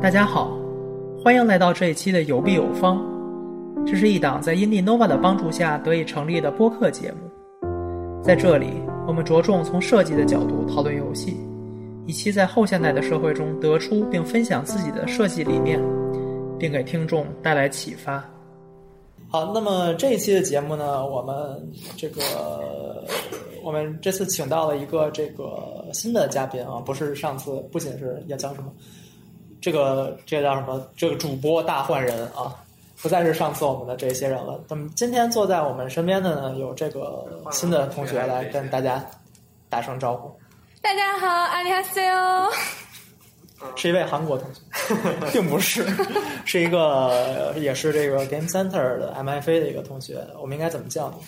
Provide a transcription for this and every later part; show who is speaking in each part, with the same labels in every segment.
Speaker 1: 大家好，欢迎来到这一期的有必有方。这是一档在 Indinova 的帮助下得以成立的播客节目。在这里，我们着重从设计的角度讨论游戏，以期在后现代的社会中得出并分享自己的设计理念，并给听众带来启发。好，那么这一期的节目呢，我们这个我们这次请到了一个这个新的嘉宾啊，不是上次，不仅是也叫什么，这个这个叫什么，这个主播大换人啊，不再是上次我们的这些人了。那么今天坐在我们身边的呢，有这个新的同学来跟大家打声招呼，
Speaker 2: 大家好，阿里哈塞哟。
Speaker 1: 是一位韩国同学，并不是， 是一个也是这个 Game Center 的 MFA 的一个同学。我们应该怎么叫你？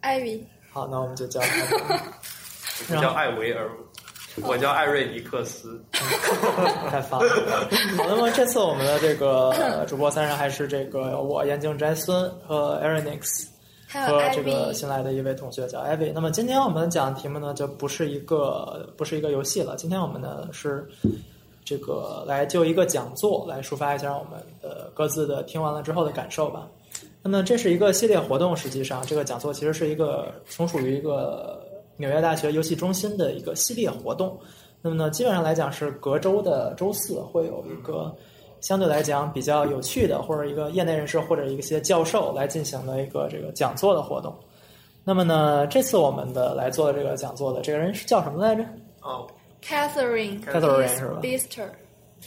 Speaker 2: 艾米，
Speaker 1: 好，那我们就叫他。
Speaker 3: 我叫艾维尔，我叫艾瑞尼克斯。
Speaker 1: 太烦了。 好，那么这次我们的这个呃主播三人还是这个我眼镜摘孙和 Erinix
Speaker 2: 还有
Speaker 1: 和
Speaker 2: 艾
Speaker 1: 这
Speaker 2: 米，
Speaker 1: 个新来的一位同学叫 Ivy。那么今天我们讲的题目呢，就不是一个不是一个游戏了。今天我们呢是这个来就一个讲座来抒发一下我们的各自的听完了之后的感受吧。那么这是一个系列活动，实际上这个讲座其实是一个从属于一个纽约大学游戏中心的一个系列活动。那么呢，基本上来讲是隔周的周四会有一个相对来讲比较有趣的，或者一个业内人士或者一些教授来进行的一个这个讲座的活动。那么呢，这次我们的来做的这个讲座的这个人是叫什么来着
Speaker 3: 哦，
Speaker 2: Catherine
Speaker 1: ？Catherine 是吧？
Speaker 2: Bister，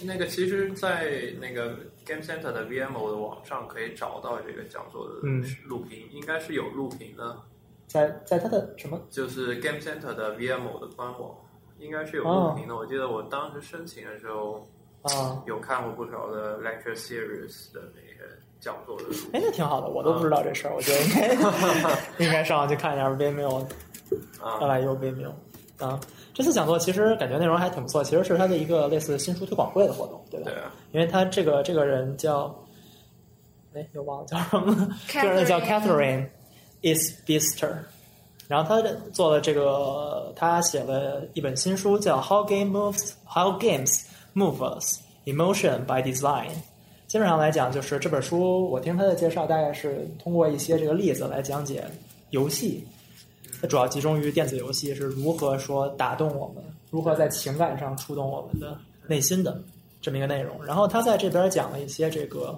Speaker 3: 那个其实，在那个 Game Center 的 VMO 的网上可以找到这个讲座的
Speaker 1: 嗯
Speaker 3: 录屏，应该是有录屏的，
Speaker 1: 在在他的什么？
Speaker 3: 就是 Game Center 的 VMO 的官网应该是有录屏的。我记得我当时申请的时候
Speaker 1: 啊，
Speaker 3: 有看过不少的 lecture series 的那些讲座的录屏
Speaker 1: 哎，那挺好的，我都不知道这事儿，我觉得应该应该上去看一下 Vimeo
Speaker 3: 啊，
Speaker 1: 来 U Vimeo 啊。这次讲座其实感觉内容还挺不错，其实是他的一个类似新书推广会的活动，对吧？
Speaker 3: 对啊，
Speaker 1: 因为他这个这个人叫，哎，又忘了叫什么了，这
Speaker 2: Catherine
Speaker 1: 个人叫 Catherine Is Bister，然后他做了这个，他写了一本新书叫《How Game Moves How Games Move Us Emotion by Design》。基本上来讲，就是这本书，我听他的介绍，大概是通过一些这个例子来讲解游戏。它主要集中于电子游戏是如何说打动我们，如何在情感上触动我们的内心的这么一个内容。然后他在这边讲了一些这个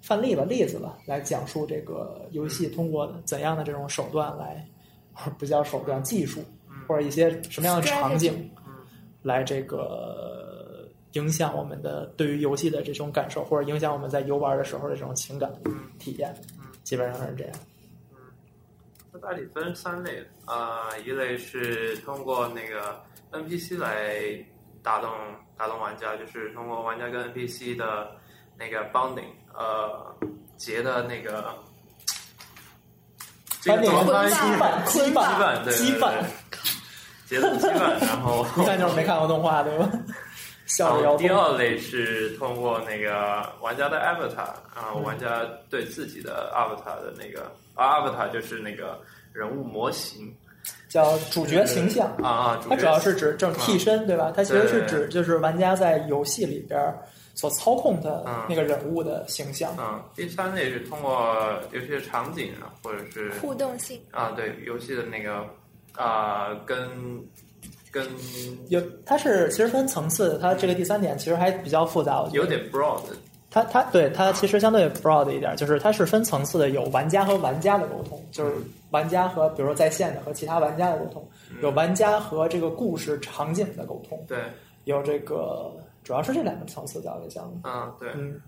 Speaker 1: 范例吧、例子吧，来讲述这个游戏通过怎样的这种手段来， 或者不叫手段，技术或者一些什么样的场景
Speaker 3: 嗯 Strategy 嗯，
Speaker 1: 来这个影响我们的对于游戏的这种感受，或者影响我们在游玩的时候的这种情感体验
Speaker 3: 嗯，
Speaker 1: 基本上是这样。
Speaker 3: 它大体分三类啊、呃一类是通过那个 NPC 来打动打动玩家，就是通过玩家跟 NPC 的那个 bonding，呃，结的那个这个怎么翻译？
Speaker 1: 羁绊，
Speaker 3: 羁绊，对，
Speaker 1: 羁
Speaker 3: 对
Speaker 1: 绊，，
Speaker 3: 对结的羁绊，然后
Speaker 1: 一看就是没看过动画，对吧？ 笑着
Speaker 3: 然后
Speaker 1: 摇
Speaker 3: 哦第
Speaker 1: 头。
Speaker 3: 二类是通过那个玩家的 avatar 啊、玩家对自己的 avatar 的那个、啊、avatar 就是那个人物模型
Speaker 1: 叫主角形象。
Speaker 3: 啊啊，
Speaker 1: 它主要是指这种替身，对吧？它其实是
Speaker 3: 对
Speaker 1: 指就是玩家在游戏里边儿所操控的
Speaker 3: 嗯
Speaker 1: 那个人物的形象。
Speaker 3: 嗯，第三类是通过游戏的场景啊，或者是
Speaker 2: 互动性，
Speaker 3: 啊，对游戏的那个啊、跟跟
Speaker 1: 有，它是其实分层次的，它这个第三点其实还比较复杂，我觉得
Speaker 3: 有点 broad，
Speaker 1: 它它对它其实相对 broad 一点，就是它是分层次的，有玩家和玩家的沟通，就是
Speaker 3: 嗯
Speaker 1: 玩家和比如说在线的和其他玩家的沟通，有玩家和这个故事场景的沟通，
Speaker 3: 对，
Speaker 1: 有这个主要是这两个层次比较为项目。
Speaker 3: 嗯，对，
Speaker 1: 嗯，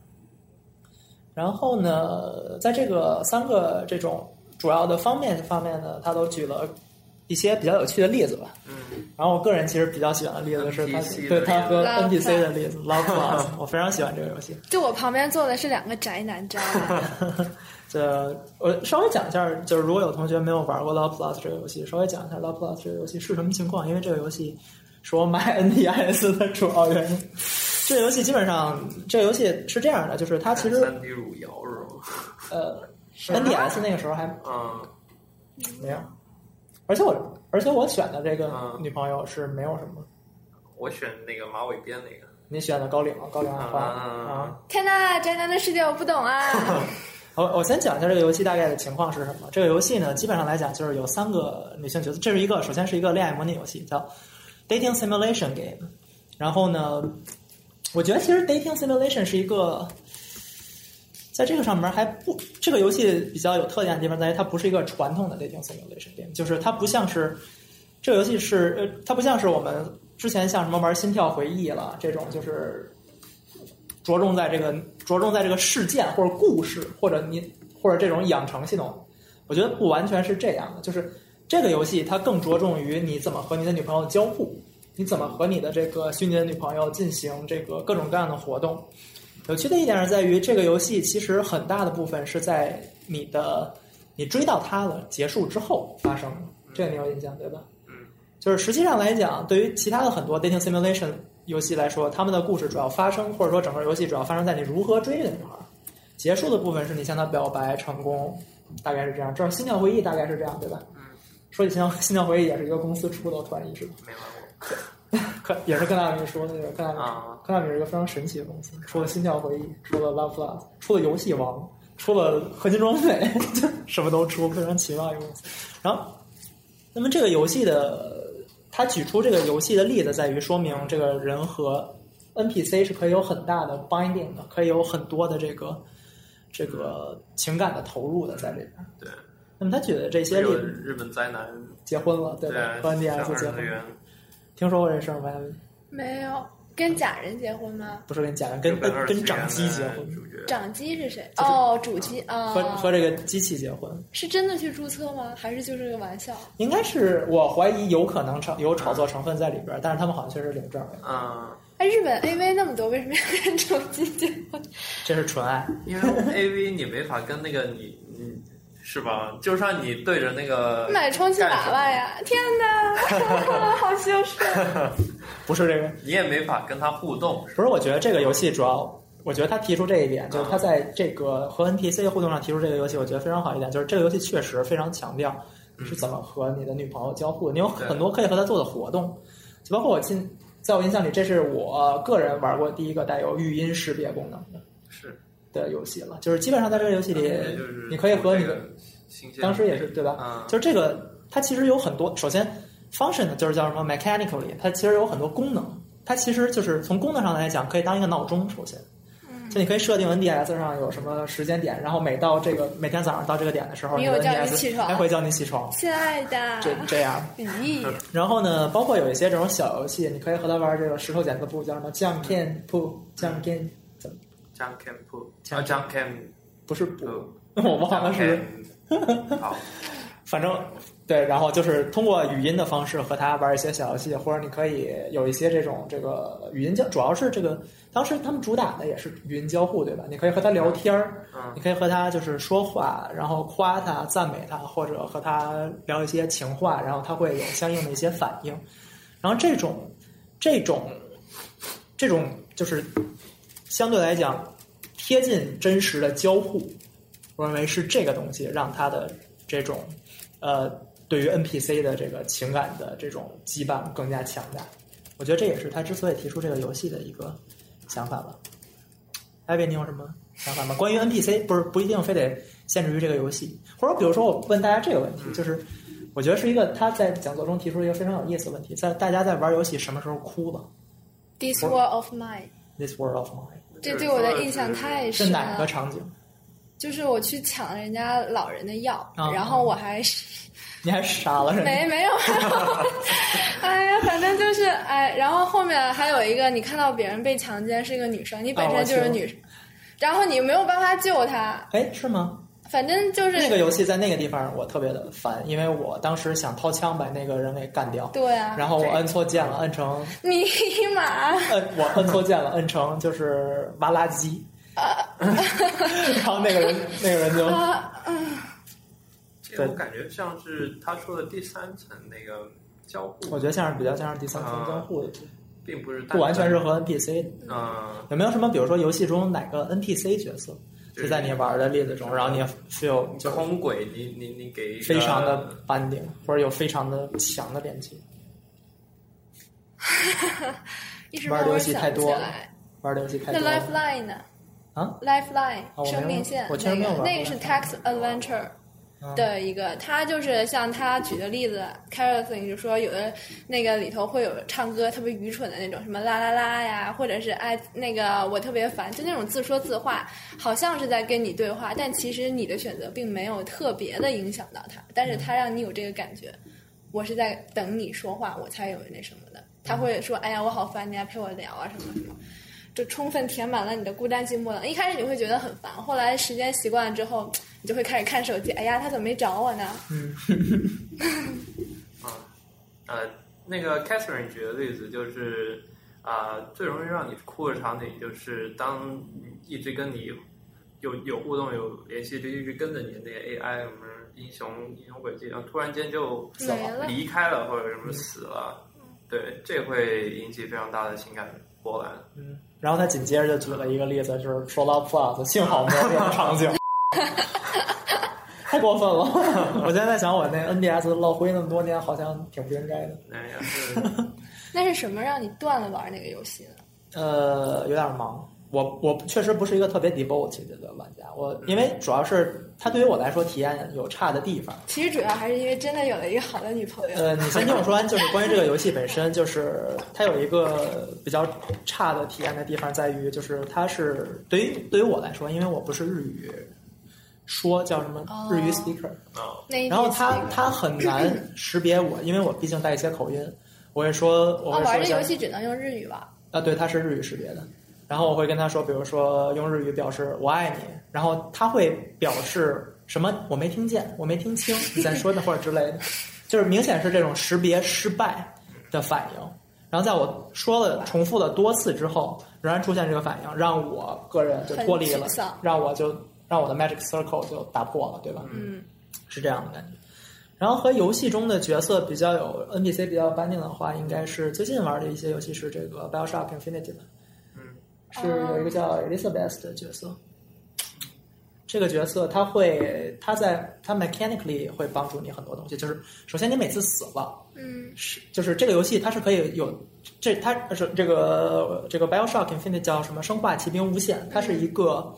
Speaker 1: 然后呢，在这个三个这种主要的方面方面呢，他都举了一些比较有趣的例子吧。
Speaker 3: 嗯，
Speaker 1: 然后我个人其实比较喜欢的例子是他
Speaker 3: NPC
Speaker 1: 对
Speaker 3: 的
Speaker 1: 他
Speaker 3: 例子
Speaker 1: 和
Speaker 2: Love
Speaker 1: NPC 的例子 Love Plus，我非常喜欢这个游戏。
Speaker 2: 就我旁边坐的是两个宅男渣 男，
Speaker 1: 这呃我稍微讲一下，就是如果有同学没有玩过 Love Plus 这个游戏，稍微讲一下 Love Plus 这个游戏是什么情况，因为这个游戏是我买 NDS 的主要原因。这个游戏基本上，这个游戏是这样的，就是它其实
Speaker 3: 三 D 乳摇肉，
Speaker 1: 呃，NDS 那个时候还
Speaker 3: 嗯
Speaker 1: 没有，而且我而且我选的这个
Speaker 3: 嗯
Speaker 1: 女朋友是没有什么
Speaker 3: 我选那个马尾辫那个。
Speaker 1: 你选的高岭，高岭花啊
Speaker 3: 啊。
Speaker 2: 天呐，宅男的世界我不懂啊！
Speaker 1: 我我先讲一下这个游戏大概的情况是什么。这个游戏呢，基本上来讲就是有三个女性角色，这是一个首先是一个恋爱模拟游戏，叫 dating simulation game。然后呢，我觉得其实 dating simulation 是一个在这个上面还不这个游戏比较有特点的地方在于它不是一个传统的 dating simulation game，就是它不像是这个游戏是呃它不像是我们之前像什么玩心跳回忆了这种就是着重在这个着重在这个事件或者故事，或者你或者这种养成系统，我觉得不完全是这样的。就是这个游戏它更着重于你怎么和你的女朋友交互，你怎么和你的这个虚拟的女朋友进行这个各种各样的活动。有趣的一点是在于，这个游戏其实很大的部分是在你的你追到她了结束之后发生的，这个你有印象对吧？
Speaker 3: 嗯，
Speaker 1: 就是实际上来讲，对于其他的很多 dating simulation 游戏来说，他们的故事主要发生，或者说整个游戏主要发生在你如何追这个女孩儿。结束的部分是你向她表白成功，大概是这样。这是心跳回忆大概是这样，对吧？
Speaker 3: 嗯，
Speaker 1: 说起心跳心跳回忆也是一个公司出的，我突然意识到，
Speaker 3: 没玩过
Speaker 1: 科也是科纳米说的，就是科纳米，
Speaker 3: 啊
Speaker 1: 科纳米是一个非常神奇的公司，出了心跳回忆，出了 Love Plus，出了游戏王，出了合金装备， 就什么都出，非常奇妙一个公司。然后，那么这个游戏的，他举出这个游戏的例子，在于说明这个人和 NPC 是可以有很大的 binding 的，可以有很多的这个这个情感的投入的在里边。
Speaker 3: 对，
Speaker 1: 那么他举的这些
Speaker 3: 这
Speaker 1: 例
Speaker 3: 个
Speaker 1: 子，
Speaker 3: 日本灾难，
Speaker 1: 结婚了，对吧？和
Speaker 3: 小
Speaker 1: NDS
Speaker 3: 二
Speaker 1: 结
Speaker 3: 次
Speaker 1: 婚，
Speaker 3: 元，
Speaker 1: 听说过这事儿没？
Speaker 2: 没有，跟假人结婚吗？
Speaker 1: 不是跟假人，
Speaker 3: 日
Speaker 1: 跟
Speaker 3: 本
Speaker 1: 跟
Speaker 3: 二次
Speaker 1: 跟
Speaker 3: 元
Speaker 1: 掌机结
Speaker 3: 的
Speaker 1: 婚，
Speaker 3: 主角，
Speaker 2: 掌机是谁？
Speaker 1: 就是
Speaker 2: 哦，主机啊，
Speaker 1: 和和这个机器结婚，
Speaker 2: 是真的去注册吗？还是就是个玩笑？
Speaker 1: 应该是我怀疑有可能炒有炒作成分在里边儿，但是他们好像确实领证了，
Speaker 3: 嗯，
Speaker 2: 哎，日本 AV 那么多，为什么要跟手机结婚？
Speaker 1: 这是纯爱。
Speaker 3: 因为 A V 你没法跟那个你你是吧？就算你对着那个
Speaker 2: 买充气
Speaker 3: 干什
Speaker 2: 娃
Speaker 3: 么
Speaker 2: 娃呀！天哪， 好羞耻！
Speaker 1: 不是这个，
Speaker 3: 你也没法跟他互动，
Speaker 1: 不是我觉得这个游戏主要，我觉得他提出这一点，就是
Speaker 3: 嗯
Speaker 1: 他在这个和 NPC 互动上提出这个游戏，我觉得非常好一点，就是这个游戏确实非常强调你是怎么和你的女朋友交互，你有
Speaker 3: 嗯对
Speaker 1: 很多可以和她做的活动，就包括我进，在我印象里，这是我个人玩过第一个带有语音识别功能的。
Speaker 3: 是
Speaker 1: 的游戏了，就是基本上在这个游戏里
Speaker 3: 也嗯就是，
Speaker 1: 你可以和你
Speaker 3: 这
Speaker 1: 的
Speaker 3: 个新鲜
Speaker 1: 当时也是对吧？
Speaker 3: 嗯，
Speaker 1: 就是这个，它其实有很多，首先 function 呢就是叫什么 mechanically，它其实有很多功能，它其实就是从功能上来讲，可以当一个闹钟。首先，
Speaker 2: 嗯
Speaker 1: 就你可以设定 NDS 上有什么时间点，然后每到这个每天早上到这个点的时候，
Speaker 2: 你
Speaker 1: 你
Speaker 2: 有
Speaker 1: 的
Speaker 2: 叫你起
Speaker 1: NDS
Speaker 2: 床啊
Speaker 1: 还会叫你起床，
Speaker 2: 亲爱的，
Speaker 1: 这这样。
Speaker 2: 咦，
Speaker 1: 然后呢，包括有一些这种小游戏，你可以和他玩这个石头剪子布，叫什么 jump in p jump in，怎么
Speaker 3: Junk and Poo
Speaker 1: 啊
Speaker 3: 啊，Junk and
Speaker 1: 不是布？
Speaker 3: Poo，
Speaker 1: 我忘了是。
Speaker 3: 好，
Speaker 1: 反正对，然后就是通过语音的方式和他玩一些小游戏，或者你可以有一些这种这个语音交，主要是这个当时他们主打的也是语音交互，对吧？你可以和他聊天儿，
Speaker 3: 嗯
Speaker 1: 你可以和他就是说话，然后夸他、赞美他，或者和他聊一些情话，然后他会有相应的一些反应。然后这种这种这种就是相对来讲贴近真实的交互，我认为是这个东西让他的这种呃对于 NPC 的这个情感的这种羁绊更加强大。我觉得这也是他之所以提出这个游戏的一个想法吧。艾比，你有什么想法吗？关于 NPC，不是不一定非得限制于这个游戏，或者比如说我问大家这个问题，
Speaker 2: 嗯
Speaker 1: 就是我觉得是一个他在讲座中提出了一个非常有意思的问题，在大家在玩游戏什么时候哭了
Speaker 2: This World of Mine，
Speaker 1: ？This world of mine
Speaker 2: 这对我的印象
Speaker 3: 就是
Speaker 2: 太
Speaker 1: 是
Speaker 2: 深
Speaker 1: 哪个
Speaker 2: 了。
Speaker 1: 场景？
Speaker 2: 就是我去抢人家老人的药，
Speaker 1: 啊
Speaker 2: 然后我还是
Speaker 1: 你还杀了人？
Speaker 2: 没没有， 哎呀，反正就是哎，然后后面还有一个，你看到别人被强奸是一个女生，你
Speaker 1: 哦
Speaker 2: 本身就是女生，然后你没有办法救她，
Speaker 1: 哎，是吗？
Speaker 2: 反正就是
Speaker 1: 那个游戏在那个地方我特别的烦，因为我当时想掏枪把那个人给干掉，
Speaker 2: 对啊，
Speaker 1: 然后我摁错键了，摁成
Speaker 2: 尼玛，
Speaker 1: 摁我摁错键了，摁成就是挖垃圾，
Speaker 2: 呃
Speaker 1: 然后那个人那个人就
Speaker 3: 这个我感觉像是他说的第三层那个交
Speaker 1: 我
Speaker 3: 互，
Speaker 1: 觉得像是比较像是第三层交互，
Speaker 3: 并不是单
Speaker 1: 不完全是和 NPC 的。
Speaker 3: 嗯，
Speaker 1: 有没有什么比如说游戏中哪个 NPC 角色
Speaker 3: 就是
Speaker 1: 就在你玩的例子中，然后你 feel 就
Speaker 3: 空轨，你你你给一个
Speaker 1: 非常的 binding，或者有非常的强的连接？
Speaker 2: 一时
Speaker 1: 玩
Speaker 2: 半
Speaker 1: 游
Speaker 2: 会儿
Speaker 1: 戏
Speaker 2: 想
Speaker 1: 太
Speaker 2: 不起
Speaker 1: 多
Speaker 2: 来。
Speaker 1: 玩的游戏太
Speaker 2: 那
Speaker 1: 多了。
Speaker 2: Lifeline 呢？
Speaker 1: 啊
Speaker 2: ，Lifeline
Speaker 1: 我没
Speaker 2: 生
Speaker 1: 玩
Speaker 2: 命线，
Speaker 1: 我确实没有
Speaker 2: 那个
Speaker 1: 玩
Speaker 2: 那个是 Tax Adventure
Speaker 1: 啊
Speaker 2: 的一个，它就是像他举的例子，Caroline 就说有的那个里头会有唱歌特别愚蠢的那种，什么啦啦啦呀，或者是哎那个我特别烦，就那种自说自话，好像是在跟你对话，但其实你的选择并没有特别的影响到他，但是他让你有这个感觉，我是在等你说话，我才有那什么的。他会说：“哎呀，我好烦，你来陪我聊啊，什么什么。”就充分填满了你的孤单寂寞冷。一开始你会觉得很烦，后来时间习惯了之后，你就会开始看手机。哎呀，他怎么没找我呢？
Speaker 3: 嗯，呃，那个 Catherine 举的例子就是，啊、最容易让你哭的场景就是当一直跟你有有互动、有联系，就一直跟着你的那个 AI，我们英雄英雄轨迹，然后突然间就
Speaker 1: 死了
Speaker 2: 没了。
Speaker 3: 离开了或者什么死了，对，这会引起非常大的情感波澜。
Speaker 1: 然后他紧接着就举了一个例子，就是说到 Plus，幸好没有这种场景，太过分了。 我现在在想，我那 NDS 落灰那么多年，好像挺不应该的。
Speaker 3: 那也是，
Speaker 2: 那是什么让你断了玩那个游戏呢？
Speaker 1: 呃，有点忙。我我确实不是一个特别 devote 的玩家，我因为主要是它对于我来说体验有差的地方。
Speaker 2: 其实主要还是因为真的有了一个好的女朋友。
Speaker 1: 呃，你先听我说完，就是关于这个游戏本身，就是它有一个比较差的体验的地方在于，就是它是对于对于我来说，因为我不是日语说叫什么
Speaker 2: 哦
Speaker 1: 日语 speaker，、
Speaker 3: 哦，
Speaker 2: 那一
Speaker 1: 然后
Speaker 2: 集
Speaker 1: 它
Speaker 2: 那个
Speaker 1: 它很难识别我，因为我毕竟带一些口音，我会说我
Speaker 2: 哦，
Speaker 1: 会说
Speaker 2: 玩
Speaker 1: 一
Speaker 2: 这
Speaker 1: 下
Speaker 2: 游戏只能用日语玩。
Speaker 1: 啊，对，它是日语识别的。然后我会跟他说，比如说用日语表示“我爱你”，然后他会表示什么“我没听见，我没听清你在说的”或者之类 的，就是明显是这种识别失败的反应。然后在我说了重复了多次之后，仍然出现这个反应，让我个人就脱离
Speaker 2: 很
Speaker 1: 了
Speaker 2: 沮丧，
Speaker 1: 让我就让我的 magic circle 就打破了，对吧？
Speaker 2: 嗯，
Speaker 1: 是这样的感觉。然后和游戏中的角色比较有 NPC 比较有 binding 的话，应该是最近玩的一些游戏是这个 BioShock Infinity 的，
Speaker 3: 嗯
Speaker 1: 是有一个叫 Elizabeth 的角色。这个角色他会，他在他 mechanically 会帮助你很多东西，就是首先你每次死了，
Speaker 2: 嗯
Speaker 1: 是就是这个游戏它是可以有这它呃是这个这个 BioShock Infinite 叫什么《生化奇兵：无限》，它是一个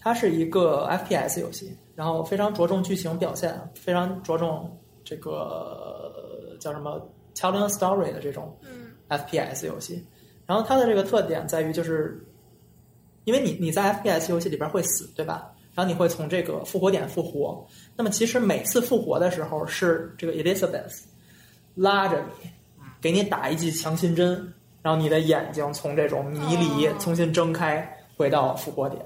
Speaker 1: 它是一个 FPS 游戏，然后非常着重剧情表现，非常着重这个呃叫什么 telling a story 的这种
Speaker 2: 嗯
Speaker 1: FPS 游戏。然后它的这个特点在于，就是因为你你在 FPS 游戏里边会死，对吧？然后你会从这个复活点复活。那么其实每次复活的时候，是这个 Elizabeth 拉着你，给你打一剂强心针，然后你的眼睛从这种迷离
Speaker 2: 哦
Speaker 1: 重新睁开，回到复活点。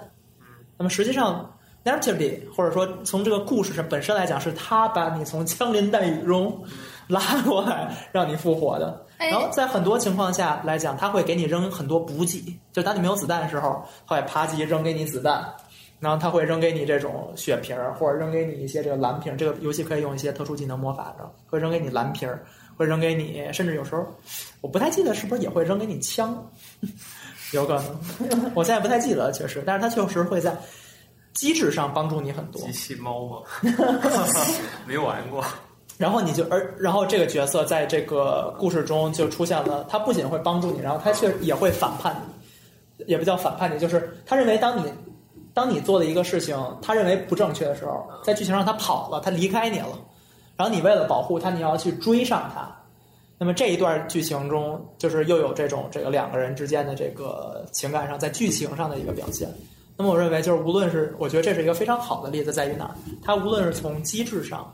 Speaker 1: 那么实际上，narratively 或者说从这个故事上本身来讲，是他把你从枪林弹雨中拉过来，让你复活的。
Speaker 2: 哎
Speaker 1: 然后在很多情况下来讲，他会给你扔很多补给，就当你没有子弹的时候，他会啪叽扔给你子弹，然后他会扔给你这种血瓶儿，或者扔给你一些这个蓝瓶儿。这个游戏可以用一些特殊技能魔法的，会扔给你蓝瓶儿，会扔给你，甚至有时候我不太记得是不是也会扔给你枪， 有可能， 我现在不太记得了，确实，但是它确实会在机制上帮助你很多
Speaker 3: 机。器猫吗？没玩过，
Speaker 1: 然后你就而然后这个角色在这个故事中就出现了，他不仅会帮助你，然后他却也会反叛你，也不叫反叛你，就是他认为当你当你做的一个事情，他认为不正确的时候，在剧情上他跑了，他离开你了，然后你为了保护他，你要去追上他。那么这一段剧情中，就是又有这种这个两个人之间的这个情感上，在剧情上的一个表现。那么我认为，就是无论是我觉得这是一个非常好的例子，在于哪儿？它无论是从机制上，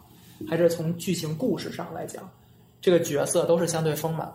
Speaker 1: 还是从剧情故事上来讲，这个角色都是相对丰满，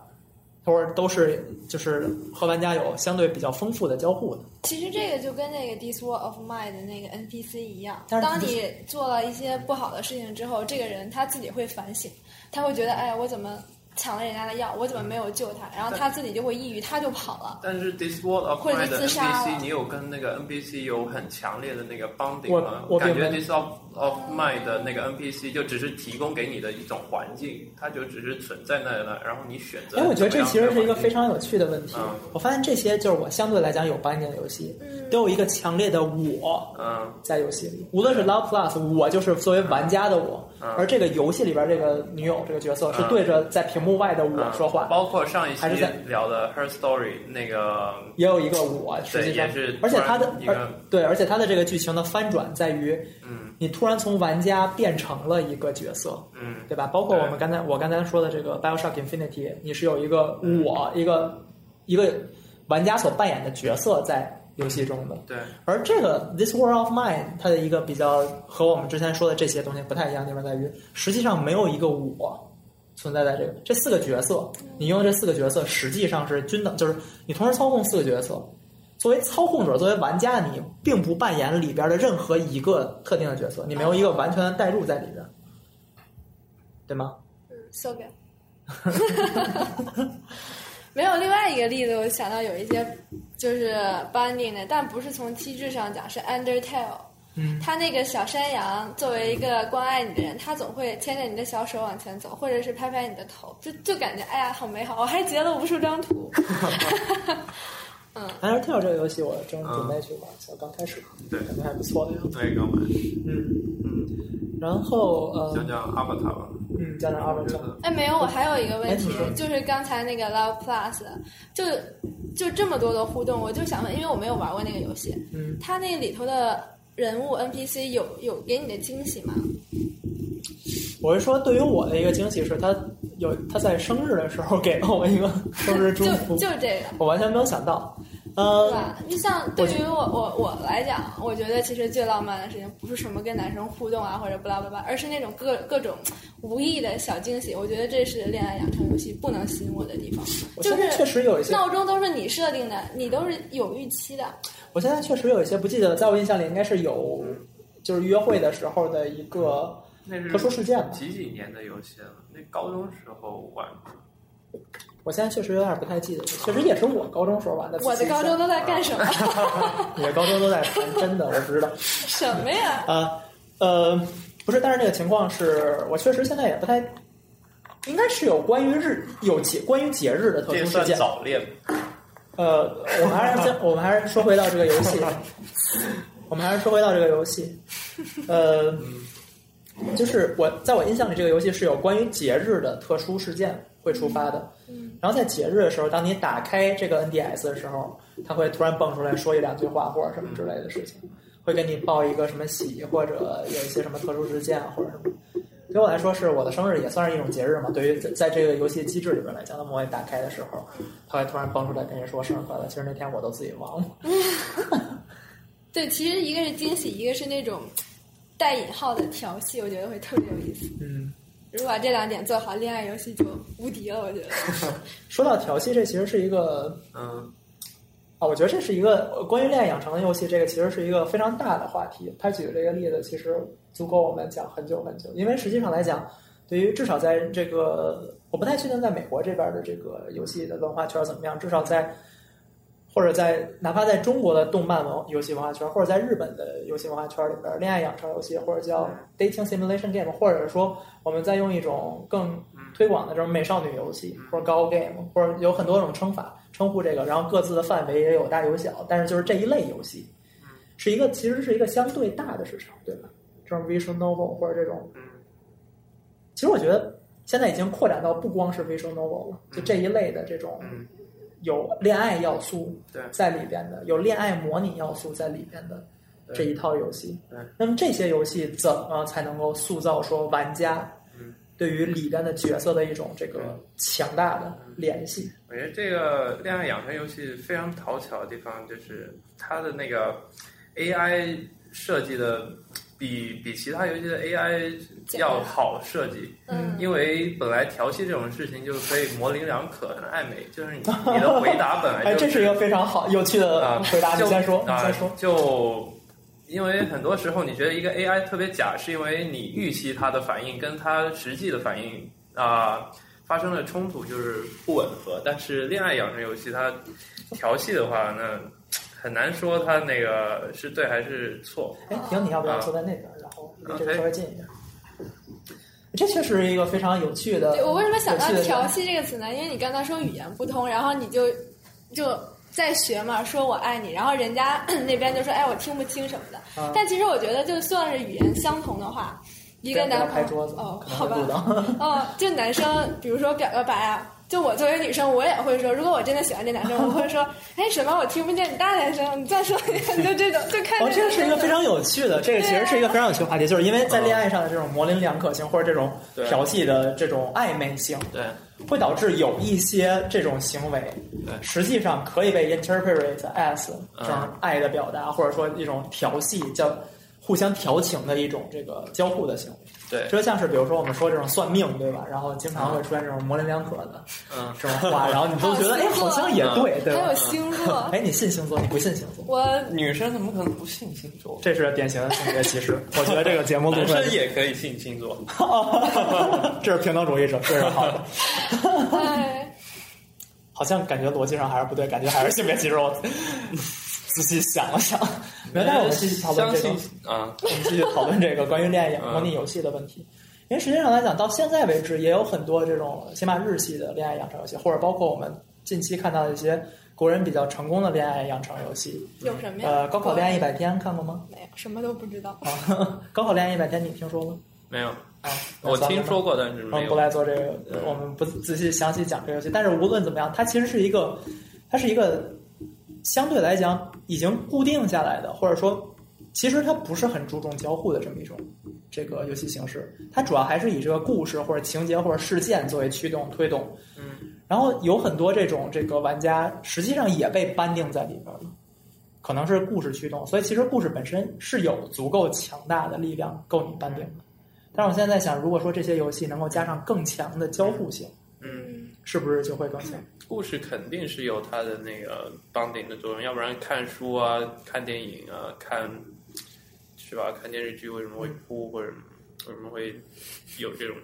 Speaker 1: 或者都是就是和玩家有相对比较丰富的交互的。
Speaker 2: 其实这个就跟那个《This War of Mine》的那个 NPC 一样，
Speaker 1: 但是
Speaker 2: 当你做了一些不好的事情之后，这个人他自己会反省，他会觉得，哎，我怎么抢了人家的药，我怎么没有救他？然后他自己就会抑郁，他就跑了。
Speaker 3: 但是 This World of
Speaker 2: 或者
Speaker 3: Mine
Speaker 2: 是
Speaker 3: 的
Speaker 2: 自杀
Speaker 3: NPC，
Speaker 2: 了
Speaker 3: 你有跟那个 NPC 有很强烈的那个 bonding
Speaker 1: 我
Speaker 3: 吗？
Speaker 1: 我
Speaker 3: 感
Speaker 1: 并
Speaker 3: 觉
Speaker 1: 没有
Speaker 3: This of of Mine 的那个 NPC 就只是提供给你的一种环境，它就只是存在那了，然后你选择。
Speaker 1: 哎，我觉得这其实是一个非。常有趣的问题
Speaker 3: 嗯。
Speaker 1: 我发现这些就是我相对来讲有观念的游戏，
Speaker 2: 嗯
Speaker 1: 都有一个强烈的我
Speaker 3: 嗯，
Speaker 1: 在游戏里。无论是 Love Plus，我就是作为玩家的我，
Speaker 3: 嗯
Speaker 1: 而这个游戏里边这个女友这个角色是对着在屏幕外的我
Speaker 4: 嗯
Speaker 1: 说话，
Speaker 4: 包括上一期
Speaker 1: 还是在
Speaker 4: 聊的 Her Story 那个，
Speaker 1: 也有一个我，实
Speaker 4: 对，
Speaker 1: 际上
Speaker 4: 也是，
Speaker 1: 而且它的
Speaker 4: 一
Speaker 1: 而
Speaker 4: 个，
Speaker 1: 对，而且它的这个剧情的翻转在于，
Speaker 4: 嗯
Speaker 1: 你突然从玩家变成了一个角色，
Speaker 4: 嗯
Speaker 1: 对吧？包括
Speaker 4: 对
Speaker 1: 我们刚才我刚才说的这个 BioShock Infinity，你是有一个我一个一个玩家所扮演的角色在游戏中的。
Speaker 4: 对，
Speaker 1: 而这个 This World of Mine，它的一个比较和我们之前说的这些东西不太一样的地方在于，实际上没有一个我存在在这个这四个角色，你用这四个角色实际上是均等，就是你同时操控四个角色。作为操控者，作为玩家，你并不扮演里边的任何一个特定的角色，你没有一个完全的代入在里边，对吗？
Speaker 2: 修改。没有另外一个例子，我想到有一些就是 bonding 的，但不是从机制上讲，是 Undertale。
Speaker 1: 嗯，
Speaker 2: 他那个小山羊作为一个关爱你的人，他总会牵着你的小手往前走，或者是拍拍你的头，就就感觉哎呀好美好。我还截了无数张图。
Speaker 1: Undertale 这个游戏我正准备去玩一下，刚开始
Speaker 4: 对
Speaker 1: 感觉还不错的样子。
Speaker 4: 那个嘛，
Speaker 1: 嗯，
Speaker 4: 嗯，
Speaker 1: 然后呃，
Speaker 4: 讲讲 Avatar 吧，
Speaker 1: 嗯，加上阿文
Speaker 4: 我觉
Speaker 1: 正，
Speaker 4: 得，
Speaker 2: 哎，没有，我还有一个问题
Speaker 1: 哎你说，
Speaker 2: 就是刚才那个 Love Plus，就就这么多的互动，我就想问，因为我没有玩过那个游戏，
Speaker 1: 嗯，
Speaker 2: 它那里头的人物 NPC 有有给你的惊喜吗？
Speaker 1: 我是说，对于我的一个惊喜是，他有他在生日的时候给了我 一个生日祝
Speaker 2: 就
Speaker 1: 福，
Speaker 2: 就这个，
Speaker 1: 我完全没有想到。
Speaker 2: 对
Speaker 1: 呃，
Speaker 2: 吧？就像对于我我我来讲，我觉得其实最浪漫的事情不是什么跟男生互动啊，或者不拉不拉，而是那种各各种无意的小惊喜。我觉得这是恋爱养成游戏不能吸引我的地方，
Speaker 1: 我
Speaker 2: 就
Speaker 1: 现在确
Speaker 2: 是
Speaker 1: 实有一些，
Speaker 2: 闹钟都是你设定的，你都是有预期的。
Speaker 1: 我现在确实有一些不记得，在我印象里应该是有，就是约会的时候的一个
Speaker 4: 那是
Speaker 1: 特殊事件吧。
Speaker 4: 几几年的游戏了？那高中时候玩的，
Speaker 1: 我现在确实有点不太记得，确实也是我高中时候玩的。
Speaker 2: 我的高中，都在干什么？
Speaker 1: 啊你的高中都在玩，真的我不知道。
Speaker 2: 什么呀？
Speaker 1: 啊，呃，不是，但是这个情况是我确实现在也不太，应该是有关于日有节关于节日的特
Speaker 4: 这
Speaker 1: 殊事
Speaker 4: 算
Speaker 1: 件。
Speaker 4: 早恋吗？
Speaker 1: 呃，我们还是先，我们还是说回到这个游戏，我们还是说回到这个游戏，呃，就是我在我印象里，这个游戏是有关于节日的特殊事件会触发的。
Speaker 2: 嗯，
Speaker 1: 然后在节日的时候，当你打开这个 NDS 的时候，它会突然蹦出来说一两句话或者什么之类的事情，会给你报一个什么喜，或者有一些什么特殊事件啊或者什么。对我来说，是我的生日也算是一种节日嘛。对于在在这个游戏机制里边来讲，那么我也打开的时候，它会突然蹦出来跟你说生日快乐。其实那天我都自己忘了。
Speaker 2: 对，其实一个是惊喜，一个是那种带引号的调戏，我觉得会特别有意思。
Speaker 1: 嗯，
Speaker 2: 如果把这两点做好，恋爱游戏就无敌了。我觉得，
Speaker 1: 说到调戏，这其实是一个
Speaker 4: 嗯，
Speaker 1: 啊，我觉得这是一个呃关于恋爱养成的游戏，这个其实是一个非常大的话题。他举的这个例子其实足够我们讲很久很久，因为实际上来讲，对于至少在这个我不太确定在美国这边的这个游戏的文化圈怎么样，至少在或者在哪怕在中国的动漫文游戏文化圈，或者在日本的游戏文化圈里边，恋爱养成游戏或者叫 dating simulation game，或者说我们再用一种更推广的这种美少女游戏
Speaker 4: 嗯
Speaker 1: 或者高 game，或者有很多种称法称呼这个，然后各自的范围也有大有小，但是就是这一类游戏
Speaker 4: 嗯
Speaker 1: 是一个其实是一个相对大的市场，对吧？这种 visual novel 或者这种
Speaker 4: 嗯，
Speaker 1: 其实我觉得现在已经扩展到不光是 visual novel 了，就这一类的这种
Speaker 4: 嗯
Speaker 1: 有恋爱要素
Speaker 4: 对
Speaker 1: 在里边的，有恋爱模拟要素在里边的
Speaker 4: 对
Speaker 1: 这一套游戏
Speaker 4: 对。
Speaker 1: 那么这些游戏怎么才能够塑造说玩家
Speaker 4: 嗯
Speaker 1: 对于里边的角色的一种这个强大的联系？
Speaker 4: 我觉得这个恋爱养成游戏非常讨巧的地方，就是它的那个 AI 设计的比比其他游戏的 AI 要好设计，
Speaker 2: 嗯，
Speaker 4: 因为本来调戏这种事情就可以模棱两可，很暧昧，就是你你的回答本来
Speaker 1: 哎，
Speaker 4: 就
Speaker 1: 这是一个非常好、有趣的
Speaker 4: 嗯啊
Speaker 1: 嗯回答，
Speaker 4: 就
Speaker 1: 你先说，
Speaker 4: 啊
Speaker 1: 你先说。
Speaker 4: 就因为很多时候你觉得一个 AI 特别假，是因为你预期它的反应跟它实际的反应啊、发生了冲突，就是不吻合。但是恋爱养成游戏它调戏的话，那很难说它那个是对还是错。
Speaker 1: 哎，婷，你要不
Speaker 4: 啊
Speaker 1: 要坐在那边，然后离这个稍微近一点？这确实是一个非常有趣的。
Speaker 2: 对我为什么想到
Speaker 1: 有趣的
Speaker 2: 调戏这个词呢？因为你刚才说语言不通，然后你就就在学嘛，说我爱你，然后人 家那边就说哎我听不清什么的。
Speaker 1: 啊
Speaker 2: 但其实我觉得，就算是语言相同的话，一个
Speaker 1: 不要
Speaker 2: 男
Speaker 1: 拍
Speaker 2: 朋
Speaker 1: 桌子，
Speaker 2: 哦，
Speaker 1: 可能
Speaker 2: 好
Speaker 1: 会
Speaker 2: 吧
Speaker 1: 录，到。
Speaker 2: 哦，就男生，比如说表个白啊，就我作为女生，我也会说，如果我真的喜欢这男生，我会说，哎，什么？我听不见你大点声，你再说一遍，就这种，就看着。
Speaker 1: 哦，这个是一个非常有趣的，这个其实是一个非常有趣的话题，就是因为在
Speaker 4: 嗯
Speaker 1: 恋爱上的这种模棱两可性或者这种
Speaker 4: 啊对
Speaker 1: 调戏的这种暧昧性，
Speaker 4: 对
Speaker 1: 会导致有一些这种行为，
Speaker 4: 对嗯
Speaker 1: 实际上可以被 interpret as 这种爱的表达，或者说一种调戏，叫互相调情的一种这个交互的行为。
Speaker 4: 对，
Speaker 1: 这像是比如说我们说这种算命，对吧？然后经常会出现这种模棱两可的
Speaker 4: 嗯，
Speaker 1: 这 种话，然后你都觉得
Speaker 2: 还
Speaker 1: 哎
Speaker 2: 有，星
Speaker 1: 好
Speaker 2: 座
Speaker 1: 像也对，对
Speaker 2: 嗯还有
Speaker 1: 吧？
Speaker 2: 星 座，
Speaker 1: 哎，你信星座，你不信星座？
Speaker 2: 我
Speaker 3: 女生怎么可能不信星座？
Speaker 1: 这是典型的性别歧视。我觉得这个节目录
Speaker 3: 男
Speaker 1: 出来
Speaker 3: 生，也可以信星座。
Speaker 1: 这是平等主义者，这是好的。
Speaker 2: 哎，
Speaker 1: 好像感觉逻辑上还是不对，感觉还是性别歧视。我 仔细想了想，没但我们继续讨论
Speaker 3: 相
Speaker 1: 这个，
Speaker 3: 信
Speaker 1: 我
Speaker 3: 啊，
Speaker 1: 们继续讨论这个关于恋爱影
Speaker 3: 嗯
Speaker 1: 模拟游戏的问题。因为实际上来讲，到现在为止，也有很多这种起码日系的恋爱养成游戏，或者包括我们近期看到的一些国人比较成功的恋爱养成游戏。
Speaker 2: 有什么呀？
Speaker 1: 呃，高考恋爱一百天看过吗？
Speaker 2: 没有，什么都不知道。
Speaker 1: 啊，高考恋爱一百天你听说吗？
Speaker 3: 没有，
Speaker 1: 啊，
Speaker 3: 我
Speaker 1: 那算了
Speaker 3: 听
Speaker 1: 吧
Speaker 3: 说过，但是
Speaker 1: 我们
Speaker 3: 没
Speaker 1: 不
Speaker 3: 有。嗯
Speaker 1: 来做这个，我们不仔细详细讲这个游戏。但是无论怎么样，它其实是一个，它是一个相对来讲已经固定下来的，或者说其实它不是很注重交互的这么一种这个游戏形式。它主要还是以这个故事或者情节或者事件作为驱动推动。
Speaker 4: 嗯，
Speaker 1: 然后有很多这种这个玩家实际上也被班定在里边了。可能是故事驱动，所以其实故事本身是有足够强大的力量够你班定的。但是我现在在想，如果说这些游戏能够加上更强的交互性，
Speaker 4: 嗯，
Speaker 2: 嗯，
Speaker 1: 是不是就会更强？
Speaker 4: 故事肯定是有它的那个帮顶的作用，要不然看书啊、看电影啊、看是吧？看电视剧为什么会哭，或者为什么会有这种？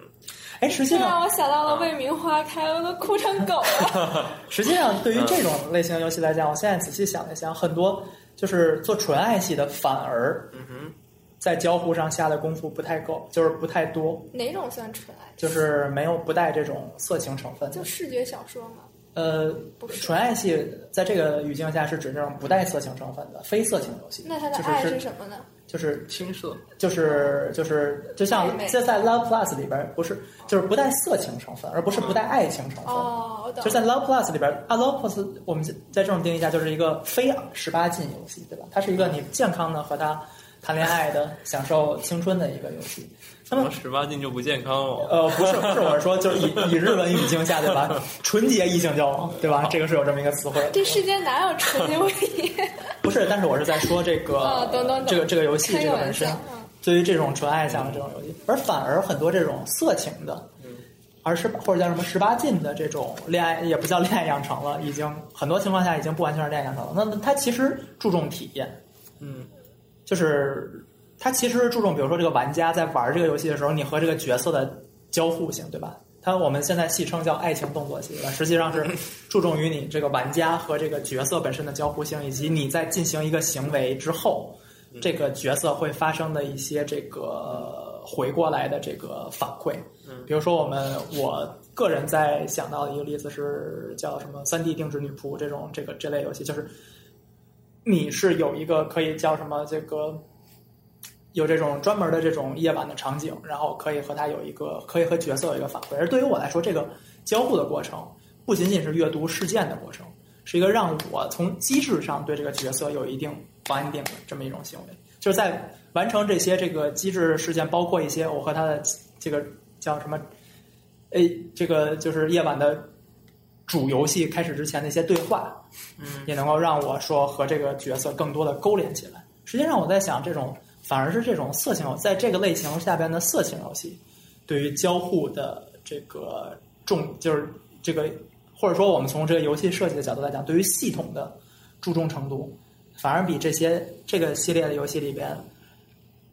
Speaker 1: 哎，实际
Speaker 2: 这让
Speaker 1: 上，
Speaker 2: 我想到
Speaker 1: 啊
Speaker 2: 了未名花开，我都哭成狗 了。
Speaker 1: 实际上对于这种类型游戏来讲，我现在仔细想了想，很多就是做纯爱系的，反而
Speaker 4: 嗯哼，
Speaker 1: 在交互上下的功夫不太够，就是不太多，
Speaker 2: 哪种算纯爱？
Speaker 1: 就是没有不带这种色情成分的。
Speaker 2: 就视觉小说嘛。
Speaker 1: 呃，
Speaker 2: 不是
Speaker 1: 纯爱系在这个语境下是指这种不带色情成分的非色情游戏，
Speaker 2: 那他的
Speaker 1: 就是
Speaker 2: 爱是
Speaker 1: 是
Speaker 2: 什么呢？
Speaker 1: 就是
Speaker 4: 青涩，
Speaker 1: 就是就是，就像
Speaker 2: 暧昧
Speaker 1: 就在 Love Plus 里边儿，不是就是不带色情成分，而不是不带爱情成分。
Speaker 2: 哦，我懂
Speaker 1: 就。在 Love Plus 里边儿啊，Love Plus 我们在这种定义下就是一个非十八禁游戏，对吧？它是一个你健康的和他谈恋爱的、享受青春的一个游戏。那么
Speaker 3: 怎么十八禁就不健康哦？
Speaker 1: 呃，不是不是，我是说就是以以日文语境下，对吧？纯洁异性交往，对吧？这个是有这么一个词汇。
Speaker 2: 这世间哪有 纯友谊？
Speaker 1: 不是，但是我是在说这个、
Speaker 2: 哦懂懂懂
Speaker 1: 这个这个游戏
Speaker 2: 开
Speaker 1: 这
Speaker 2: 个
Speaker 1: 个
Speaker 2: 玩
Speaker 1: 本身
Speaker 2: 笑。嗯
Speaker 1: 对于这种纯爱向的这种游戏，而反而很多这种色情的，而是或者叫什么十八禁的这种恋爱，也不叫恋爱养成了，已经很多情况下已经不完全是恋爱养成了。那么它其实注重体验，
Speaker 4: 嗯，
Speaker 1: 就是它其实是注重，比如说这个玩家在玩这个游戏的时候，你和这个角色的交互性，对吧？它我们现在戏称叫爱情动作戏，对吧？实际上是注重于你这个玩家和这个角色本身的交互性，以及你在进行一个行为之后，这个角色会发生的一些这个回过来的这个反馈。
Speaker 4: 嗯
Speaker 1: 比如说我们我个人在想到的一个例子是叫什么“三 D 定制女仆”这种这个这类游戏，就是你是有一个可以叫什么这个有这种专门的这种夜晚的场景，然后可以和它有一个可以和角色有一个反馈。而对于我来说，这个交互的过程不仅仅是阅读事件的过程，是一个让我从机制上对这个角色有一定绑定的这么一种行为，就是在完成这些这个机制事件，包括一些我和他的这个叫什么，哎，这个就是夜晚的主游戏开始之前的一些对话，
Speaker 4: 嗯，
Speaker 1: 也能够让我说和这个角色更多的勾连起来。实际上，我在想，这种反而是这种色情游，在这个类型下边的色情游戏，对于交互的这个重，就是这个或者说我们从这个游戏设计的角度来讲，对于系统的注重程度，反而比这些这个系列的游戏里边，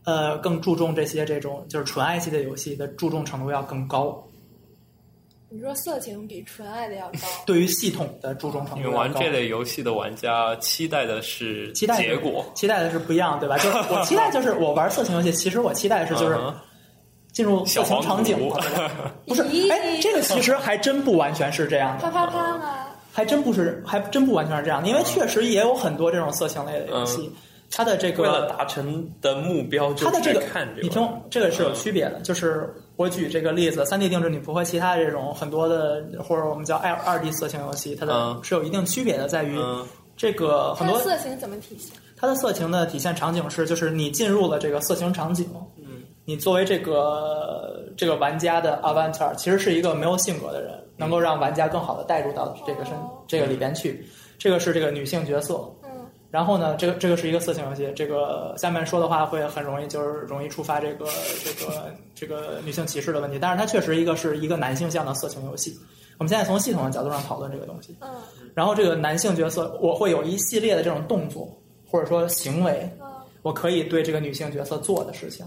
Speaker 1: 呃，更注重这些这种就是纯爱系的游戏的注重程度要更高，
Speaker 2: 你说色情比纯爱的要高，
Speaker 1: 对于系统的注重程
Speaker 3: 因
Speaker 1: 度
Speaker 3: 为
Speaker 1: 要高。
Speaker 3: 玩这类游戏的玩家期待的是
Speaker 1: 期待
Speaker 3: 结果，
Speaker 1: 期待的是不一样，对吧？就是我期待就是我玩色情游戏，其实我期待的是就是
Speaker 3: 嗯
Speaker 1: 进入色情场景嘛，
Speaker 3: 小黄
Speaker 1: 对吧 不是，
Speaker 2: 咦
Speaker 1: 哎，这个其实还真不完全是这样的，
Speaker 2: 啪啪啪呢？
Speaker 1: 还真不是，还真不完全是这样的，因为确实也有很多这种色情类的游戏，它的这个
Speaker 3: 嗯为了达成的目标，就
Speaker 1: 它的这个
Speaker 3: 在看这嗯
Speaker 1: 你听我，这个是有区别的。就是我举这个例子，三 D 定制你不和其他这种很多的或者我们叫二二 D 色情游戏，它的
Speaker 3: 嗯
Speaker 1: 是有一定区别的，在于
Speaker 3: 嗯
Speaker 1: 这个很
Speaker 2: 它
Speaker 1: 多
Speaker 2: 的色情怎么体现？
Speaker 1: 它的色情的体现场景是，就是你进入了这个色情场景，
Speaker 3: 嗯，
Speaker 1: 你作为这个这个玩家的 avatar，其实是一个没有性格的人，能够让玩家更好的带入到这个身
Speaker 2: 哦
Speaker 1: 这个里边去。这个是这个女性角色，
Speaker 2: 嗯，
Speaker 1: 然后呢，这个这个是一个色情游戏，这个下面说的话会很容易就是容易触发这个这个这个女性歧视的问题，但是它确实一个是一个男性向的色情游戏。我们现在从系统的角度上讨论这个东西，
Speaker 2: 嗯
Speaker 1: 然后这个男性角色我会有一系列的这种动作或者说行为，
Speaker 2: 嗯
Speaker 1: 我可以对这个女性角色做的事情，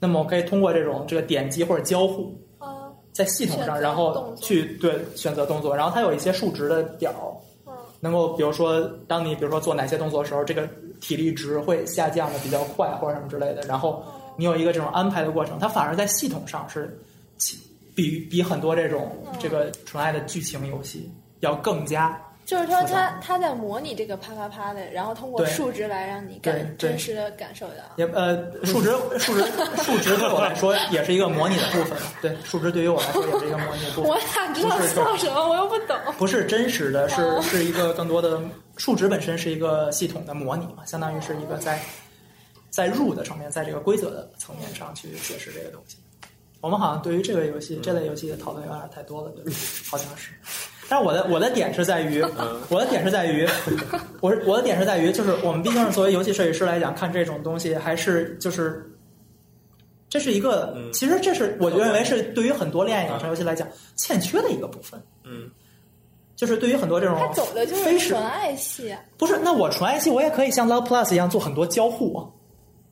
Speaker 1: 那么我可以通过这种这个点击或者交互，
Speaker 2: 嗯
Speaker 1: 在系统
Speaker 2: 选
Speaker 1: 上
Speaker 2: 择
Speaker 1: 然
Speaker 2: 动
Speaker 1: 后
Speaker 2: 作
Speaker 1: 去对选择动作，然后它有一些数值的表，
Speaker 2: 嗯
Speaker 1: 能够比如说，当你比如说做哪些动作的时候，这个体力值会下降的比较快，或者什么之类的。然后你有一个这种安排的过程，它反而在系统上是起比比很多这种
Speaker 2: 嗯
Speaker 1: 这个纯爱的剧情游戏要更加
Speaker 2: 就是说他他在模拟这个啪啪啪的，然后通过
Speaker 1: 对
Speaker 2: 数值来让你
Speaker 1: 对
Speaker 2: 感
Speaker 1: 对
Speaker 2: 真实的感受到。
Speaker 1: 也呃数值数值数值对我来说也是一个模拟的部分，对数值对于我来说也是一个模拟的部分
Speaker 2: 我。哪知道笑什么？我又不懂。
Speaker 1: 不是真实的，是
Speaker 2: 哦
Speaker 1: 是一个更多的数值本身是一个系统的模拟嘛，相当于是一个在在入的层面，在这个规则的层面上去解释这个东西。我们好像对于这个游戏这类游戏的讨论有点太多了，对吧，好像是。但是我的我的点是在于，我的点是在于，我是我的点是在于，就是我们毕竟是作为游戏设计师来讲，看这种东西还是就是，这是一个，
Speaker 3: 嗯
Speaker 1: 其实这是我认为是对于很多恋嗯爱养成游戏来讲欠缺的一个部分。
Speaker 3: 嗯，
Speaker 1: 就是对于很多这种
Speaker 2: 他走的就
Speaker 1: 非
Speaker 2: 是
Speaker 1: 是
Speaker 2: 纯爱啊系，
Speaker 1: 不是，那我纯爱系我也可以像 Love Plus 一样做很多交互啊，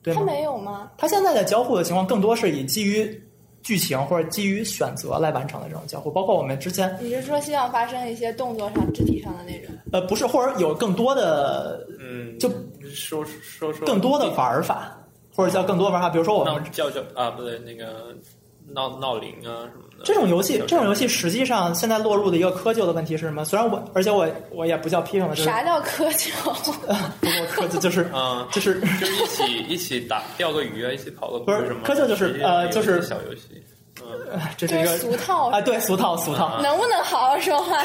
Speaker 1: 对
Speaker 2: 他
Speaker 1: 吗？
Speaker 2: 没有吗？
Speaker 1: 它现在的交互的情况更多是以基于剧情或者基于选择来完成的这种交互，包括我们之前
Speaker 2: 你是说希望发生一些动作上、肢体上的那种？
Speaker 1: 呃不是，或者有更多的
Speaker 3: 嗯，
Speaker 1: 就
Speaker 3: 说说说
Speaker 1: 更多的玩法，或者叫更多玩法，比如说我
Speaker 3: 闹
Speaker 1: 们
Speaker 3: 叫叫啊，不对，那个闹闹铃啊什么的。
Speaker 1: 这种游戏，
Speaker 3: 小
Speaker 1: 这种游戏实际上现在落入的一个窠臼的问题是什么？虽然我而且我我也不叫批评了，就是
Speaker 2: 啥叫窠臼？
Speaker 1: 不过窠臼就是
Speaker 3: 啊，
Speaker 1: 就是
Speaker 3: 就是一起一起打钓个鱼啊，一起跑个步
Speaker 1: 不是
Speaker 3: 什么的。
Speaker 1: 科教就是
Speaker 3: 实际
Speaker 1: 呃
Speaker 3: 上
Speaker 1: 就
Speaker 3: 有
Speaker 1: 是
Speaker 3: 一些小游戏。嗯，
Speaker 1: 这是
Speaker 2: 就
Speaker 1: 一
Speaker 2: 是
Speaker 1: 个
Speaker 2: 俗套。
Speaker 1: 啊对俗套俗套，
Speaker 3: 啊
Speaker 2: 能不能好好说 话？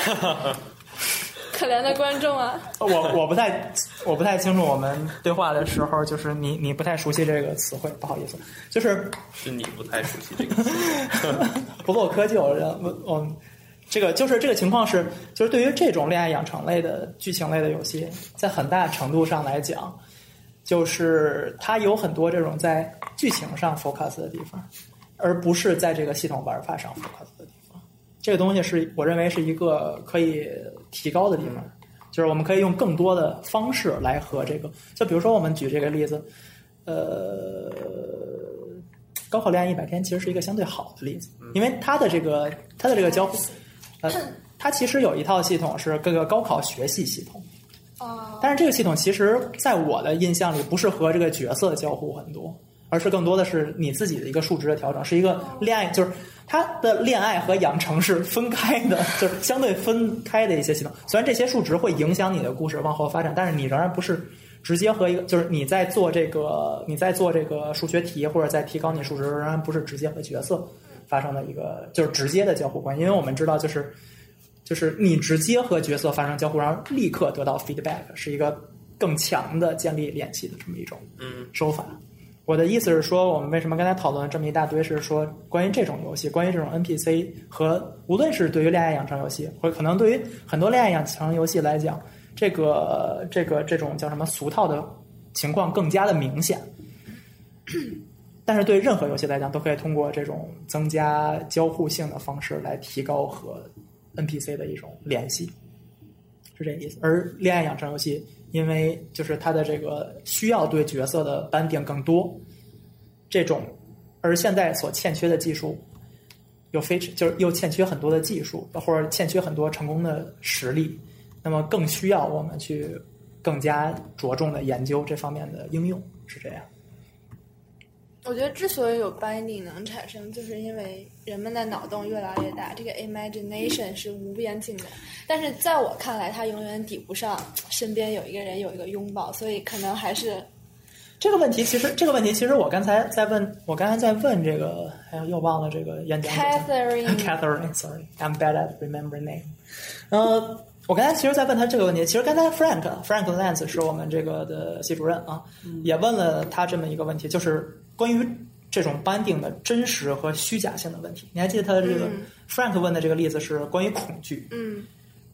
Speaker 2: 可怜的观众啊！
Speaker 1: 我我不太我不太清楚我们对话的时候，就是你你不太熟悉这个词汇，不好意思，就是
Speaker 3: 是你不太熟悉这 个词。
Speaker 1: 不够科技，我我嗯，这个就是这个情况是，就是对于这种恋爱养成类的剧情类的游戏，在很大程度上来讲，就是它有很多这种在剧情上 focus 的地方，而不是在这个系统玩法上 focus 的地方。这个东西是我认为是一个可以提高的地方，就是我们可以用更多的方式来和这个，就比如说我们举这个例子，呃，高考恋爱一百天其实是一个相对好的例子，因为它的这个它的这个交互，呃，它其实有一套系统是各个高考学系系统，
Speaker 2: 啊、
Speaker 1: 但是这个系统其实在我的印象里不是和这个角色交互很多，而是更多的是你自己的一个数值的调整，是一个恋爱就是。它的恋爱和养成是分开的，就是相对分开的一些系统。虽然这些数值会影响你的故事往后发展，但是你仍然不是直接和一个，就是你在做这个你在做这个数学题或者在提高你数值，仍然不是直接和角色发生的一个就是直接的交互关系。因为我们知道，就是就是你直接和角色发生交互，然后立刻得到 feedback，是一个更强的建立联系的这么一种
Speaker 3: 嗯
Speaker 1: 手法。我的意思是说，我们为什么刚才讨论了这么一大堆，是说关于这种游戏，关于这种 NPC 和无论是对于恋爱养成游戏，或者可能对于很多恋爱养成游戏来讲，这个这个这种叫什么俗套的情况更加的明显。但是对任何游戏来讲，都可以通过这种增加交互性的方式来提高和 NPC 的一种联系，是这个意思。而恋爱养成游戏，因为就是它的这个需要对角色的班定更多，这种而现在所欠缺的技术，又非就是又欠缺很多的技术，或者欠缺很多成功的实例，那么更需要我们去更加着重的研究这方面的应用，是这样。
Speaker 2: 我觉得之所以有 binding 能产生，就是因为人们的脑洞越来越大，这个 imagination 是无边境的。但是在我看来，它永远抵不上身边有一个人有一个拥抱，所以可能还是
Speaker 1: 这个问题其实这个问题其实我刚才在问，我刚才在问这个，哎呀，又忘了这个演讲者叫什么
Speaker 2: Catherine，
Speaker 1: Catherine，sorry，I'm bad at remembering name。呃，我刚才其实，在问他这个问题，其实刚才 Frank Frank Lance 是我们这个的系主任啊，
Speaker 2: 嗯
Speaker 1: 也问了他这么一个问题，就是关于这种班定的真实和虚假性的问题。你还记得他的这个、
Speaker 2: 嗯
Speaker 1: Frank 问的这个例子是关于恐惧？
Speaker 2: 嗯，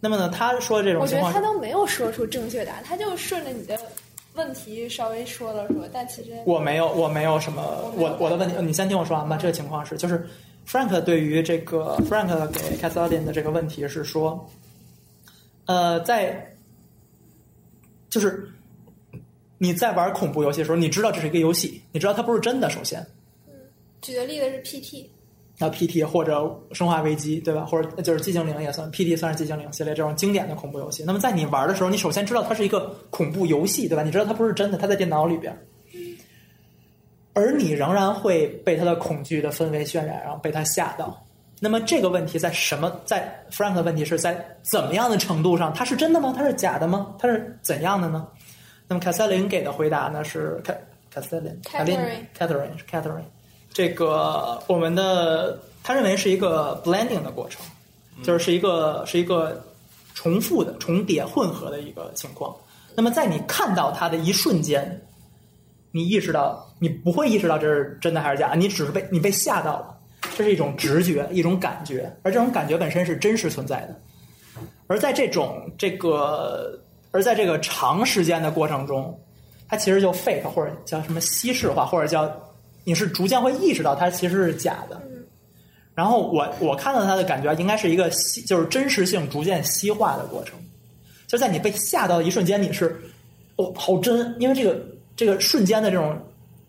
Speaker 1: 那么呢，他说这种
Speaker 2: 我觉
Speaker 1: 情
Speaker 2: 得
Speaker 1: 况
Speaker 2: 他
Speaker 1: 是，
Speaker 2: 都没有说出正确答案，他就顺着你的问题稍微说了说，但其实
Speaker 1: 我没有，我没有什么，我我的问题，你先听我说完吧。这个情况是，就是 Frank 对于这个 Frank 给 c a t h e r i n e 的这个问题是说，呃，在就是你在玩恐怖游戏的时候，你知道这是一个游戏，你知道它不是真的，首先，
Speaker 2: 举的例子是 PT，
Speaker 1: 那 PT 或者《生化危机》，对吧？或者就是《寂静岭》也算，PT 算是《寂静岭》系列这种经典的恐怖游戏。那么在你玩的时候，你首先知道它是一个恐怖游戏，对吧？你知道它不是真的，它在电脑里边，而你仍然会被它的恐惧的氛围渲染，然后被它吓到。那么这个问题在什么？在 Frank 的问题是在怎么样的程度上？它是真的吗？它是假的吗？它是怎样的呢？那么凯瑟琳给的回答呢是凯凯瑟琳
Speaker 2: Catherine
Speaker 1: Catherine 是 Catherine，这个我们的他认为是一个 blending 的过程，就是是一个是一个重复的、重叠、混合的一个情况。那么在你看到它的一瞬间，你意识到你不会意识到这是真的还是假，你只是被你被吓到了，这是一种直觉，一种感觉，而这种感觉本身是真实存在的。而在这种这个，而在这个长时间的过程中，它其实就 fake 或者叫什么稀释化，或者叫你是逐渐会意识到它其实是假的。然后我我看到它的感觉应该是一个稀，就是真实性逐渐稀化的过程，就在你被吓到的一瞬间，你是哦好真，因为这个这个瞬间的这种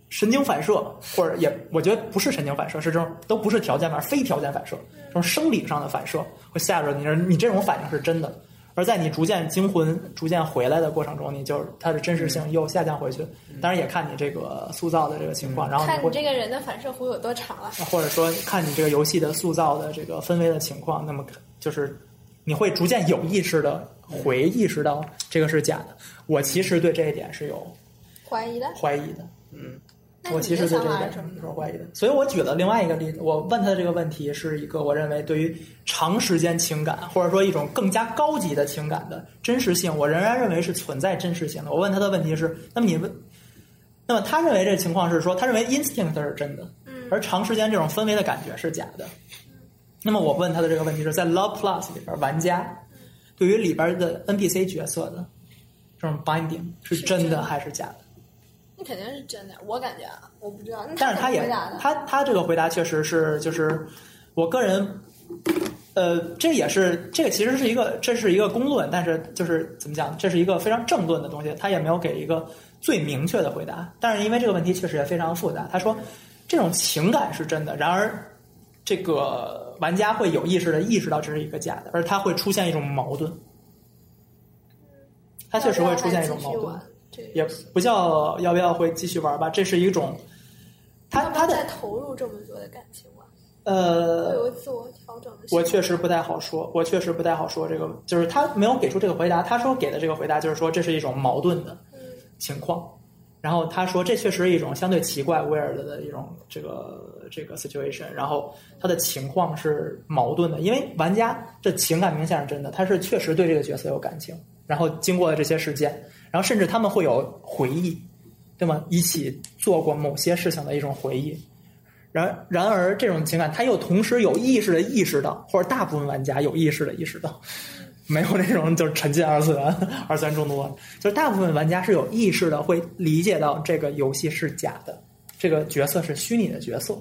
Speaker 1: 神经反射，或者也我觉得不是神经反射，是这种都不是条件反射，非条件反射，这种生理上的反射会吓着你，你这种反应是真的。而在你逐渐惊魂、逐渐回来的过程中，你就是它的真实性又下降回去。当然也看你这个塑造的这个情况，然后你
Speaker 2: 看
Speaker 1: 会
Speaker 2: 你这个人的反射弧有多长了。
Speaker 1: 或者说看你这个游戏的塑造的这个氛围的情况，那么就是你会逐渐有意识的回意识到这个是假的。我其实对这一点是有
Speaker 2: 怀疑的，
Speaker 1: 怀疑的，
Speaker 2: 那
Speaker 1: 我
Speaker 2: 你
Speaker 1: 其
Speaker 2: 就
Speaker 1: 实对
Speaker 2: 想
Speaker 1: 这一
Speaker 2: 玩
Speaker 1: 点
Speaker 2: 什么
Speaker 1: 是
Speaker 2: 呢？
Speaker 1: 有怀疑的。所以我举了另外一个例子，我问他的这个问题是一个我认为对于长时间情感或者说一种更加高级的情感的真实性，我仍然认为是存在真实性的。我问他的问题是，那么你问，那么他认为这情况是说，他认为 instinct 是真的，
Speaker 2: 嗯
Speaker 1: 而长时间这种氛围的感觉是假的。那么我问他的这个问题是在 Love Plus 里边，玩家对于里边的 NPC 角色的这种 binding 是
Speaker 2: 是真
Speaker 1: 真的
Speaker 2: 的
Speaker 1: 还是假的？
Speaker 2: 那肯定是真的，我感觉啊，我不知道。那
Speaker 1: 但是他
Speaker 2: 怎
Speaker 1: 也
Speaker 2: 么回答的，
Speaker 1: 他他这个回答确实是就是我个人，呃，这也是这个其实是一个这是一个公论，但是就是怎么讲，这是一个非常政论的东西，他也没有给一个最明确的回答。但是因为这个问题确实也非常复杂，他说这种情感是真的，然而这个玩家会有意识的意识到这是一个假的，而他会出现一种矛盾，他确实会出现一种矛盾。
Speaker 2: 这个
Speaker 1: 也不叫要不要会继续玩吧，这是一种，他
Speaker 2: 要不
Speaker 1: 他的
Speaker 2: 再投入这么多的感情吧，会
Speaker 1: 呃，
Speaker 2: 有自我调整的时候。
Speaker 1: 我确实不太好说，我确实不太好说这个，就是他没有给出这个回答。他说给的这个回答就是说这是一种矛盾的
Speaker 2: 嗯
Speaker 1: 情况，然后他说这确实是一种相对奇怪 weird 的一种这个这个 situation，然后他的情况是矛盾的，因为玩家这情感明显是真的，他是确实对这个角色有感情，然后经过了这些事件，然后甚至他们会有回忆，对吗？一起做过某些事情的一种回忆。然然而，这种情感他又同时有意识的意识到，或者大部分玩家有意识的意识到，没有那种就是沉浸二次元、二次元中毒，啊就是大部分玩家是有意识的会理解到这个游戏是假的，这个角色是虚拟的角色。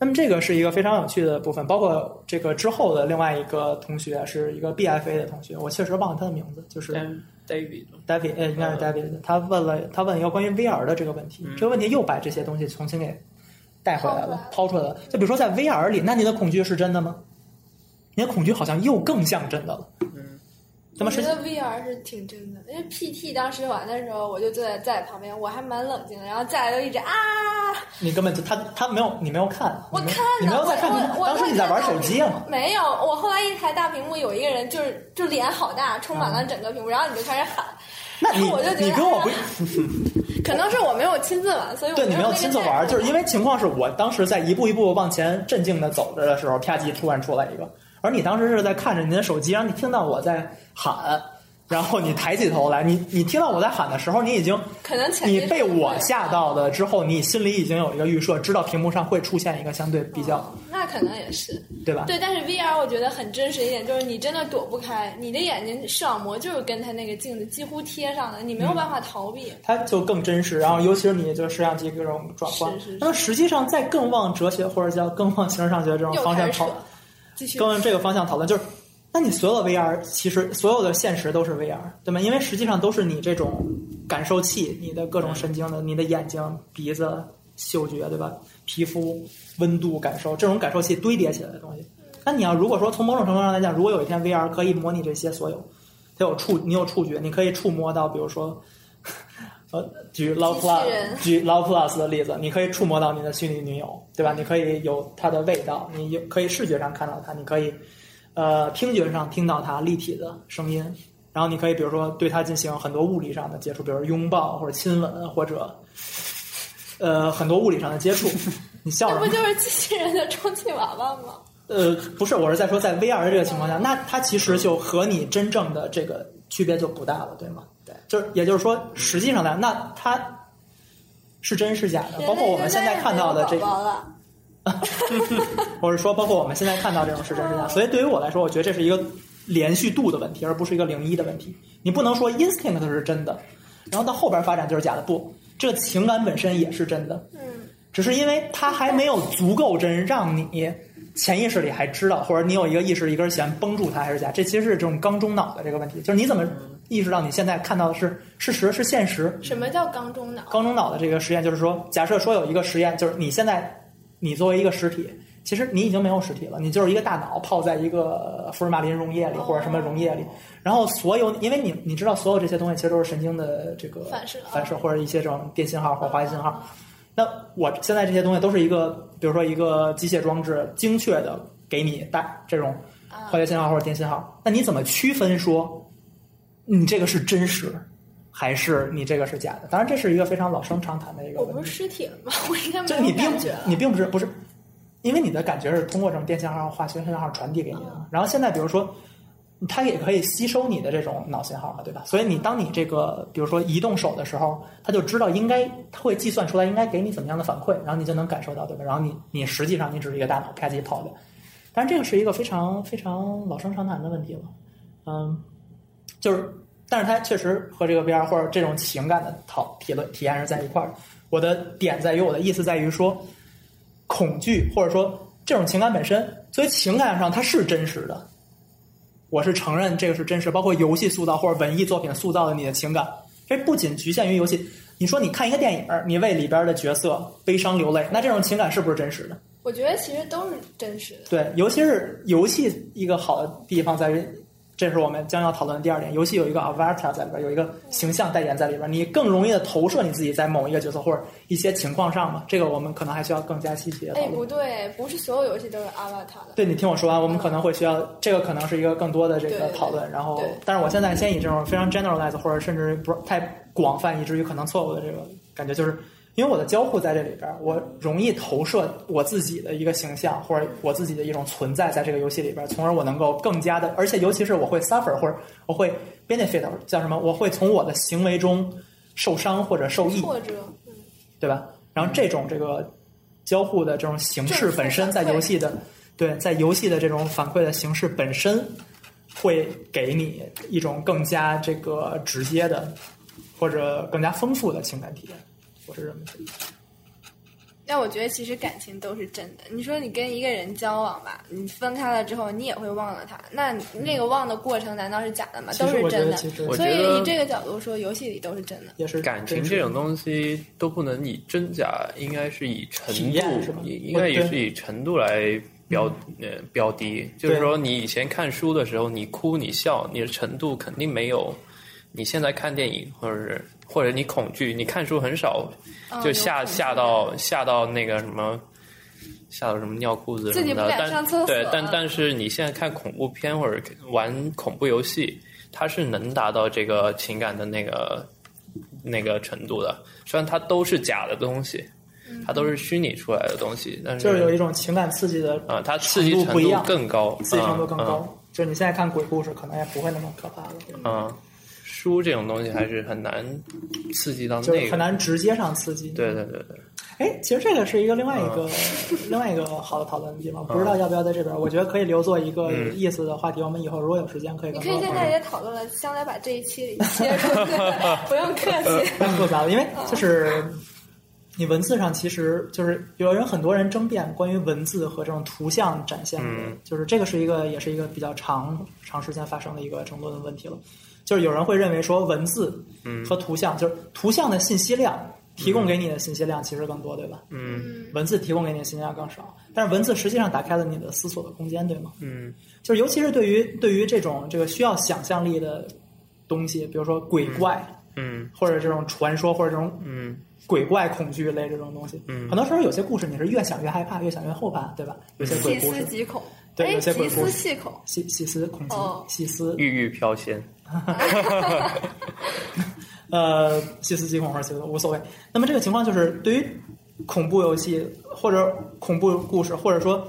Speaker 1: 那么这个是一个非常有趣的部分，包括这个之后的另外一个同学是一个 BFA 的同学，我确实忘了他的名字，就是
Speaker 3: Dan David
Speaker 1: David，呃，应该是 David，他问了他问一个关于 VR 的这个问题，
Speaker 3: 嗯
Speaker 1: 这个问题又把这些东西重新给带回来了，
Speaker 2: 抛
Speaker 1: 抛出来了。就比如说在 VR 里，那你的恐惧是真的吗？你的恐惧好像又更像真的了。
Speaker 3: 嗯，
Speaker 1: 那么
Speaker 2: 我觉
Speaker 1: 实际
Speaker 2: 得 VR 是挺真的，因为 PT 当时玩的时候，我就坐在在旁边，我还蛮冷静的，然后再来就一直啊，
Speaker 1: 你根本就他他没有你没有看，
Speaker 2: 我
Speaker 1: 你没有
Speaker 2: 看
Speaker 1: 你没
Speaker 2: 了，
Speaker 1: 有在看屏
Speaker 2: 我
Speaker 1: 幕，
Speaker 2: 我
Speaker 1: 当时你在玩手机啊嘛。
Speaker 2: 没有，
Speaker 1: 嗯
Speaker 2: 我后来一抬大屏幕，有一个人就是就脸好大，充满了整个屏幕，然后你就开始喊，
Speaker 1: 那你
Speaker 2: 那我就觉得
Speaker 1: 你跟我不
Speaker 2: 哎呀可能是我没有亲自玩，所以我
Speaker 1: 对你
Speaker 2: 没
Speaker 1: 没有亲自玩，就是因
Speaker 2: 为
Speaker 1: 为情况是我当时在一步一步往前镇静的走着的时候，啪叽突然出来一个，而你当时是在看着你的手机，然后你听到我在喊，然后你抬起头来，你你听到我在喊的时候，你已经
Speaker 2: 可能潜
Speaker 1: 你
Speaker 2: 意识
Speaker 1: 被我
Speaker 2: 会嗯
Speaker 1: 吓到了之后，你心里已经有一个预设，知道屏幕上会出现一个相对比较，
Speaker 2: 那可能也是
Speaker 1: 对吧？
Speaker 2: 对，但是 VR 我觉得很真实一点，就是你真的躲不开，你的眼睛视网膜就是跟它那个镜子几乎贴上了，你没有办法逃避。
Speaker 1: 它就更真实，然后尤其是你就是摄像机各种转换
Speaker 2: 是是是。
Speaker 1: 那么实际上，再更往哲学或者叫更往形而上学这种
Speaker 2: 又
Speaker 1: 嗯方向
Speaker 2: 开始
Speaker 1: 讨
Speaker 2: 扯，继续
Speaker 1: 更这个方向讨论，就是，那你所有的 VR 其实所有的现实都是 VR，对吗？因为实际上都是你这种感受器，你的各种神经的，你的眼睛、鼻子、嗅觉，对吧？皮肤温度感受这种感受器堆叠起来的东西。那你要如果说从某种程度上来讲，如果有一天 VR 可以模拟这些所有，它有触，你有触觉，你可以触摸到，比如说。 呃，举 Love
Speaker 2: 机器
Speaker 1: Plus
Speaker 2: 人
Speaker 1: 举 Love Plus 的例子，你可以触摸到你的虚拟女友，对吧？你可以有她的味道，你有可以视觉上看到她，你可以呃听觉上听到它立体的声音，然后你可以比如说对它进行很多物理上的接触，比如拥抱或者亲吻或者呃很多物理上的接 触。你笑
Speaker 2: 那
Speaker 1: 什
Speaker 2: 不
Speaker 1: 么？
Speaker 2: 就是机器人的充气娃娃吗？
Speaker 1: 呃，不是，我是在说在 VR 的这个情况下，那它其实就和你真正的这个区别就不大了，对吗？对，就是也就是说，实际上呢，那它是真是假 的，包括我们现在看到的这
Speaker 2: 人类就再也
Speaker 1: 个
Speaker 2: 没有宝，宝啊了
Speaker 1: 我是说，包括我们现在看到这种是真是假。所以对于我来说，我觉得这是一个连续度的问题，而不是一个零一的问题。你不能说 instinct 是真的，然后到后边发展就是假的，不，这个情感本身也是真的，
Speaker 2: 嗯，
Speaker 1: 只是因为它还没有足够真，让你潜意识里还知道，或者你有一个意识一根弦绷住它还是假。这其实是这种刚中脑的这个问题，就是你怎么意识到你现在看到的是事实是现实，
Speaker 2: 什么叫缸中脑？
Speaker 1: 缸中脑的这个实验，就是说，假设说有一个实验，就是你现在你作为一个实体，其实你已经没有实体了，你就是一个大脑泡在一个呃福尔马林溶液里
Speaker 2: 哦
Speaker 1: 或者什么溶液里，然后所有，因为你你知道所有这些东西其实都是神经的这个
Speaker 2: 反射啊
Speaker 1: 反射或者一些这种电信号或者化学信号。那我现在这些东西都是一个，比如说一个机械装置精确的给你带这种
Speaker 2: 啊
Speaker 1: 化学信号或者电信号，那你怎么区分说你这个是真实，还是你这个是假的？当然，这是一个非常老生常谈的一个
Speaker 2: 我
Speaker 1: 问
Speaker 2: 不
Speaker 1: 题。
Speaker 2: 是尸体了吗？ 我应该没
Speaker 1: 就
Speaker 2: 有
Speaker 1: 你并
Speaker 2: 感觉啊了。
Speaker 1: 你并不是不是，因为你的感觉是通过这种电信号、化学信号传递给你的。然后现在，比如说，它也可以吸收你的这种脑信号嘛，对吧？所以你当你这个比如说移动手的时候，它就知道应该，它会计算出来应该给你怎么样的反馈，然后你就能感受到，对吧？然后你你实际上你只是一个大脑啪叽跑的，但是这个是一个非常非常老生常谈的问题了，嗯，就是，但是它确实和这个 VR 或者这种情感的讨体论体验是在一块儿的。我的点在于，我的意思在于说，恐惧或者说这种情感本身，所以情感上它是真实的，我是承认这个是真实，包括游戏塑造或者文艺作品塑造的你的情感，这不仅局限于游戏。你说你看一个电影儿，你为里边的角色悲伤流泪，那这种情感是不是真实的？
Speaker 2: 我觉得其实都是真实的。
Speaker 1: 对，尤其是游戏一个好的地方在于，这是我们将要讨论的第二点。游戏有一个 avatar 在里边，有一个形象代言在里边，你更容易的投射你自己在某一个角色或者一些情况上嘛。这个我们可能还需要更加细节地讨
Speaker 2: 哎，
Speaker 1: 论。
Speaker 2: 不对，不是所有游戏都是 Avatar 的。
Speaker 1: 对你听我说完，我们可能会需要这个，可能是一个更多的这
Speaker 2: 对
Speaker 1: 个
Speaker 2: 对
Speaker 1: 讨论。然后
Speaker 2: 对，
Speaker 1: 但是我现在先以这种非常 generalize 或者甚至不是太广泛，以至于可能错误的这个感觉，就是因为我的交互在这里边儿，我容易投射我自己的一个形象或者我自己的一种存在在这个游戏里边儿，从而我能够更加的，而且尤其是我会 suffer 或者我会 benefit 叫什么？我会从我的行为中受伤或者受益，
Speaker 2: 挫折，嗯，
Speaker 1: 对吧？然后这种这个交互的这种形式本身，
Speaker 2: 正
Speaker 1: 在
Speaker 2: 负反馈
Speaker 1: 游戏的对，在游戏的这种反馈的形式本身，会给你一种更加这个直接的或者更加丰富的情感体验。我是这么觉得。
Speaker 2: 但我觉得其实感情都是真的。你说你跟一个人交往吧，你分开了之后，你也会忘了他。那你那个忘的过程难道是假的吗？
Speaker 1: 其
Speaker 2: 啊都
Speaker 1: 实
Speaker 2: 是
Speaker 1: 我觉
Speaker 2: 真
Speaker 1: 得，
Speaker 2: 的。
Speaker 1: 其实
Speaker 3: 我
Speaker 2: 所以
Speaker 3: 觉得
Speaker 2: 以这个角度说，游戏里都是真的。
Speaker 1: 也是
Speaker 3: 感情
Speaker 1: 真实
Speaker 3: 这种东西都不能以真假，应该是以程
Speaker 1: 体验是吧
Speaker 3: 度，也应该也是以程度来标
Speaker 1: 嗯
Speaker 3: 呃标的。就是说，你以前看书的时候，你哭你笑，你的程度肯定没有你现在看电影或者是或者你恐惧，你看书很少
Speaker 2: 嗯
Speaker 3: 就吓
Speaker 2: 有可能
Speaker 3: 吓到吓到那个什么。吓到什么尿裤子什
Speaker 2: 自己
Speaker 3: 么
Speaker 2: 不
Speaker 3: 的，
Speaker 2: 敢上厕
Speaker 3: 但
Speaker 2: 所
Speaker 3: 对，但
Speaker 2: 啊
Speaker 3: 但是你现在看恐怖片或者玩恐怖游戏，它是能达到这个情感的那个那个程度的。虽然它都是假的东西，
Speaker 2: 嗯
Speaker 3: 它都是虚拟出来的东西，但
Speaker 1: 就是有一
Speaker 3: 是
Speaker 1: 种情感刺激的
Speaker 3: 啊、它刺激
Speaker 1: 程度
Speaker 3: 程
Speaker 1: 不一
Speaker 3: 度
Speaker 1: 样
Speaker 3: 更高，
Speaker 1: 刺激程度更
Speaker 3: 嗯嗯
Speaker 1: 高。就是你现在看鬼故事，可能也不会那么可怕了，
Speaker 3: 嗯，书这种东西还是很难刺激到
Speaker 1: 就
Speaker 3: 那
Speaker 1: 是
Speaker 3: 个，
Speaker 1: 很难直接上刺激。
Speaker 3: 对对对对，
Speaker 1: 哎，其实这个是一个另外一个另外一个好的讨论的地方，不知道要不要在这边，我觉得可以留作一个有意思的话题。我们以后如果有时间，可以
Speaker 2: 你
Speaker 1: 更
Speaker 2: 可以
Speaker 1: 多
Speaker 2: 跟
Speaker 1: 地
Speaker 2: 大家讨论了，将来把这一期里切出来， 不用客 气。
Speaker 1: 更复杂了，因为就是你文字上其实就是有人很多人争辩关于文字和这种图像展现的，
Speaker 3: 嗯
Speaker 1: 就是这个是一个也是一个比较长长时间发生的一个争论的问题了。就是有人会认为说文字
Speaker 3: 嗯
Speaker 1: 和图像，就是图像的信息量提供给你的信息量其实更多，对吧？
Speaker 3: 嗯
Speaker 2: 嗯，
Speaker 1: 文字提供给你的信息量更少，但是文字实际上打开了你的思索的空间，对吗？
Speaker 3: 嗯
Speaker 1: 就是尤其是对于对于这种这个需要想象力的东西，比如说鬼怪，
Speaker 3: 嗯
Speaker 1: 或者这种传说，或者这种
Speaker 3: 嗯
Speaker 1: 鬼怪恐惧类这种东西，
Speaker 3: 嗯
Speaker 1: 很多时候有些故事你是越想越害怕，越想越后怕，对吧？有
Speaker 3: 嗯
Speaker 1: 些鬼
Speaker 2: 细
Speaker 1: 故
Speaker 2: 思
Speaker 1: 事，
Speaker 2: 极恐，
Speaker 1: 对
Speaker 2: 哎，
Speaker 1: 有些鬼
Speaker 2: 极
Speaker 1: 故
Speaker 2: 思
Speaker 1: 事
Speaker 2: 细恐，
Speaker 1: 细细思恐极
Speaker 2: 哦，
Speaker 1: 细思
Speaker 3: 玉玉飘仙，
Speaker 1: 呃细思极恐或者细思无所谓。那么这个情况就是对于恐怖游戏或者恐怖故事，或者说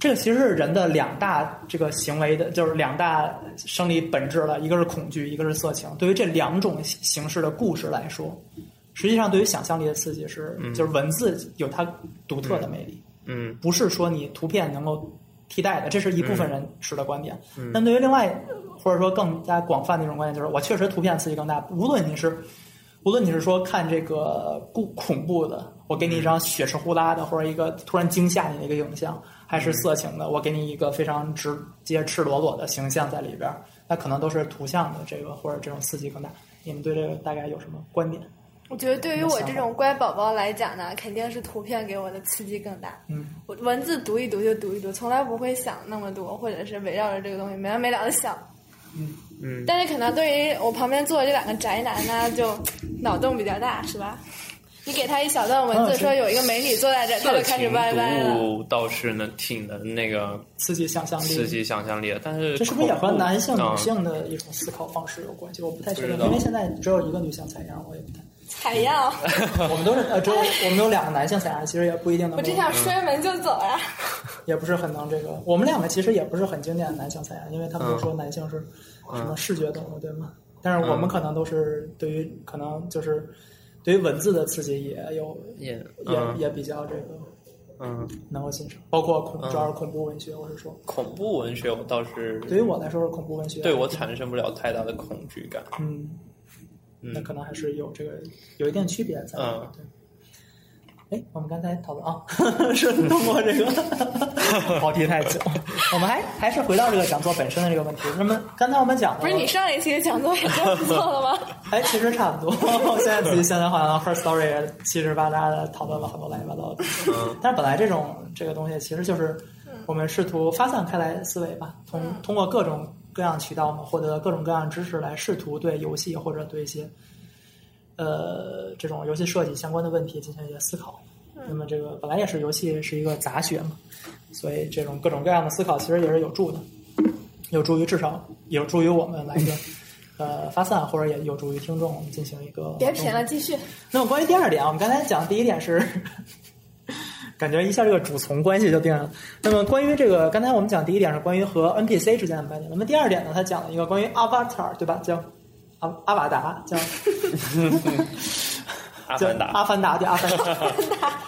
Speaker 1: 这其实是人的两大这个行为的，就是两大生理本质了，一个是恐惧，一个是色情。对于这两种形形式的故事来说，实际上对于想象力的刺激是，就是文字有它独特的魅力。
Speaker 3: 嗯
Speaker 1: 不是说你图片能够替代的，这是一部分人持的观点。
Speaker 3: 嗯
Speaker 1: 嗯那、对于另外或者说更加广泛的一种观点，就是我确实图片刺激更大。无论你是无论你是说看这个恐恐怖的，我给你一张血池呼啦的，或者一个突然惊吓你的一个影像，还是色情的，我给你一个非常直接赤裸裸的形象在里边儿，那可能都是图像的这个或者这种刺激更大。你们对这个大概有什么观点？
Speaker 2: 我觉得对于我这种乖宝宝来讲呢，肯定是图片给我的刺激更大。
Speaker 1: 嗯，
Speaker 2: 我文字读一读就读一读，从来不会想那么多，或者是围绕着这个东西没完没了的想。
Speaker 3: 嗯
Speaker 2: 但是可能对于我旁边坐的这两个宅男呢，就脑洞比较大，是吧？你给他一小段文
Speaker 1: 嗯
Speaker 2: 字，
Speaker 1: 是
Speaker 2: 说有一个美女坐在这儿，他就
Speaker 3: 色
Speaker 2: 开始
Speaker 3: 情
Speaker 2: 歪歪
Speaker 1: 啊
Speaker 3: 读
Speaker 2: 了。
Speaker 3: 物倒是能挺能那个
Speaker 1: 刺激想象力，
Speaker 3: 刺激想象力的，但是
Speaker 1: 嗯这是不是也和
Speaker 3: 恐怖
Speaker 1: 男性、
Speaker 3: 嗯
Speaker 1: 女性的一种思考方式有关系？我不太确定
Speaker 3: 不，知道
Speaker 1: 因为现在只有一个女性采样，我也不太。
Speaker 2: 采 样，
Speaker 1: 我们都是呃，只有我们有两个男性采样，其实也不一定能
Speaker 2: 我
Speaker 1: 够。
Speaker 2: 真想摔门就走
Speaker 3: 哦
Speaker 2: 呀、
Speaker 1: 也不是很能这个。我们两个其实也不是很经典的男性采样，因为他们
Speaker 3: 嗯
Speaker 1: 都说男性是什么视觉动物，对吗？但
Speaker 3: 嗯
Speaker 1: 是我们可能都是对于可能就是对于文字的刺激也有
Speaker 3: 也
Speaker 1: 也
Speaker 3: 嗯
Speaker 1: 也比较这个
Speaker 3: 嗯
Speaker 1: 能够欣赏，包括恐
Speaker 3: 嗯
Speaker 1: 主要是恐怖文学，我是说，
Speaker 3: 恐怖文学我倒是
Speaker 1: 对于我来说是恐怖文学。
Speaker 3: 对我产生不了太大的恐惧感，
Speaker 1: 嗯，
Speaker 3: 嗯
Speaker 1: 那可能还是有这个有一定区别在。
Speaker 3: 嗯
Speaker 1: 对。哎，我们刚才讨论 啊，是通过这个跑题太久，我们还还是回到这个讲座本身的这个问题。那么刚才我们讲了，
Speaker 2: 不是你上一期的讲座也这么做了吗？
Speaker 1: 哎，其实差不多。 现在自己想想，好像 Her Story 也七十八搭的讨论了很多乱七八糟的。
Speaker 3: 嗯
Speaker 1: 但是本来这种这个东西，其实就是我们试图发散开来思维吧，通通过各种各样渠道，我们获得各种各样的知识，来试图对游戏或者对一些呃这种游戏设计相关的问题进行一些思考。那么这个本来也是游戏是一个杂学嘛，所以这种各种各样的思考其实也是有助的，有助于至少有助于我们来一个呃发散，或者也有助于听众进行一个
Speaker 2: 别贫了，继续。
Speaker 1: 那么关于第二点，啊我们刚才讲第一点是，感觉一下这个主从关系就定了。那么关于这个，刚才我们讲第一点是关于和 NPC 之间的关系。那么第二点呢，他讲了一个关于 Avatar，对吧？叫阿阿瓦达，叫
Speaker 3: 阿
Speaker 1: 叫
Speaker 3: 凡达
Speaker 1: 阿凡达，对阿凡达，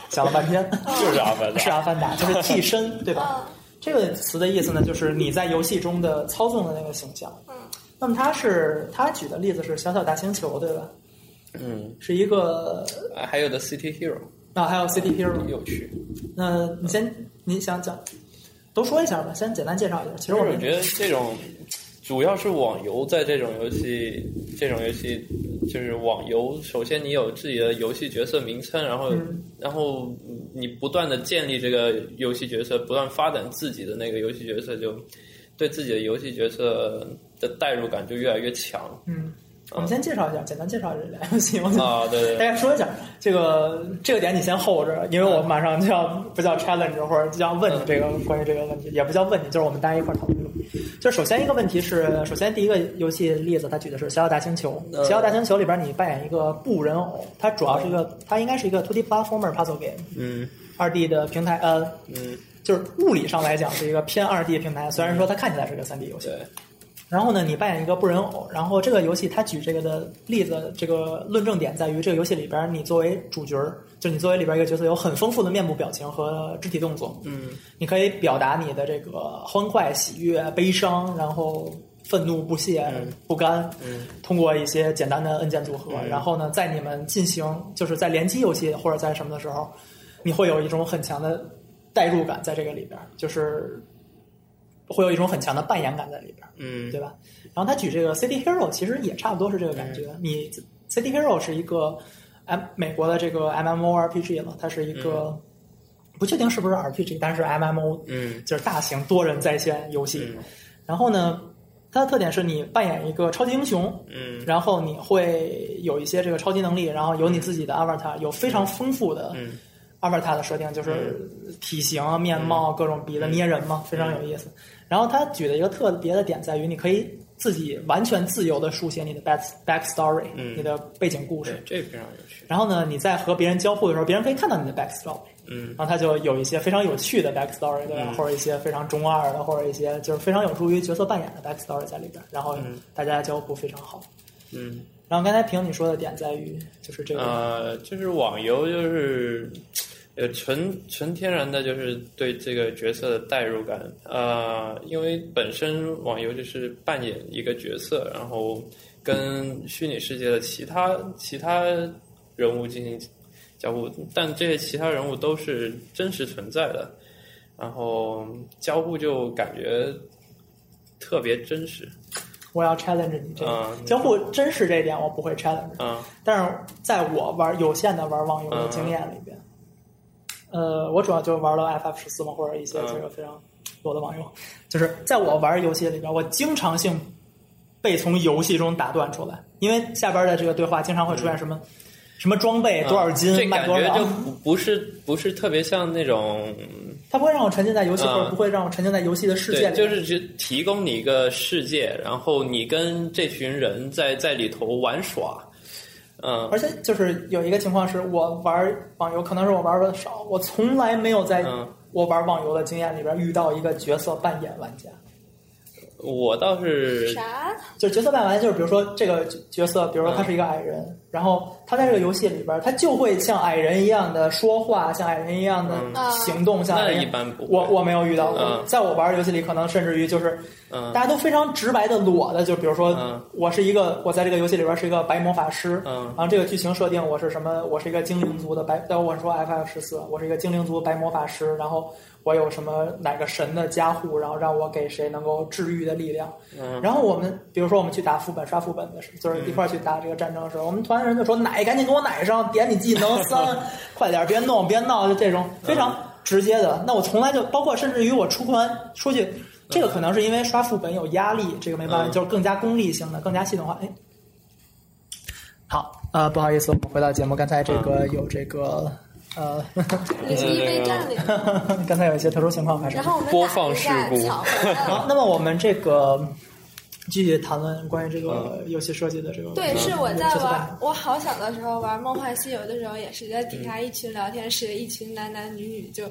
Speaker 1: 讲了半天。
Speaker 3: 就是阿凡
Speaker 1: 是
Speaker 3: 达，
Speaker 1: 阿凡达，就是替身，对
Speaker 2: 嗯
Speaker 1: 吧？这个词的意思呢，就是你在游戏中的操纵的那个形象。嗯，那么他是他举的例子是小小大星球，对吧？
Speaker 3: 嗯，
Speaker 1: 是一个
Speaker 3: 啊还有的 City Hero
Speaker 1: 啊，还有 City Hero，
Speaker 3: 有趣，
Speaker 1: 那你先你想讲，都说一下吧，先简单介绍一下。其
Speaker 3: 其
Speaker 1: 实
Speaker 3: 实
Speaker 1: 我
Speaker 3: 我
Speaker 1: 们
Speaker 3: 觉得这种主要是网游在这种游戏，这种游戏就是网游。首先你有自己的游戏角色名称，然后、
Speaker 1: 嗯
Speaker 3: 然后你不断的建立这个游戏角色，不断发展自己的那个游戏角色，就对自己的游戏角色的代入感就越来越强
Speaker 1: 嗯，我们先介绍一下，简单介绍这俩游戏。我想
Speaker 3: 啊！对对
Speaker 1: 大
Speaker 3: 对，
Speaker 1: 概说一下这个这个点，你先 hold 着，因为我马上就
Speaker 3: 嗯
Speaker 1: 要不叫 challenge 或者就要问你这个关于这个问题，也不叫问你，就是我们大家一块儿讨论这个问题。就首先一个问题是，首先第一个游戏例子，他举的是《侠盗大星球》。
Speaker 3: 呃
Speaker 1: 《侠盗大星球》里边你扮演一个布人偶，它主要是一
Speaker 3: 啊
Speaker 1: 个，它应该是一个 2D platformer puzzle game，
Speaker 3: 嗯
Speaker 1: 二 D 的平台，呃，
Speaker 3: 嗯，
Speaker 1: 就是物理上来讲是一个偏二 D 平台，虽然说它看起来是个三 D 游戏。
Speaker 3: 对，
Speaker 1: 然后呢，你扮演一个布人偶，然后这个游戏它举这个的例子，这个论证点在于这个游戏里边，你作为主角儿，就你作为里边一个角色，有很丰富的面部表情和肢体动作。
Speaker 3: 嗯
Speaker 1: 你可以表达你的这个欢快、喜悦、悲伤，然后愤怒、不屑、
Speaker 3: 嗯
Speaker 1: 不甘，
Speaker 3: 嗯
Speaker 1: 通过一些简单的按键组合。
Speaker 3: 嗯
Speaker 1: 然后呢，在你们进行就是在联机游戏或者在什么的时候，你会有一种很强的代入感在这个里边儿，就是会有一种很强的扮演感在里边儿，
Speaker 3: 嗯，
Speaker 1: 对吧？然后他举这个 City Hero，其实也差不多是这个感觉。
Speaker 3: 嗯
Speaker 1: 你 City Hero 是一个 M 美国的这个 MMORPG 了，它是一个。不确定是不是 RPG，但是 MMO
Speaker 3: 嗯
Speaker 1: 就是大型多人在线游戏。
Speaker 3: 嗯
Speaker 1: 然后呢，它的特点是你扮演一个超级英雄，
Speaker 3: 嗯
Speaker 1: 然后你会有一些这个超级能力，然后有你自己的 avatar，有非常丰富的
Speaker 3: 嗯
Speaker 1: avatar 的设定，就是体型啊、面貌、各种鼻子
Speaker 3: 嗯
Speaker 1: 捏人嘛，非常有意思。然后它举的一个特别的点在于，你可以自己完全自由的书写你的 back back story，
Speaker 3: 嗯
Speaker 1: 你的背景故
Speaker 3: 对
Speaker 1: 事。，
Speaker 3: 这非常有趣。
Speaker 1: 然后呢，你在和别人交互的时候，别人可以看到你的 back story。
Speaker 3: 嗯
Speaker 1: 然后他就有一些非常有趣的 backstory，对吧？
Speaker 3: 嗯
Speaker 1: 或者一些非常中二的，或者一些就是非常有助于角色扮演的 backstory 在里边儿，然后
Speaker 3: 嗯
Speaker 1: 大家交互非常好。
Speaker 3: 嗯。
Speaker 1: 然后刚才凭你说的点在于，就是这个，
Speaker 3: 呃，就是网游就是呃纯纯天然的，就是对这个角色的代入感。呃，因为本身网游就是扮演一个角色，然后跟虚拟世界的其他其他人物进行交互，但这些其他人物都是真实存在的，然后交互就感觉特别真实。
Speaker 1: 我要 challenge 你这个、
Speaker 3: 嗯
Speaker 1: 交互真实这一点，我不会 challenge，
Speaker 3: 啊、
Speaker 1: 但是在我玩有限的玩网游的经验里边，呃，我主要就玩了 FF 十四嘛，或者一些
Speaker 3: 嗯
Speaker 1: 这个非常多的网游，就是在我玩游戏里边，我经常性被从游戏中打断出来，因为下边的这个对话经常会出现什么、什么装备哎多少斤、
Speaker 3: 嗯呃这
Speaker 1: 卖
Speaker 3: 感
Speaker 1: 多
Speaker 3: 觉
Speaker 1: 少
Speaker 3: 就，不不是不是特别像那种
Speaker 1: 它不会让我沉浸在游戏，
Speaker 3: 嗯
Speaker 1: 或者不会让我沉浸在游戏的世界
Speaker 3: 对，
Speaker 1: 里，
Speaker 3: 就是只提供你一个世界，然后你跟这群人在在里头玩耍，嗯
Speaker 1: 而且就是有一个情况是我玩网游，可能是我玩的少，我从来没有在
Speaker 3: 嗯，
Speaker 1: 我玩网游的经验里边遇到一个角色扮演玩家。
Speaker 3: 我倒是
Speaker 2: 啥？
Speaker 1: 就是角色扮演玩家，就是比如说这个角角色，比如说他是一个矮人，然后他在这个游戏里边，他就会像矮人一样的说话，像矮人一样的
Speaker 2: 嗯
Speaker 1: 行动，像矮
Speaker 3: 那
Speaker 1: 人
Speaker 3: 一。般不会
Speaker 1: 我我没有遇到过，
Speaker 3: 嗯
Speaker 1: 在我玩游戏里，可能甚至于就是
Speaker 3: 嗯
Speaker 1: 大家都非常直白的裸的，就比如说
Speaker 3: 嗯
Speaker 1: 我是一个，我在这个游戏里边是一个白魔法师，
Speaker 3: 嗯
Speaker 1: 然后这个剧情设定我是什么？我是一个精灵族的白，对，我说 FF 十四，我是一个精灵族白魔法师，然后我有什么哪个神的加护，然后让我给谁能够治愈的力量。
Speaker 3: 嗯
Speaker 1: 然后我们比如说我们去打副本刷副本的时候，就是一块儿去打这个战争的时候，我们团人就说奶，赶紧给我奶上，点你技能三，快点儿，别弄，别闹，就这种非常直接的。那我从来就包括甚至于我出关出去，这个可能是因为刷副本有压力，这个没办法，
Speaker 3: 嗯
Speaker 1: 就是更加功利性的，更加系统化。哎，好，呃，不好意思，我们回到节目，刚才这个有这个。呃，
Speaker 2: 领地
Speaker 3: 嗯
Speaker 2: 被占领，
Speaker 1: 刚才有一些特殊情况发生
Speaker 2: 然。后我们
Speaker 3: 播放事故
Speaker 2: 抢回来
Speaker 1: 好
Speaker 3: 嗯
Speaker 2: 了。，
Speaker 1: 那么我们这个继续谈论关于这个
Speaker 3: 嗯
Speaker 1: 游戏设计的这个。
Speaker 2: 对，是我在
Speaker 1: 角色扮演
Speaker 2: 玩，我好小的时候玩《梦幻西游》的时候，也是在底下一群聊天室，一群男男女女就。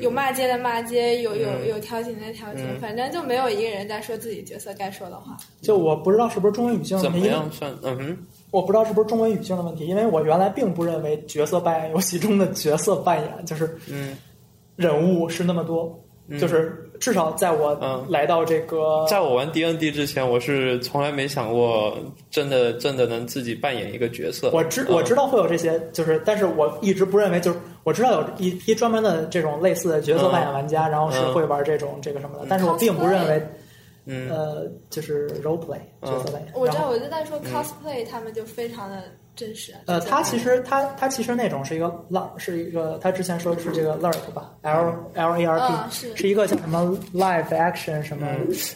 Speaker 2: 有骂街的骂街，有有
Speaker 3: 嗯
Speaker 2: 有调情的调情，
Speaker 3: 嗯
Speaker 2: 反正就没有一个人在说自己角色该说的话。
Speaker 1: 就我不知道是不是中文语境的
Speaker 3: 怎
Speaker 1: 问
Speaker 3: 么
Speaker 1: 题，
Speaker 3: 样算嗯哼
Speaker 1: 我不知道是不是中文语境的问题，因为我原来并不认为角色扮演游戏中的角色扮演就是
Speaker 3: 嗯
Speaker 1: 人物是那么多，
Speaker 3: 嗯
Speaker 1: 就是至少在我
Speaker 3: 嗯
Speaker 1: 来到这个，
Speaker 3: 在我玩 D N D 之前，我是从来没想过真的真的能自己扮演一个角色。
Speaker 1: 我知我知道会有这些，就是但是我一直不认为就是。我知道有一批专门的这种类似的角色扮演玩家，然后是会玩这种这个什么的，但是我并不认为，
Speaker 3: 嗯
Speaker 1: 呃，就是 role play
Speaker 3: 嗯
Speaker 1: 角色扮演。
Speaker 2: 我知
Speaker 1: 然后
Speaker 2: 道，我就在说 cosplay，他们就非常的真实。
Speaker 1: 呃，
Speaker 2: 就
Speaker 1: 他其实他他其实那种是一个 LARP，是一个他之前说的是这个 LARP 吧，L L A R P，、
Speaker 2: 嗯是
Speaker 1: 一个叫什么 Live Action 什么，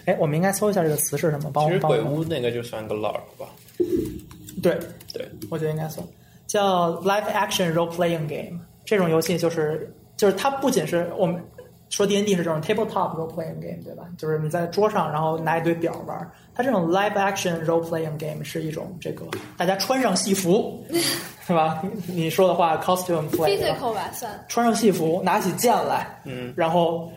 Speaker 1: 哎、我们应该搜一下这个词是什么，帮
Speaker 3: 嗯其
Speaker 1: 我
Speaker 3: 实
Speaker 1: 帮
Speaker 3: 鬼
Speaker 1: 我。
Speaker 3: 屋那个就算个 LARP 吧，
Speaker 1: 对，
Speaker 3: 对，
Speaker 1: 我觉得应该搜，叫 Live Action Role Playing Game 这种游戏就是就是它不仅是我们。说 D N D 是这种 tabletop role playing game，对吧？就是你在桌上，然后拿一堆表玩儿。它这种 live action role playing game 是一种这个大家穿上戏服，是吧？你说的话 costume play，对吧嗯
Speaker 2: physical 吧算，
Speaker 1: 穿上戏服，拿起剑来，
Speaker 3: 嗯，
Speaker 1: 然后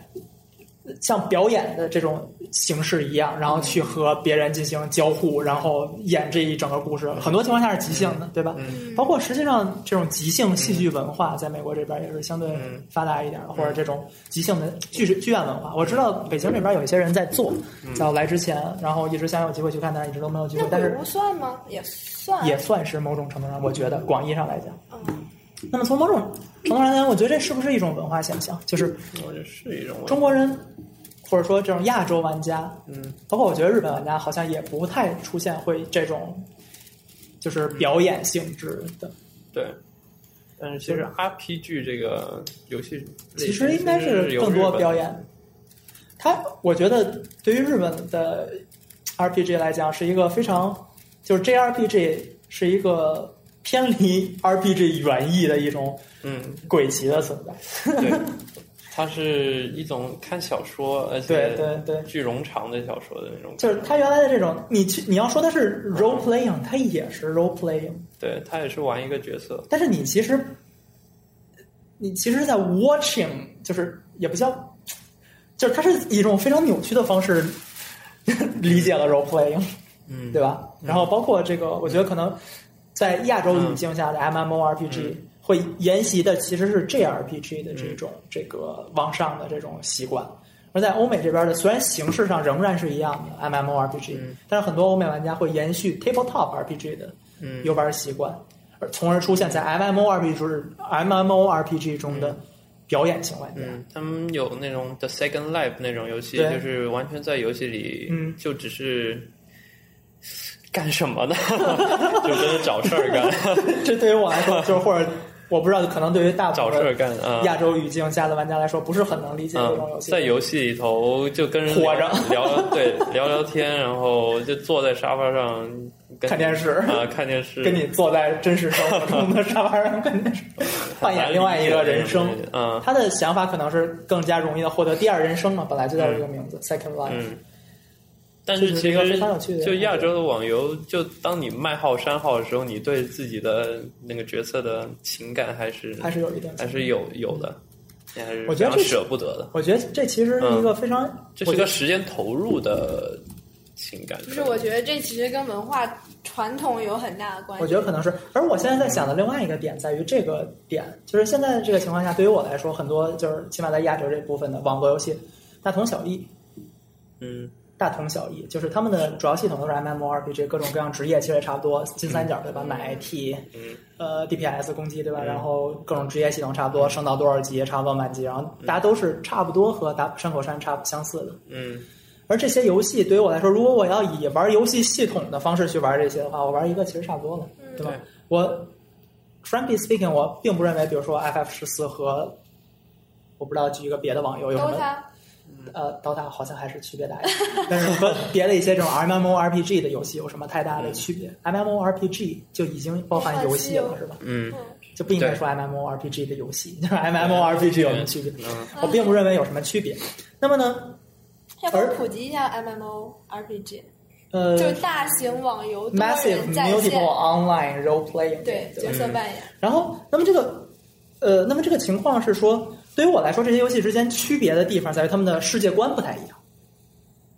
Speaker 1: 像表演的这种形式一样，然后去和别人进行交互，然后演这一整个故事。很多情况下是即兴的，对吧？
Speaker 3: 嗯
Speaker 1: 包括实际上这种即兴戏剧文化，在美国这边也是相对
Speaker 3: 嗯
Speaker 1: 发达一点，的，或者这种即兴的剧剧院文化。我知道北京这边有一些人在做，在我来之前，然后一直想有机会去看，但是一直都没有机会
Speaker 2: 那。
Speaker 1: 但
Speaker 2: 鬼
Speaker 1: 是
Speaker 2: 屋算吗？也算，
Speaker 1: 也算是某种程度上，我觉得广义上来讲。
Speaker 2: 嗯，
Speaker 1: 那么从某种程度上来讲，我觉得这是不是一种文化现象？就是
Speaker 3: 我觉得是一种文化
Speaker 1: 中国人，或者说这种亚洲玩家，
Speaker 3: 嗯
Speaker 1: 包括我觉得日本玩家好像也不太出现会这种，就是表演性质的。
Speaker 3: 对。但是其实 RPG 这个游戏类型
Speaker 1: 其实应该
Speaker 3: 是
Speaker 1: 是
Speaker 3: 有
Speaker 1: 更
Speaker 3: 日
Speaker 1: 多
Speaker 3: 本
Speaker 1: 表演。它，我觉得对于日本的 RPG 来讲，是一个非常就是 JRPG 是一个偏离 RPG 原意的一种
Speaker 3: 嗯，
Speaker 1: 鬼奇的存在。
Speaker 3: 对，它是一种看小说，而且
Speaker 1: 对对对，
Speaker 3: 巨冗长的小说的那种感觉，
Speaker 1: 就是它原来的这种，你去你要说它是 role playing，它也是 role playing，
Speaker 3: 对，它也是玩一个角色，
Speaker 1: 但是你其实你其实是在 watching，就是也不叫，就是它是以一种非常扭曲的方式 理解了 role playing。
Speaker 3: 嗯
Speaker 1: 对吧？然后包括这个，我觉得可能在亚洲语境
Speaker 3: 嗯
Speaker 1: 下的 MMORPG 会沿袭的其实是 JRPG 的这种
Speaker 3: 嗯
Speaker 1: 这个往上的这种习惯。而在欧美这边的，虽然形式上仍然是一样的 MMORPG，
Speaker 3: 嗯
Speaker 1: 但是很多欧美玩家会延续 Tabletop RPG 的
Speaker 3: 嗯
Speaker 1: 游玩习惯，而从而出现在 MMORPG 中 MMORPG 中的表演型玩家。
Speaker 3: 嗯，他们有那种 The Second Life 那种游戏，
Speaker 1: 对
Speaker 3: 就是完全在游戏里，
Speaker 1: 嗯
Speaker 3: 就只是干什么呢？ 就真的找事儿 干，
Speaker 1: 这对于我来说，就是或者我不知道，可能对于大部
Speaker 3: 找事儿
Speaker 1: 分
Speaker 3: 干啊。
Speaker 1: 亚洲语境下的玩家来说，不是很能理解这种游
Speaker 3: 嗯，
Speaker 1: 戏。
Speaker 3: 在游戏里头就跟人
Speaker 1: 活
Speaker 3: 聊
Speaker 1: 着
Speaker 3: 聊，对，聊聊天，然后就坐在沙发上跟
Speaker 1: 看电视
Speaker 3: 啊，看电视，
Speaker 1: 跟你坐在真实生活中的沙发上跟 你扮演另外一个人生。啊
Speaker 3: 嗯
Speaker 1: 他的想法可能是更加容易的获得第二人生嘛，本来就叫这个名字、second life。
Speaker 3: 嗯。但
Speaker 1: 这
Speaker 3: 是
Speaker 1: 是
Speaker 3: 其
Speaker 1: 一个
Speaker 3: 实
Speaker 1: 非常有趣的
Speaker 3: 就亚
Speaker 1: 感觉
Speaker 3: 洲的网游，就当你卖号删号的时候，你对自己的那个角色的情感还是
Speaker 1: 还是有一定。
Speaker 3: 还是有有的，你还是
Speaker 1: 我觉得
Speaker 3: 非常
Speaker 1: 这是
Speaker 3: 舍不得的。
Speaker 1: 我觉得这其实是一
Speaker 3: 嗯
Speaker 1: 个非常，
Speaker 3: 这
Speaker 1: 我
Speaker 3: 是
Speaker 1: 觉
Speaker 3: 个
Speaker 1: 得
Speaker 3: 时间投入的情感。
Speaker 2: 就是我觉得这其实跟文化传统有很大的关系。
Speaker 1: 我觉得可能是。而我现在在想的另外一个点在于这个点，就是现在这个情况下，对于我来说，很多就是起码在亚洲这部分的网络游戏，大同小异。
Speaker 3: 嗯
Speaker 1: 大同小异，就是他们的主要系统都是 MMORPG，各种各样职业其实也差不多，金三角对吧？买 IT，
Speaker 3: 嗯
Speaker 1: 呃 DPS 攻击对吧？然后各种职业系统差不多，升到多少级差不多满级，然后大家都是差不多和打山口山差不相似的。
Speaker 3: 嗯
Speaker 1: 而这些游戏对于我来说，如果我要以玩游戏系统的方式去玩这些的话，我玩一个其实差不多了，对吧？
Speaker 3: 对
Speaker 1: 我 frankly speaking，我并不认为，比如说 FF 十四和我不知道举一个别的网游有什么
Speaker 2: DOTA
Speaker 1: 呃，DOTA 好像还是区别大一点，但是和别的一些这种 MMORPG 的游戏有什么太大的区
Speaker 2: 嗯
Speaker 1: 别、m m o r p g 就已经包含游戏
Speaker 2: 哦
Speaker 1: 了，是吧？
Speaker 3: 嗯
Speaker 1: 就不应该说 MMORPG 的游戏，就是 MMORPG 有什么区别？
Speaker 3: 嗯
Speaker 1: 我并不认为有什么区别。那么呢，
Speaker 2: 要不
Speaker 1: 而
Speaker 2: 要普及一下 MMO RPG，
Speaker 1: 呃
Speaker 2: 就是大型网游多
Speaker 1: ，Massive
Speaker 2: 人在
Speaker 1: Multiple
Speaker 2: 线，
Speaker 1: Online Role Playing，
Speaker 2: 对
Speaker 1: 对吧
Speaker 2: 角色扮演，
Speaker 1: 然后，那么这个，呃，那么这个情况是说，对于我来说，这些游戏之间区别的地方在于他们的世界观不太一样。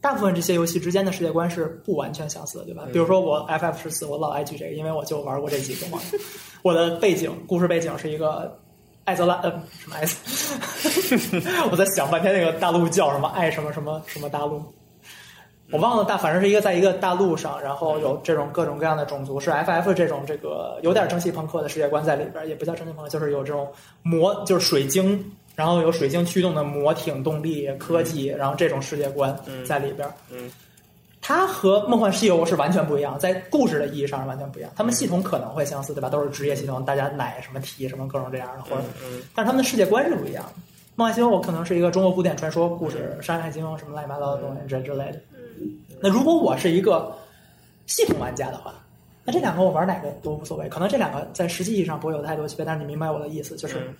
Speaker 1: 大部分这些游戏之间的世界观是不完全相似的，对吧？比如说我 FF 十四，我老爱举这个，因为我就玩过这几个嘛。我的背景故事背景是一个艾泽拉呃什么艾泽，我在想半天那个大陆叫什么爱什么什么什么大陆，我忘了大，反正是一个在一个大陆上，然后有这种各种各样的种族，是 FF 这种这个有点蒸汽朋克的世界观在里边儿，也不叫蒸汽朋克，就是有这种魔，就是水晶，然后有水晶驱动的魔艇动力科技，然后这种世界观在里边儿。
Speaker 3: 嗯
Speaker 1: 它和《梦幻西游》是完全不一样，在故事的意义上是完全不一样。他们系统可能会相似，对吧？都是职业系统，大家奶什么提什么各种这样的，或者
Speaker 3: 嗯
Speaker 1: 但是他们的世界观是不一样的。梦幻西游我可能是一个中国古典传说故事，《山海经》什么乱七八糟的东西之之类的。
Speaker 3: 嗯
Speaker 1: 那如果我是一个系统玩家的话，那这两个我玩哪个都无所谓，可能这两个在实际意义上不会有太多区别，但是你明白我的意思，就是
Speaker 3: 嗯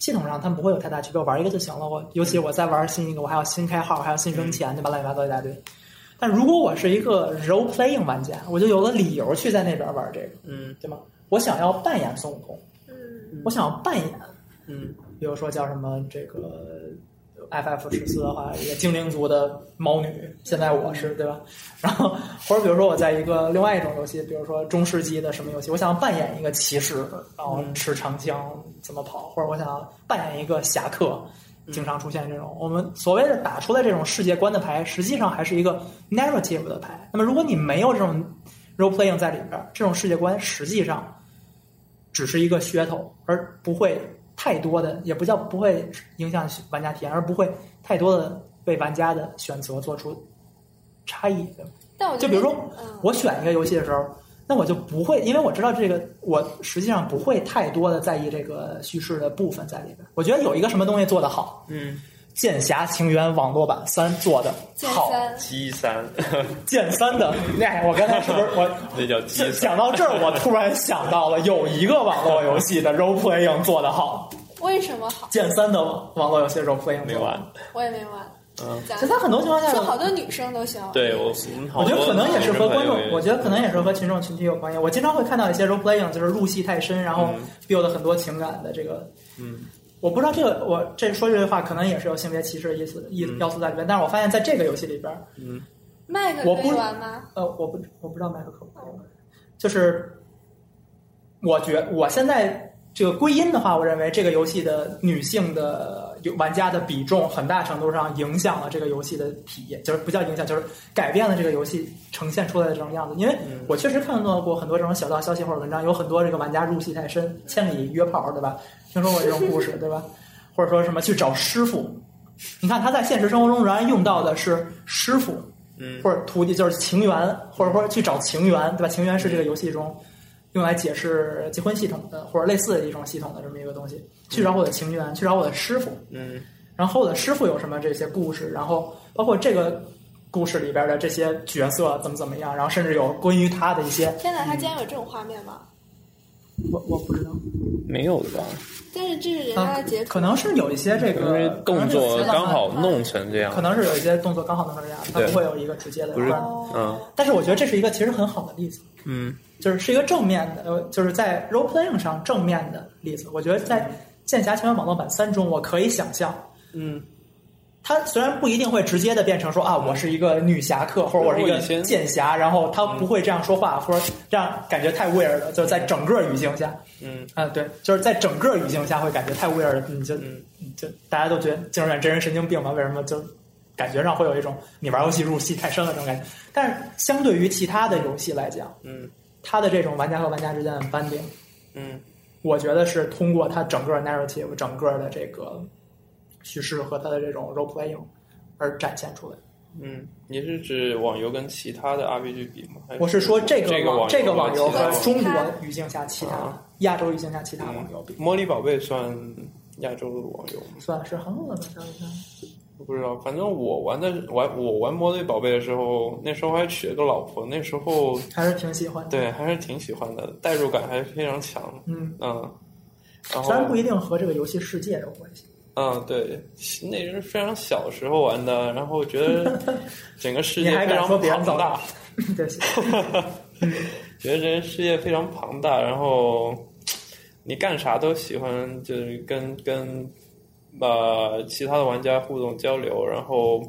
Speaker 1: 系统上他们不会有太大区别，我玩一个就行了。我尤其我再玩新一个，我还要新开号，还要新扔钱，对吧？乱七八糟一大堆。但如果我是一个 role playing 玩家，我就有了理由去在那边玩这个，
Speaker 3: 嗯
Speaker 1: 对吗？我想要扮演孙悟空，
Speaker 2: 嗯
Speaker 1: 我想要扮演，
Speaker 3: 嗯
Speaker 1: 比如说叫什么这个 FF 十四的话，一个精灵族的猫女，现在我是对吧？然后或者比如说我在一个另外一种游戏，比如说中世纪的什么游戏，我想扮演一个骑士，然后持长枪怎么跑，或者我想扮演一个侠客。经常出现这种，我们所谓的打出来这种世界观的牌，实际上还是一个 narrative 的牌。那么，如果你没有这种 role playing 在里边儿，这种世界观实际上只是一个噱头，而不会太多的，也不叫不会影响玩家体验，而不会太多的为玩家的选择做出差异。
Speaker 2: 但我觉
Speaker 1: 就
Speaker 2: 得
Speaker 1: 比如说
Speaker 2: 嗯、
Speaker 1: 我选一个游戏的时候，那我就不会，因为我知道这个，我实际上不会太多的在意这个叙事的部分在里边。我觉得有一个什么东西做得好，
Speaker 3: 嗯，
Speaker 1: 《剑侠情缘网络版三》做的
Speaker 2: 剑
Speaker 1: 好，
Speaker 2: 三
Speaker 3: 鸡三，
Speaker 1: 剑三的，哎，我刚才是不是我
Speaker 3: 那叫鸡三。
Speaker 1: 讲到这儿，我突然想到了有一个网络游戏的 role playing 做得好，
Speaker 2: 为什么好
Speaker 1: 《剑三》的网络游戏 role playing
Speaker 3: 没
Speaker 1: 做得好
Speaker 3: 玩。
Speaker 2: 我也没玩。
Speaker 3: 嗯
Speaker 2: 讲
Speaker 1: 其实它很多情况下
Speaker 2: 说好多女生都喜欢玩
Speaker 3: 对
Speaker 2: 这个
Speaker 3: 我
Speaker 2: 游戏，
Speaker 3: 我们好
Speaker 1: 我觉得
Speaker 3: 多
Speaker 1: 可能也是和观众
Speaker 3: 女生朋友，也
Speaker 1: 我觉得可能也是和群众群体有关系。我经常会看到一些 role playing，就是入戏太深，然后
Speaker 3: 嗯
Speaker 1: build 很多情感的这个。
Speaker 3: 嗯，
Speaker 1: 我不知道这个，我这说这句话可能也是有性别歧视的意思意
Speaker 3: 嗯
Speaker 1: 要素在里边，但是我发现在这个游戏里边，
Speaker 3: 嗯
Speaker 2: 麦克
Speaker 1: 我
Speaker 2: 可
Speaker 1: 不
Speaker 2: 以玩吗？
Speaker 1: 呃，我不我不知道麦克可不可以玩，就是我觉我现在这个归因的话，我认为这个游戏的女性的有玩家的比重很大程度上影响了这个游戏的体验，就是不叫影响，就是改变了这个游戏呈现出来的这种样子。因为
Speaker 3: 嗯
Speaker 1: 我确实看到过很多这种小道消息或者文章，有很多这个玩家入戏太深，千里约炮，对吧？听说过这种故事，对吧？或者说什么去找师傅，你看他在现实生活中仍然用到的是师傅，
Speaker 3: 嗯
Speaker 1: 或者徒弟就是情缘，或者或者去找情缘，对吧？情缘是这个游戏中用来解释结婚系统的，或者类似的一种系统的这么一个东西。去找我的情缘，去找我的师傅，
Speaker 3: 嗯
Speaker 1: 然后我的师傅有什么这些故事，然后包括这个故事里边的这些角色怎么怎么样，然后甚至有关于他的一些，
Speaker 2: 天哪，它竟然有这种画面
Speaker 1: 嗯
Speaker 2: 吗？
Speaker 1: 我我不知道，
Speaker 3: 没有的吧？
Speaker 2: 但是这是人
Speaker 1: 啊
Speaker 2: 家的截图，
Speaker 1: 可能是有一些这
Speaker 3: 可能
Speaker 1: 个
Speaker 3: 是动作刚，好弄成这样
Speaker 1: 可。能是有一些动作刚好弄成这样，它
Speaker 3: 对
Speaker 1: 不会有一个直接的
Speaker 3: 不是
Speaker 1: 画面。
Speaker 3: 嗯
Speaker 1: 但是我觉得这是一个其实很好的例子。
Speaker 3: 嗯
Speaker 1: 就是是一个正面的，呃，就是在 role playing 上正面的例子。我觉得在《剑侠情缘网络版三》中，我可以想象，
Speaker 3: 嗯，
Speaker 1: 它虽然不一定会直接的变成说啊，我是一个女侠客，或者我是一
Speaker 3: 我
Speaker 1: 个
Speaker 3: 以前嗯
Speaker 1: 剑侠，然后他不会这样说话，或者这样感觉太 weird 了。就是在整个语境下，
Speaker 3: 嗯
Speaker 1: 啊、对，就是在整个语境下会感觉太 weird 了，你就
Speaker 3: 嗯
Speaker 1: 你就大家都觉得精神院真人神经病嘛？为什么就感觉上会有一种你玩游戏入戏太深了这种感觉？但是相对于其他的游戏来讲，
Speaker 3: 嗯
Speaker 1: 它的这种玩家和玩家之间的 bonding。
Speaker 3: 嗯
Speaker 1: 我觉得是通过它整个 narrative、整个的这个叙事和它的这种 role playing 而展现出来。
Speaker 3: 嗯，你是指网游跟其他的 RPG 比吗？还
Speaker 1: 我是说这
Speaker 3: 这
Speaker 1: 个
Speaker 3: 个
Speaker 1: 网
Speaker 3: 网
Speaker 1: 这个
Speaker 3: 网
Speaker 1: 网游和
Speaker 3: 和其他
Speaker 1: 中国语境下其他
Speaker 3: 啊
Speaker 1: 亚洲语境下其他
Speaker 3: 嗯
Speaker 1: 网游比，
Speaker 3: 魔力宝贝算亚洲的网游吗？
Speaker 1: 算是很稳的这样一个
Speaker 2: 嗯
Speaker 3: 我不知道，反正我玩的玩我玩魔力宝贝的时候，那时候还娶了个老婆，那时候
Speaker 1: 还是挺喜欢的。
Speaker 3: 对还是挺喜欢的，代入感还是非常强。
Speaker 1: 嗯，
Speaker 3: 嗯，然后
Speaker 1: 虽然不一定和这个游戏世界有关系，
Speaker 3: 嗯，对，那是非常小时候玩的，然后觉得整个世
Speaker 1: 你
Speaker 3: 界
Speaker 1: 还
Speaker 3: 非
Speaker 1: 敢
Speaker 3: 常
Speaker 1: 说别人
Speaker 3: 庞
Speaker 1: 早
Speaker 3: 大，
Speaker 1: 对不起，
Speaker 3: 觉得这世界非常庞大，然后你干啥都喜欢，就是跟跟呃其他的玩家互动交流。然后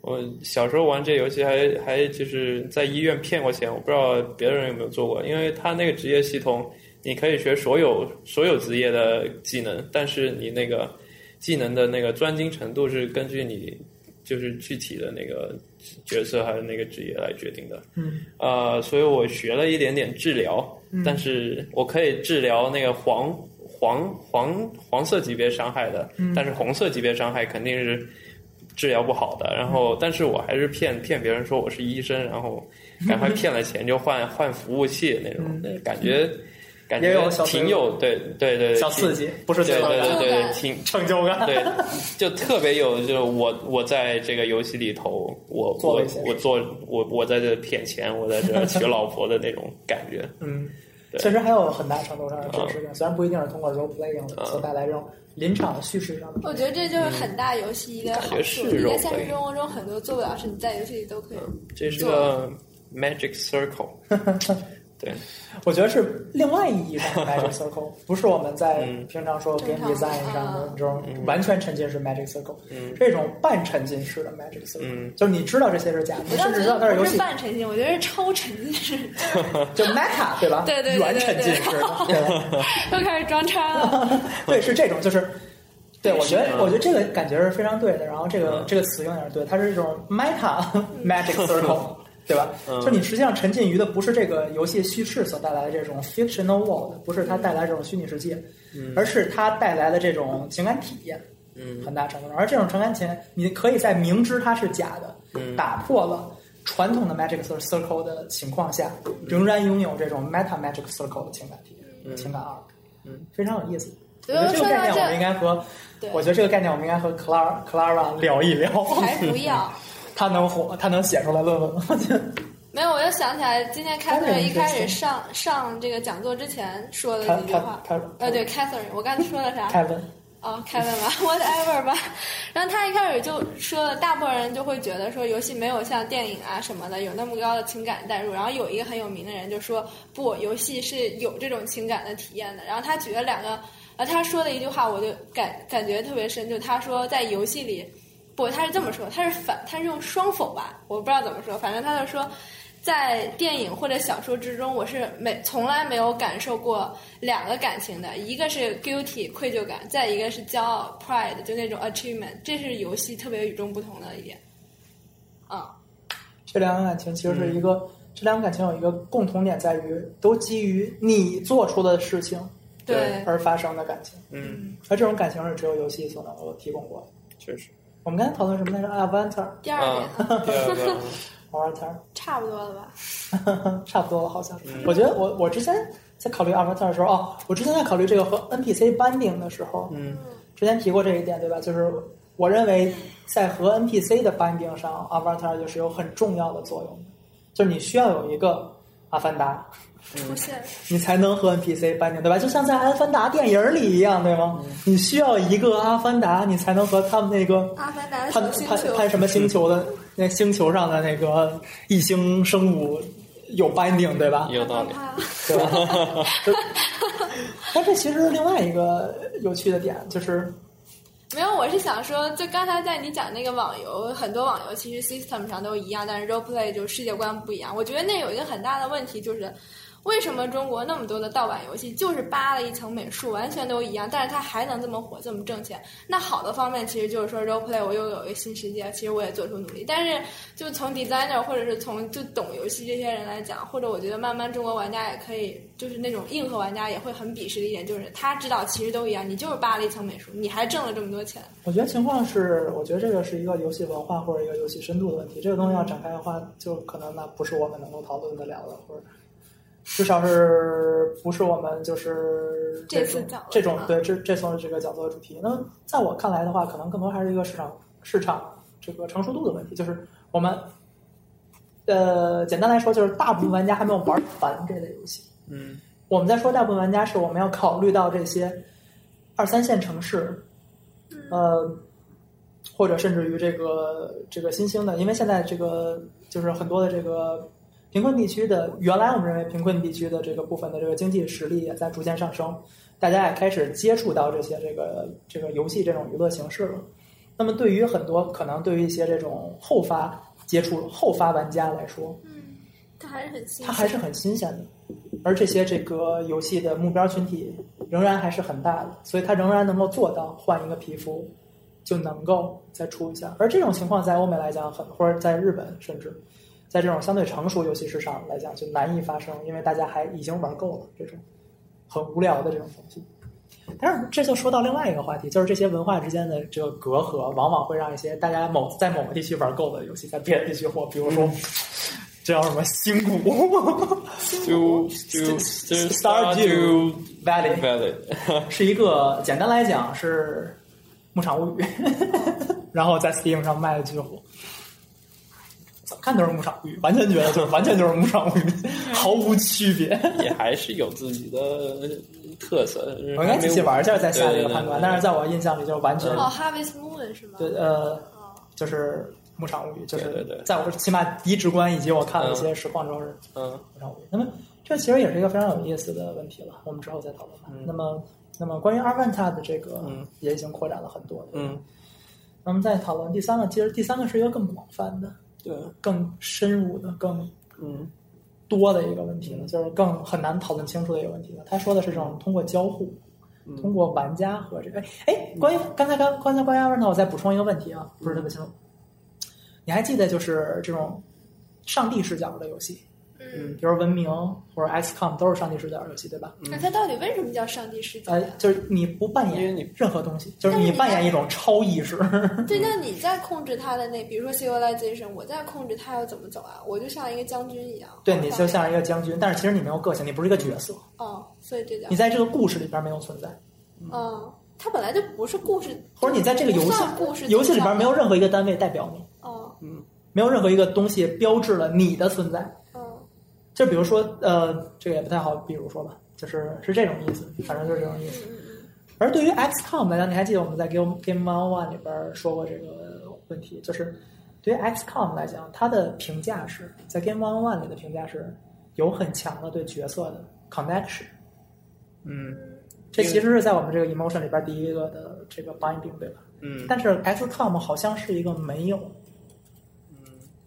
Speaker 3: 我小时候玩这游戏还还就是在医院骗过钱，我不知道别人有没有做过，因为他那个职业系统，你可以学所有所有职业的技能，但是你那个技能的那个专精程度是根据你就是具体的那个角色还是那个职业来决定的。
Speaker 1: 嗯，
Speaker 3: 呃，所以我学了一点点治疗，但是我可以治疗那个黄黄黄黄色级别伤害的，但是红色级别伤害肯定是治疗不好的。然后，但是我还是骗骗别人说我是医生，然后赶快骗了钱就换换服务器那种，那感觉感
Speaker 1: 也
Speaker 3: 觉
Speaker 1: 有小
Speaker 3: 挺
Speaker 1: 罪
Speaker 3: 有对对对
Speaker 1: 小刺，激不是
Speaker 3: 挺
Speaker 1: 罪
Speaker 3: 对
Speaker 1: 恶
Speaker 3: 对
Speaker 1: 感，
Speaker 3: 对
Speaker 2: 罪恶
Speaker 3: 对，
Speaker 2: 感
Speaker 3: 挺
Speaker 1: 成就 感。
Speaker 3: 对，就特别有，就是我我在这个游戏里头，我
Speaker 1: 做了
Speaker 3: 我
Speaker 1: 一些
Speaker 3: 我做我我在这骗钱，我在这娶老婆的那种感觉。
Speaker 1: 嗯，
Speaker 3: 对啊
Speaker 1: 确实还有很大程度上的真实感，虽然不一定是通过 role playing 所带来这种临场叙事上的。
Speaker 2: 我觉得这就是很大游戏一个好
Speaker 3: 感觉
Speaker 2: 处，
Speaker 3: 是
Speaker 2: 你
Speaker 3: 肉
Speaker 2: 在
Speaker 3: 杯
Speaker 2: 现实生活中很多做不了的事，你在游戏里都可以。
Speaker 1: 嗯
Speaker 3: 这是个 magic circle，对，
Speaker 1: 我觉得是另外意义上的 magic circle，不是我们在
Speaker 3: 嗯
Speaker 1: 平常说 game
Speaker 2: 正常
Speaker 1: design 上的
Speaker 2: 嗯
Speaker 1: 这种完全沉浸式 magic circle，
Speaker 3: 嗯
Speaker 1: 这种半沉浸式的 magic circle，
Speaker 3: 嗯
Speaker 1: 就是你知道这些是假的，
Speaker 2: 我
Speaker 1: 你
Speaker 2: 倒
Speaker 1: 甚
Speaker 2: 觉
Speaker 1: 至知道它
Speaker 2: 得
Speaker 1: 是游
Speaker 2: 不是
Speaker 1: 戏，
Speaker 2: 半沉浸，我觉得是超沉浸式，
Speaker 1: 就 meta 对吧？
Speaker 2: 对对对对
Speaker 1: 软沉浸式的， 对吧？
Speaker 2: 又开始装叉了。
Speaker 1: 对，是这种，就是，对
Speaker 3: 对
Speaker 1: 我觉得
Speaker 3: 是，的
Speaker 1: 我觉得这个感觉是非常对的。然后这个、
Speaker 3: 嗯
Speaker 1: 这个词用点对，它是一种 meta magic circle，对吧？
Speaker 3: 嗯
Speaker 1: 就你实际上沉浸于的不是这个游戏叙事所带来的这种 fictional world，不是它带来这种虚拟世界，
Speaker 3: 嗯
Speaker 1: 而是它带来的这种情感体验，
Speaker 3: 嗯
Speaker 1: 很大程度上。而这种情感体验，你可以在明知它是假的，
Speaker 3: 嗯
Speaker 1: 打破了。传统的 magic circle 的情况下，仍然拥有这种 meta magic circle 的情感体验、
Speaker 3: 嗯
Speaker 1: 情感 arc，
Speaker 3: 嗯，
Speaker 1: 非常有意思。我
Speaker 2: 所
Speaker 1: 觉得
Speaker 2: 以
Speaker 1: 这个
Speaker 2: 说
Speaker 1: 概
Speaker 2: 到
Speaker 1: 念我们应
Speaker 2: 这，
Speaker 1: 该和，
Speaker 2: 对，
Speaker 1: 我觉得这个概念我们应该和 Clara Clara 聊一聊，
Speaker 2: 还不要。
Speaker 1: 她能火，她能写出来论文吗？
Speaker 2: 没有，我又想起来今天 Catherine 一开
Speaker 1: Catherine
Speaker 2: 始上上这个讲座之前说的
Speaker 1: 她
Speaker 2: 几句
Speaker 1: 她
Speaker 2: 话。
Speaker 1: 她
Speaker 2: 呃，对，Catherine，我刚才说了啥？
Speaker 1: 凯文，
Speaker 2: 哦，开问吧 ，whatever 吧。然后他一开始就说了，大部分人就会觉得说游戏没有像电影啊什么的有那么高的情感代入。然后有一个很有名的人就说，不，游戏是有这种情感的体验的。然后他举了两个，然后他说了一句话，我就感感觉特别深，就他说在游戏里，不，他是这么说，他是反，他是用双否吧，我不知道怎么说，反正他就说。在电影或者小说之中，我是没从来没有感受过两个感情的，一个是 guilty 愧疚感，再一个是骄傲 pride，就那种 achievement，这是游戏特别与众不同的一点。啊、
Speaker 1: 这两个感情其实是一个，
Speaker 2: 嗯
Speaker 1: 这两个感情有一个共同点在于，都基于你做出的事情
Speaker 2: 对，
Speaker 1: 而发生的感情，
Speaker 3: 嗯，
Speaker 1: 而这种感情是只有游戏所能够提供过的。
Speaker 3: 确实。
Speaker 1: 我们刚才讨论什么来着 a v a n t a r
Speaker 2: 第二点、
Speaker 3: 啊，第二个，
Speaker 1: a v a n t a r
Speaker 2: 差不多了吧？
Speaker 1: 差不多了，好像。
Speaker 3: 嗯
Speaker 1: 我觉得我我之前在考虑 avatar 的时候，哦，我之前在考虑这个和 NPC 班定的时候，
Speaker 3: 嗯
Speaker 1: 之前提过这一点，对吧？就是我认为在和 NPC 的班定上，avatar 就是有很重要的作用的，就是你需要有一个阿凡达，
Speaker 3: 嗯
Speaker 2: 出现
Speaker 1: 你才能和 NPC 班定，对吧？就像在《阿凡达》电影里一样，对
Speaker 3: 嗯
Speaker 1: 吗？你需要一个阿凡达，你才能和他们那个
Speaker 2: 阿凡达的
Speaker 1: 攀
Speaker 2: 小星
Speaker 1: 攀
Speaker 2: 球，嗯
Speaker 1: 攀什么星球的那星球上的那个异星生物有班定，对吧？
Speaker 3: 有道理。
Speaker 2: 啪啪
Speaker 1: 对吧？ 就 但这其实是另外一个有趣的点，就是
Speaker 2: 没有，我是想说，就刚才在你讲那个网游，很多网游其实 system 上都一样，但是 role play 就世界观不一样。我觉得那有一个很大的问题就是。为什么中国那么多的盗版游戏就是扒了一层美术，完全都一样，但是它还能这么火，这么挣钱？那好的方面其实就是说 role play，我又有一个新世界，其实我也做出努力。但是就从 designer 或者是从就懂游戏这些人来讲，或者我觉得慢慢中国玩家也可以，就是那种硬核玩家也会很鄙视的一点，就是他知道其实都一样，你就是扒了一层美术，你还挣了这么多钱。
Speaker 1: 我觉得情况是，我觉得这个是一个游戏文化或者一个游戏深度的问题。这个东西要展开的话，就可能那不是我们能够讨论得了的，或者至少是不是我们就是
Speaker 2: 这
Speaker 1: 种
Speaker 2: 次讲的
Speaker 1: 这种
Speaker 2: 啊
Speaker 1: 对这这算是这个讲座的主题。那么在我看来的话，可能更多还是一个市场市场这个成熟度的问题，就是我们呃简单来说，就是大部分玩家还没有玩烦这类游戏。
Speaker 3: 嗯
Speaker 1: 我们在说大部分玩家是我们要考虑到这些二三线城市，呃，或者甚至于这个这个新兴的，因为现在这个就是很多的这个贫困地区的，原来我们认为贫困地区的这个部分的这个经济实力也在逐渐上升，大家也开始接触到这些这个这个游戏这种娱乐形式了。那么对于很多可能对于一些这种后发接触后发玩家来说，
Speaker 2: 嗯，他还是很新
Speaker 1: 它还是很新鲜的。而这些这个游戏的目标群体仍然还是很大的，所以它仍然能够做到换一个皮肤就能够再出一下。而这种情况在欧美来讲很，或者在日本，甚至在这种相对成熟游戏市场来讲就难以发生，因为大家还已经玩够了这种很无聊的这种东西。但是这就说到另外一个话题，就是这些文化之间的这个隔阂，往往会让一些大家某在某个地区玩够了的游戏，在别的地区火，比如说。这叫什么？星谷
Speaker 3: ，Stu Stu Stu
Speaker 1: Stardew Valley
Speaker 3: Valley，
Speaker 1: 是一个简单来讲是 牧场物语，然后在 Steam 上卖的巨火。怎么看都是牧场物语，完全觉得就是完全就是牧场物语，
Speaker 3: 嗯
Speaker 1: 毫无区别。
Speaker 3: 也还是有自己的特色。就是
Speaker 1: 我应该
Speaker 3: 还
Speaker 1: 仔
Speaker 3: 没
Speaker 1: 细玩一下再下这个判
Speaker 3: 对对对
Speaker 1: 断，
Speaker 3: 对嗯
Speaker 1: 但是在我印象里就完全
Speaker 2: 哦，Harvest Moon 是吗？
Speaker 1: 对呃
Speaker 2: 哦，
Speaker 1: 就是牧场物语，就
Speaker 3: 对
Speaker 1: 是
Speaker 3: 对对
Speaker 1: 在我起码第一直观以及我看了一些实况之后是
Speaker 3: 嗯，
Speaker 1: 牧场物语。那么这其实也是一个非常有意思的问题了，我们之后再讨论吧。那么那么关于阿凡达的这个
Speaker 3: 嗯
Speaker 1: 也已经扩展了很多，对吧
Speaker 3: 嗯，
Speaker 1: 那么再讨论第三个，其实第三个是一个更广泛的、
Speaker 3: 对，
Speaker 1: 更深入的、更
Speaker 3: 嗯
Speaker 1: 多的一个问题了，就是更很难讨论清楚的一个问题了。他说的是这种通过交互，通过玩家和这个哎哎，关于刚才刚刚才关于阿文呢，我再补充一个问题啊，不是特别清楚。你还记得就是这种上帝视角的游戏，
Speaker 2: 嗯，
Speaker 1: 比如文明或者 XCOM 都是上帝视角游戏，对吧？
Speaker 2: 那它到底为什么叫上帝视角啊
Speaker 1: 呃，
Speaker 2: 呀？
Speaker 1: 就是你不扮
Speaker 3: 因为
Speaker 1: 演
Speaker 3: 你
Speaker 1: 任何东西，就是
Speaker 2: 但是
Speaker 1: 你
Speaker 2: 你
Speaker 1: 扮演一种超意识。
Speaker 2: 对，那你在控制它的那，比如说 Civilization，我在控制它要怎么走啊？我就像一个将军一样。
Speaker 1: 对
Speaker 2: 我
Speaker 1: 你
Speaker 2: 放
Speaker 1: 就像一个将军，但是其实你没有个性，你不是一个角色，
Speaker 2: 哦，所以这叫
Speaker 1: 你在这个故事里边没有存在，
Speaker 2: 嗯，它本来就不是故事，
Speaker 1: 或者你在这个游
Speaker 2: 不
Speaker 1: 戏
Speaker 2: 算故事
Speaker 1: 游戏里边
Speaker 2: 边
Speaker 1: 没有任何一个单位代表你，
Speaker 2: 哦，
Speaker 1: 没有任何一个东西标志了你的存在。
Speaker 2: 嗯
Speaker 1: 就比如说，呃，这个也不太好，比如说吧，就是是这种意思，反正就是这种意
Speaker 2: 嗯
Speaker 1: 思。而对于 XCOM 来讲，你还记得我们在 Game Game One 里边说过这个问题，就是对于 XCOM 来讲，它的评价是在 Game One One 里的评价是有很强的对角色的 connection。
Speaker 3: 嗯
Speaker 1: 这其实是在我们这个 emotion 里边第一个的这个 binding，对吧？
Speaker 3: 嗯
Speaker 1: 但是 XCOM 好像是一个没有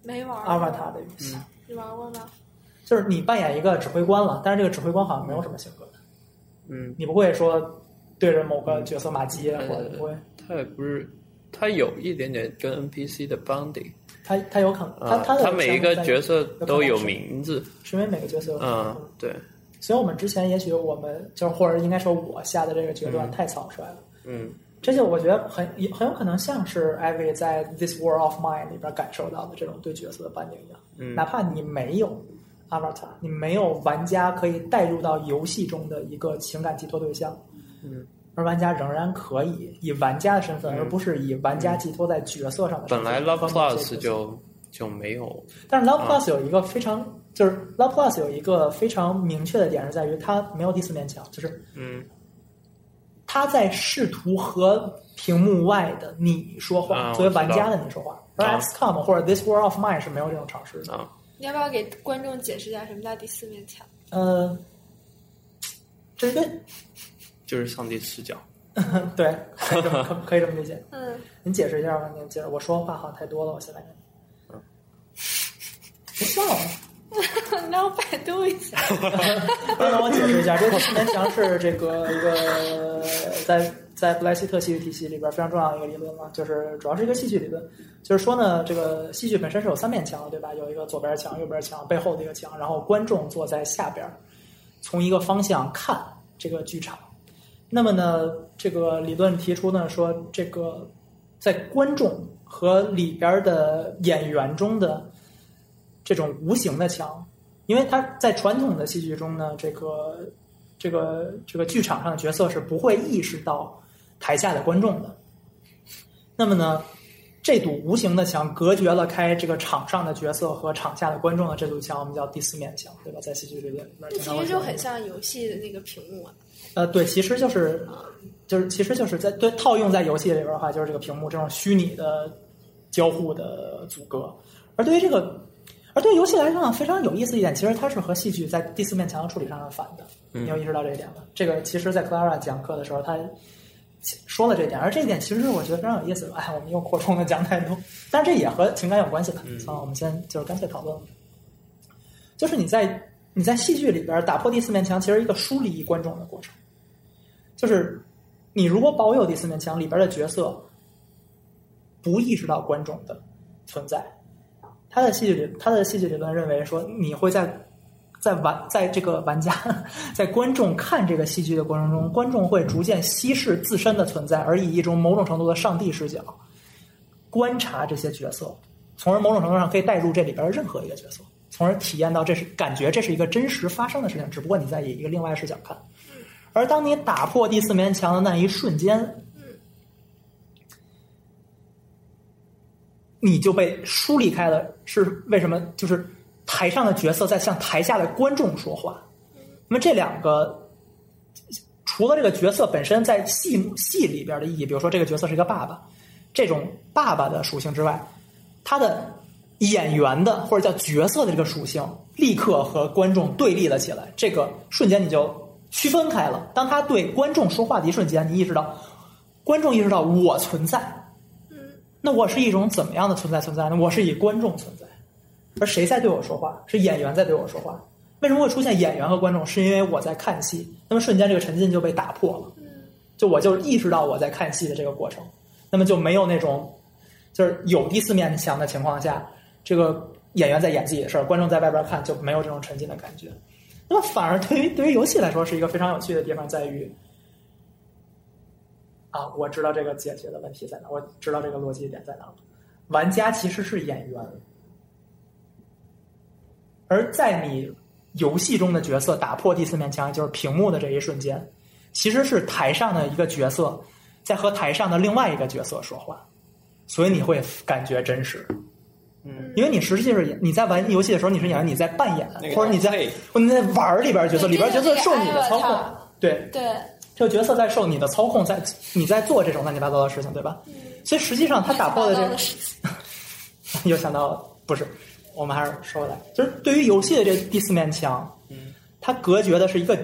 Speaker 2: 没玩儿
Speaker 1: avatar 的游戏，
Speaker 3: 嗯
Speaker 2: 你玩过吗？
Speaker 1: 就是你扮演一个指挥官了，但是这个指挥官好像没有什么性格，
Speaker 3: 嗯，
Speaker 1: 你不会说对着某个角色骂街，或者不会，
Speaker 3: 他也不是，他有一点点跟 NPC 的 bonding，
Speaker 1: 他他有可能他
Speaker 3: 啊
Speaker 1: 的
Speaker 3: 他每一个角色都有
Speaker 1: 名，
Speaker 3: 名字，
Speaker 1: 是因为每个角色有名
Speaker 3: 嗯，对，
Speaker 1: 所以我们之前也许我们就是或者应该说我下的这个决断太草率了。
Speaker 3: 嗯
Speaker 1: 这就我觉得很也很有可能像是艾薇在《This War of Mine》里边感受到的这种对角色的扮演一样，
Speaker 3: 嗯
Speaker 1: 哪怕你没有 Avatar，你没有玩家可以带入到游戏中的一个情感寄托对象，
Speaker 3: 嗯，
Speaker 1: 而玩家仍然可以以玩家的身份，
Speaker 3: 嗯
Speaker 1: 而不是以玩家寄托在角色上的身
Speaker 3: 本
Speaker 1: 份。
Speaker 3: 来 Love
Speaker 1: 帮助这
Speaker 3: Plus
Speaker 1: 个角色
Speaker 3: 就啊就没有，
Speaker 1: 但是 Love Plus 有一个非常，就是 Love Plus 有一个非常明确的点是在于，它没有第四面墙，就是
Speaker 3: 嗯
Speaker 1: 它在试图和屏幕外的你说话，
Speaker 3: 啊
Speaker 1: 作为
Speaker 3: 我知道
Speaker 1: 玩家的你说话。而
Speaker 3: 啊
Speaker 1: XCOM 或者 This War of Mine 是没有这种尝试的。
Speaker 3: 啊，
Speaker 2: 你要不要给观众解释一下什么叫第四面墙？
Speaker 1: 呃，这是一
Speaker 3: 就是上帝视角，
Speaker 1: 个对，可以这么可可以这么理解。
Speaker 2: 嗯，
Speaker 1: 您解释一下吧，您解释。我说话好像太多了，我现在。别笑啊！
Speaker 2: 让我百度一下。
Speaker 1: 那让我解释一下，这个四面墙是这个一个在在布莱希特戏剧体系里边非常重要的一个理论嘛，就是主要是一个戏剧理论，就是说呢，这个戏剧本身是有三面墙的，对吧？有一个左边墙、右边墙、背后的一个墙，然后观众坐在下边，从一个方向看这个剧场。那么呢，这个理论提出呢，说这个在观众和里边的演员中的这种无形的墙，因为它在传统的戏剧中呢，这个这个这个剧场上的角色是不会意识到台下的观众的。那么呢，这堵无形的墙隔绝了开这个场上的角色和场下的观众的这堵墙，我们叫第四面墙，对吧？在戏剧里面，
Speaker 2: 这其实就很像游戏的那个屏幕啊。
Speaker 1: 呃，对，其实就是就是其实就是在对套用在游戏里边的话，就是这个屏幕这种虚拟的交互的阻隔。而对于这个，而对于游戏来讲非常有意思一点，其实它是和戏剧在第四面墙的处理上是反的。
Speaker 3: 嗯
Speaker 1: 你有意识到这一点吗？这个其实，在 Clara 讲课的时候，他说了这一点，而这一点其实我觉得非常有意思。哎，我们又扩充了讲太多，但是这也和情感有关系吧？啊，我们先就是干脆讨论，就是你在你在戏剧里边打破第四面墙，其实一个疏离观众的过程，就是你如果保有第四面墙里边的角色，不意识到观众的存在，他的戏剧理他的戏剧理论认为说，你会在在玩在这个玩家在观众看这个戏剧的过程中，观众会逐渐稀释自身的存在，而以一种某种程度的上帝视角观察这些角色，从而某种程度上可以带入这里边的任何一个角色，从而体验到这是感觉这是一个真实发生的事情，只不过你在以一个另外的视角看。而当你打破第四面墙的那一瞬间，你就被梳理开了。是为什么？就是台上的角色在向台下的观众说话。那么这两个，除了这个角色本身在戏戏里边的意义，比如说这个角色是一个爸爸，这种爸爸的属性之外，他的演员的或者叫角色的这个属性，立刻和观众对立了起来。这个瞬间你就区分开了。当他对观众说话的一瞬间，你意识到观众意识到我存在。那我是一种怎么样的存在存在呢？我是以观众存在，而谁在对我说话？是演员在对我说话。为什么会出现演员和观众？是因为我在看戏，那么瞬间这个沉浸就被打破了，就我就意识到我在看戏的这个过程，那么就没有那种就是有第四面墙的情况下，这个演员在演自己的事儿，观众在外边看就没有这种沉浸的感觉。那么反而对于对于游戏来说是一个非常有趣的地方，在于。啊，我知道这个解决的问题在哪，我知道这个逻辑点在哪了。玩家其实是演员，而在你游戏中的角色打破第四面墙，就是屏幕的这一瞬间，其实是台上的一个角色在和台上的另外一个角色说话，所以你会感觉真实。
Speaker 3: 嗯，
Speaker 1: 因为你实际是演你在玩游戏的时候你是演员，你在扮演，
Speaker 3: 那个
Speaker 1: 或者你在
Speaker 3: 配
Speaker 1: 你在玩儿里边角色，
Speaker 2: 对
Speaker 1: 里边角
Speaker 2: 这个
Speaker 1: 色
Speaker 2: 是
Speaker 1: 受你的操
Speaker 2: avatar
Speaker 1: 控，对，
Speaker 2: 对，
Speaker 1: 这个角色在受你的操控，在你在做这种乱七八糟的事情，对吧？所以实际上他打破了
Speaker 2: 乱七八糟的
Speaker 1: 这，
Speaker 2: 事情，
Speaker 1: 又想到不是，我们还是说回来，就是对于游戏的这第四面墙，
Speaker 3: 嗯，
Speaker 1: 它隔绝的是一个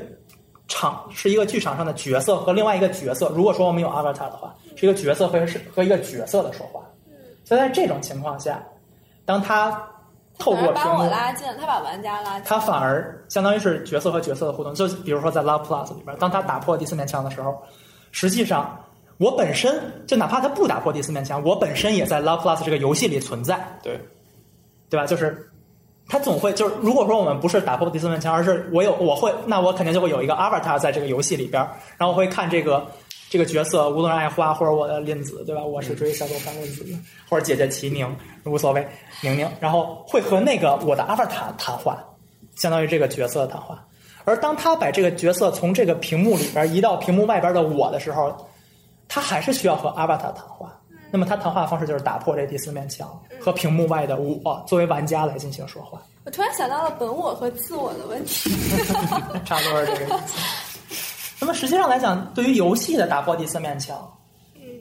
Speaker 1: 场，是一个剧场上的角色和另外一个角色。如果说我们有 avatar 的话，是一个角色和是和一个角色的说话。
Speaker 2: 嗯
Speaker 1: 所以在这种情况下，当他透过
Speaker 2: 反而
Speaker 1: 屏
Speaker 2: 把我
Speaker 1: 幕，
Speaker 2: 拉近，他把玩家拉近，
Speaker 1: 他反而相当于是角色和角色的互动。就比如说在 Love Plus 里边，当他打破第四面墙的时候，实际上我本身就哪怕他不打破第四面墙，我本身也在 Love Plus 这个游戏里存在，
Speaker 3: 对，
Speaker 1: 对吧？就是他总会就是，如果说我们不是打破第四面墙，而是我有我会，那我肯定就会有一个 avatar 在这个游戏里边，然后我会看这个。这个角色，无论是爱花或者我的恋子，对吧？我是追小狗番恋子的，或者姐姐齐宁，无所谓，宁宁。然后会和那个我的 avatar 谈话，相当于这个角色的谈话。而当他把这个角色从这个屏幕里边移到屏幕外边的我的时候，他还是需要和 Avatar 谈话。那么他谈话的方式就是打破这第四面墙，和屏幕外的我作为玩家来进行说话，
Speaker 2: 我突然想到了本我和自我的问题。
Speaker 1: 差不多是这个意思。那么实际上来讲，对于游戏的打破第四面墙，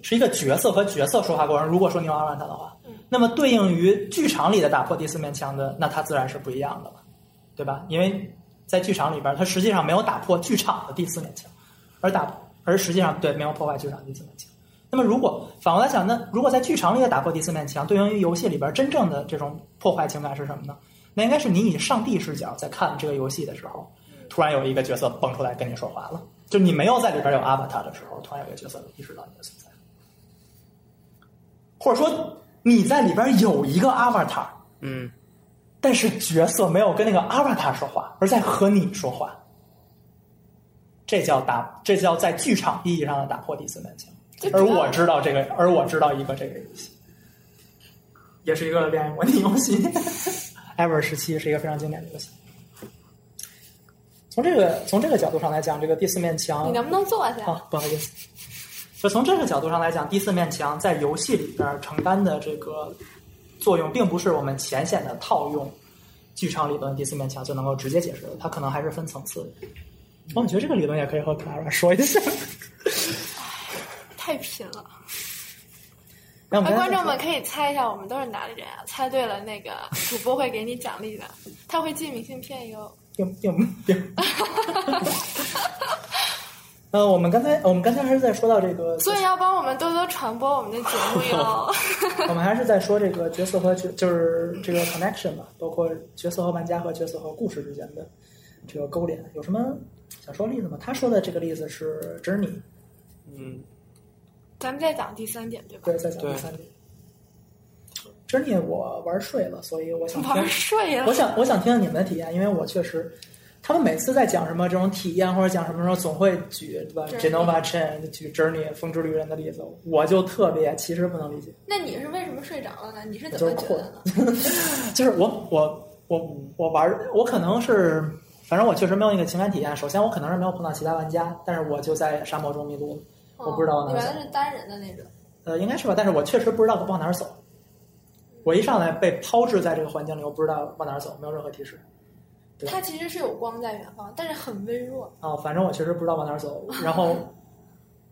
Speaker 1: 是一个角色和角色说话过程。如果说你有 Avatar 的话，那么对应于剧场里的打破第四面墙的，那它自然是不一样的了，对吧？因为在剧场里边，它实际上没有打破剧场的第四面墙，而打而实际上对没有破坏剧场的第四面墙。那么如果反过来讲，那如果在剧场里的打破第四面墙，对应于游戏里边真正的这种破坏情感是什么呢？那应该是你以上帝视角在看这个游戏的时候，突然有一个角色蹦出来跟你说话了，就你没有在里边有阿巴塔的时候，突然有一个角色意识到你的存在。或者说你在里边有一个 avatar，
Speaker 3: 嗯，
Speaker 1: 但是角色没有跟那个 avatar 说话，而在和你说话。这叫打，这叫在剧场意义上的打破第四面墙
Speaker 2: 这。主要
Speaker 1: 而我知道这个，而我知道一个这个游戏，也是一个恋爱模拟游 戏。Ever 时期是一个非常经典的游戏。从这个从这个角度上来讲，这个第四面墙
Speaker 2: 你能不能坐下？
Speaker 1: 啊，不好意思。就从这个角度上来讲，第四面墙在游戏里边承担的这个作用，并不是我们浅显的套用剧场理论第四面墙就能够直接解释的，它可能还是分层次的。我们觉得这个理论也可以和 Clara 说一下。
Speaker 2: 太贫了。
Speaker 1: 那我
Speaker 2: 那
Speaker 1: 们
Speaker 2: 观众们可以猜一下，我们都是哪里人啊？猜对了，那 个主播会给你奖励的，他会寄明信片哟。
Speaker 1: 有有有。 呃，我们刚才我们刚才还是在说到这个，
Speaker 2: 所以要帮我们多多传播我们的节目 哟。
Speaker 1: 我们还是在说这个角色和角，就是这个 connection 吧，包括角色和玩家和角色和故事之间的这个勾连。有什么想说例子吗？他说的这个例子是 Journey，
Speaker 3: 嗯，
Speaker 2: 咱们再讲第三点，对吧？
Speaker 1: 对，在讲第三点。Journey 我玩睡了，所以我想听
Speaker 2: 玩，睡了
Speaker 1: 我，想我想听听你们的体验，因为我确实。他们每次在讲什么这种体验或者讲什么时候，总会举对吧
Speaker 2: Journey
Speaker 1: Genova Chain 举 Journey 风之旅人的例子，我就特别其实不能理解，
Speaker 2: 那你是为什么睡着了呢？你是
Speaker 1: 我
Speaker 2: 怎
Speaker 1: 就
Speaker 2: 么
Speaker 1: 是
Speaker 2: 觉
Speaker 1: 困
Speaker 2: 得呢？，
Speaker 1: 就是我我我我玩儿，我可能是，反正我确实没有那个情感体验。首先，我可能是没有碰到其他玩家，但是我就在沙漠中迷路了。 我不知道我
Speaker 2: 哦你
Speaker 1: 哪儿
Speaker 2: 玩
Speaker 1: 想
Speaker 2: 的是单人的那种。
Speaker 1: 呃，应该是吧，但是我确实不知道往哪儿走。我一上来被抛掷在这个环境里，我不知道往哪儿走，没有任何提示。对
Speaker 2: 它其实是有光在远方，但是很微弱。
Speaker 1: 啊，反正我确实不知道往哪儿走，然后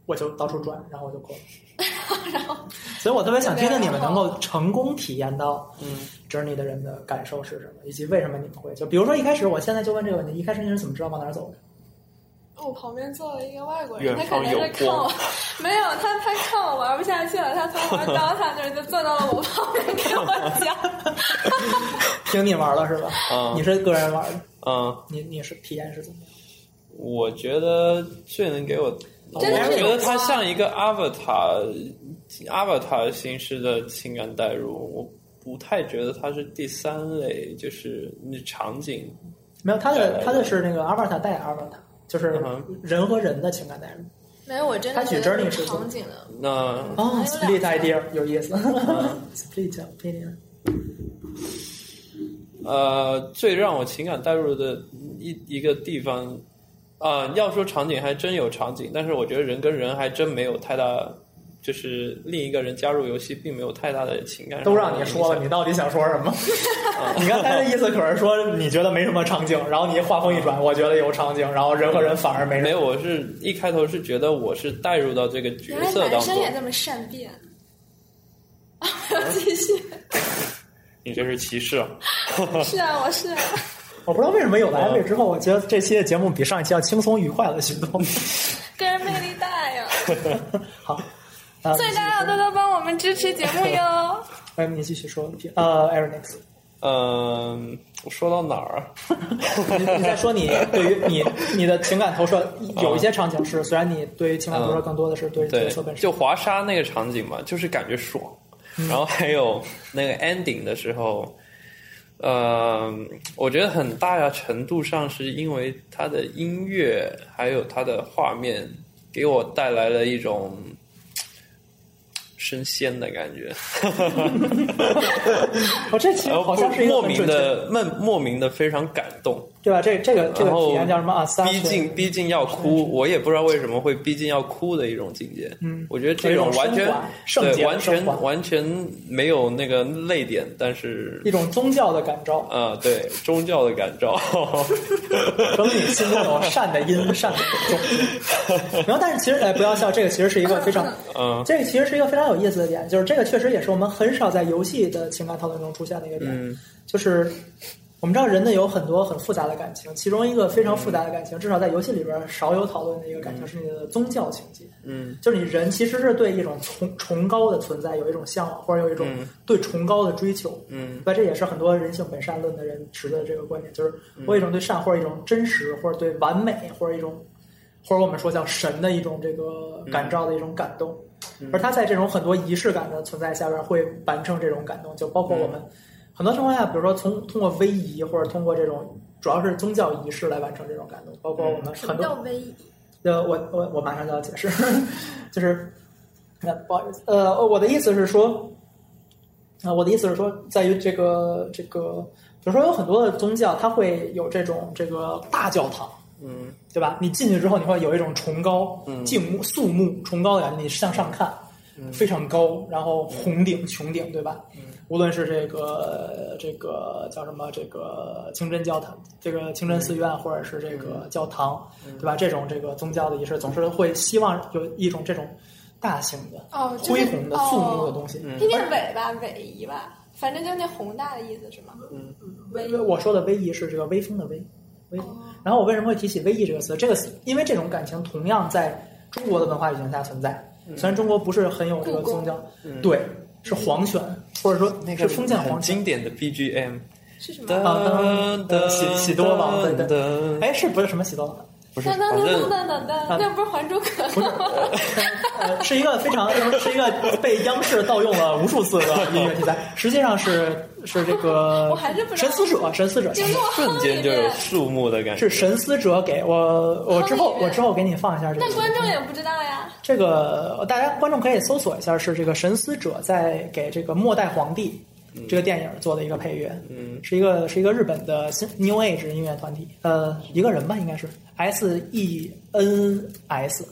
Speaker 1: 我就到处转，然后我就过了。所以我特别想听听你们能够成功体验到
Speaker 3: 嗯
Speaker 1: journey 的人的感受是什么，以及为什么你们会就比如说一开始，我现在就问这个问题：一开始你是怎么知道往哪儿走的？
Speaker 2: 我旁边坐了一个外国人，他
Speaker 3: 远
Speaker 2: 可
Speaker 3: 方
Speaker 2: 能
Speaker 3: 有
Speaker 2: 是看我
Speaker 3: 光，
Speaker 2: 没有他，他看我玩不下去了，他从玩 DOTA 那儿就坐到了我旁边给我讲。
Speaker 1: 听你玩了是吧？你
Speaker 3: 嗯
Speaker 1: 是个人玩的，
Speaker 3: 嗯，
Speaker 1: 你你是体验是怎么样？
Speaker 3: 我觉的最能给我，我
Speaker 2: 真的是
Speaker 3: 觉
Speaker 2: 有
Speaker 3: 得它
Speaker 2: 光
Speaker 3: 像一个 Avatar Avatar 形式的情感代入，我不太觉得它是第三类，就是你场景
Speaker 1: 没有，他的
Speaker 3: 对
Speaker 1: 他的是那个阿瓦塔带阿瓦塔，就是
Speaker 3: 嗯哼
Speaker 1: 人和人的情感代入。
Speaker 2: 没有，我真
Speaker 1: 他
Speaker 2: 的
Speaker 1: 举
Speaker 2: 觉得
Speaker 1: Journey
Speaker 2: 有
Speaker 1: 是
Speaker 2: 场景的。
Speaker 3: 那
Speaker 1: 哦
Speaker 2: 哎
Speaker 1: ，split
Speaker 2: 我俩
Speaker 1: idea 有意 思，split opinion。
Speaker 3: 呃，最让我情感带入的一一个地方啊、要说场景还真有场景，但是我觉得人跟人还真没有太大，就是另一个人加入游戏并没有太大的情感上的
Speaker 1: 都
Speaker 3: 影响。
Speaker 1: 让你说了，你到底想说 什么？啊你刚才的意思可是说你觉得没什么场景，然后你话锋一转，我觉得有场景，然后人和人反而没
Speaker 3: 没
Speaker 1: 什
Speaker 3: 有，
Speaker 1: 么。
Speaker 3: 我是一开头是觉得我是带入到这个角
Speaker 2: 原来
Speaker 3: 色当
Speaker 2: 男生
Speaker 3: 中，
Speaker 2: 也这么善变。 啊，我要继续。
Speaker 3: 你这是歧视啊。
Speaker 1: 嗯
Speaker 2: 是啊，我是啊。
Speaker 1: 我不知道为什么有了 Ivy 之后，我觉得这期的节目比上一期要轻松愉快了许多。
Speaker 2: 个人魅力大呀！
Speaker 1: 好，呃
Speaker 2: 所以大家要多多帮我们支持节目哟。
Speaker 1: 哎，你继续说，呃，Aaron，
Speaker 3: 嗯，我说到哪儿啊？
Speaker 1: 你你再说你对于你你的情感投射，有一些场景是，虽然你对于情感投射更多的是对角
Speaker 3: 嗯对
Speaker 1: 色本，身
Speaker 3: 就。华沙那个场景嘛，就是感觉爽。然后还有那个 ending 的时候，呃，我觉得很大的程度上是因为它的音乐还有它的画面给我带来了一种升仙的感觉，
Speaker 1: 哦，这其实
Speaker 3: 然
Speaker 1: 好
Speaker 3: 后
Speaker 1: 像是一个
Speaker 3: 呃莫
Speaker 1: 很
Speaker 3: 名
Speaker 1: 准确，
Speaker 3: 的莫莫名的非常感动。
Speaker 1: 对吧？这这个这个
Speaker 3: 然后
Speaker 1: 体验叫什么啊？三
Speaker 3: 逼近逼近要哭，我也不知道为什么会逼近要哭的一种境界。
Speaker 1: 嗯
Speaker 3: 我觉得这种完全
Speaker 1: 有一种升华圣洁
Speaker 3: 对
Speaker 1: 的
Speaker 3: 完
Speaker 1: 升
Speaker 3: 全
Speaker 1: 华
Speaker 3: 完全没有那个泪点，但是
Speaker 1: 一种宗教的感召。
Speaker 3: 啊、对宗教的感 召，
Speaker 1: 整理心中有善的因，善的种子。然后，但是其实，哎，不要笑，这个其实是一个非常，
Speaker 3: 嗯
Speaker 1: 这个其实是一个非常有意思的点，就是这个确实也是我们很少在游戏的情感讨论中出现的一个点，
Speaker 3: 嗯
Speaker 1: 就是我们知道人呢有很多很复杂的感情，其中一个非常复杂的感情，至少在游戏里边少有讨论的一个感情是你的宗教情节。
Speaker 3: 嗯
Speaker 1: 就是你人其实是对一种崇崇高的存在有一种向往，或者有一种
Speaker 3: 嗯
Speaker 1: 对崇高的追求。
Speaker 3: 嗯
Speaker 1: 那这也是很多人性本善论的人持的这个观点，就是
Speaker 3: 嗯
Speaker 1: 我有一种对善或者一种真实或者对完美或者一种，或者我们说叫神的一种这个感召的一种感动，
Speaker 3: 嗯
Speaker 1: 而他在这种很多仪式感的存在下边会完成这种感动，就包括我们
Speaker 3: 嗯
Speaker 1: 很多情况下，比如说从通过威仪或者通过这种主要是宗教仪式来完成这种感动，包括
Speaker 3: 嗯
Speaker 1: 我们
Speaker 2: 什么
Speaker 1: 很多
Speaker 2: 叫微仪？
Speaker 1: 呃，我我我马上就要解释， 就是，那不好意思，呃，我的意思是说，啊、我的意思是说，在于这个这个，比如说有很多的宗教，它会有这种这个大教堂，
Speaker 3: 嗯
Speaker 1: 对吧？你进去之后，你会有一种崇高、
Speaker 3: 嗯
Speaker 1: 敬目、肃穆、崇高的感觉，你向上看，非常高，然后红顶、穹顶，对吧？
Speaker 3: 嗯
Speaker 1: 无论是这个这个叫什么，这个清真教堂、这个清真寺院，
Speaker 3: 嗯
Speaker 1: 或者是这个教堂，对吧？这种这个宗教的仪式，总是会希望有一种这种大型的、
Speaker 2: 哦，就
Speaker 1: 恢
Speaker 2: 是
Speaker 1: 宏的、肃穆的东西。
Speaker 3: 嗯
Speaker 2: 应该是尾吧，尾仪吧，反正就那宏大的意思是吗？
Speaker 3: 嗯
Speaker 2: 尾
Speaker 1: 我我说的威仪是这个威风的威，威。
Speaker 2: 哦
Speaker 1: 然后我为什么会提起威 E” 仪这个词？这个词，因为这种感情同样在中国的文化语境下存在，
Speaker 3: 嗯
Speaker 1: 虽然中国不是很有这个
Speaker 2: 故
Speaker 1: 宗
Speaker 2: 宫
Speaker 1: 教，对，是皇权，或者说是封建
Speaker 3: 很
Speaker 1: 皇啊
Speaker 3: 经
Speaker 1: 权。
Speaker 3: 典的 BGM，
Speaker 2: 是什
Speaker 3: 噔
Speaker 2: 么？
Speaker 1: 噔
Speaker 3: 噔
Speaker 1: 喜喜多王对对
Speaker 3: 噔，
Speaker 1: 哎，是不是什么喜多郎？
Speaker 3: 不是，
Speaker 2: 噔噔
Speaker 3: 反
Speaker 2: 噔噔
Speaker 3: 正
Speaker 2: 噔噔噔，那不是《还珠格格》吗？
Speaker 1: 呃，是一个非常是一个被央视盗用了无数次的音乐题材，实际上是是这个
Speaker 2: 我还是不知
Speaker 1: 神
Speaker 2: 道
Speaker 1: 思者，神 思者
Speaker 2: 经过
Speaker 3: 瞬
Speaker 2: 后
Speaker 3: 间
Speaker 2: 里
Speaker 3: 就有
Speaker 2: 面，
Speaker 3: 肃穆的感觉
Speaker 1: 是。神思者给我我之后
Speaker 2: 后面
Speaker 1: 我之后给你放一下这个。
Speaker 2: 那观众也不知道呀。
Speaker 1: 这个大家观众可以搜索一下，是这个《神思者》在给这个《末代皇帝》这个电影做的一个配乐，
Speaker 3: 嗯
Speaker 1: 是一个是一个日本的新 New Age 音乐团体，呃，一个人吧，应该是 S E N S，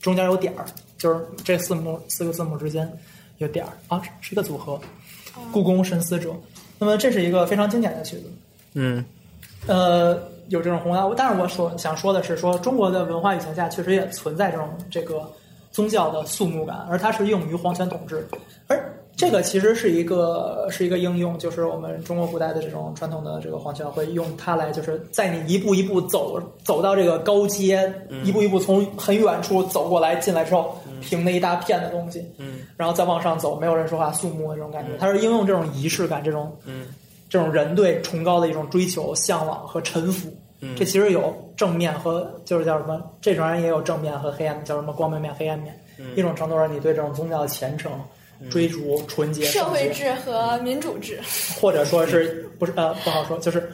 Speaker 1: 中间有点儿，就是这四幕四个字母之间有点儿啊，是是一个组合。 《故宫深思者》。那么这是一个非常经典的曲子。
Speaker 3: 嗯
Speaker 1: 呃，有这种宏观，但是我所想说的是说，中国的文化语境下确实也存在这种这个宗教的肃穆感，而它是用于皇权统治，而这个其实是一个是一个应用，就是我们中国古代的这种传统的这个皇权会用它来，就是在你一步一步走走到这个高阶，一步一步从很远处走过来进来之后，平那一大片的东西，
Speaker 3: 嗯
Speaker 1: 然后再往上走，没有人说话，肃穆的这种感觉，它是应用这种仪式感，这种
Speaker 3: 嗯
Speaker 1: 这种人对崇高的一种追求、向往和臣服。
Speaker 3: 嗯
Speaker 1: 这其实有正面和就是叫什么，这种人也有正面和黑暗，叫什么光明面、黑暗面。
Speaker 3: 嗯
Speaker 1: 一种程度上，你对这种宗教的虔诚、追逐、纯洁、
Speaker 2: 社会
Speaker 1: 圣洁
Speaker 2: 制和民主制，
Speaker 1: 或者说是不是呃不好说，就是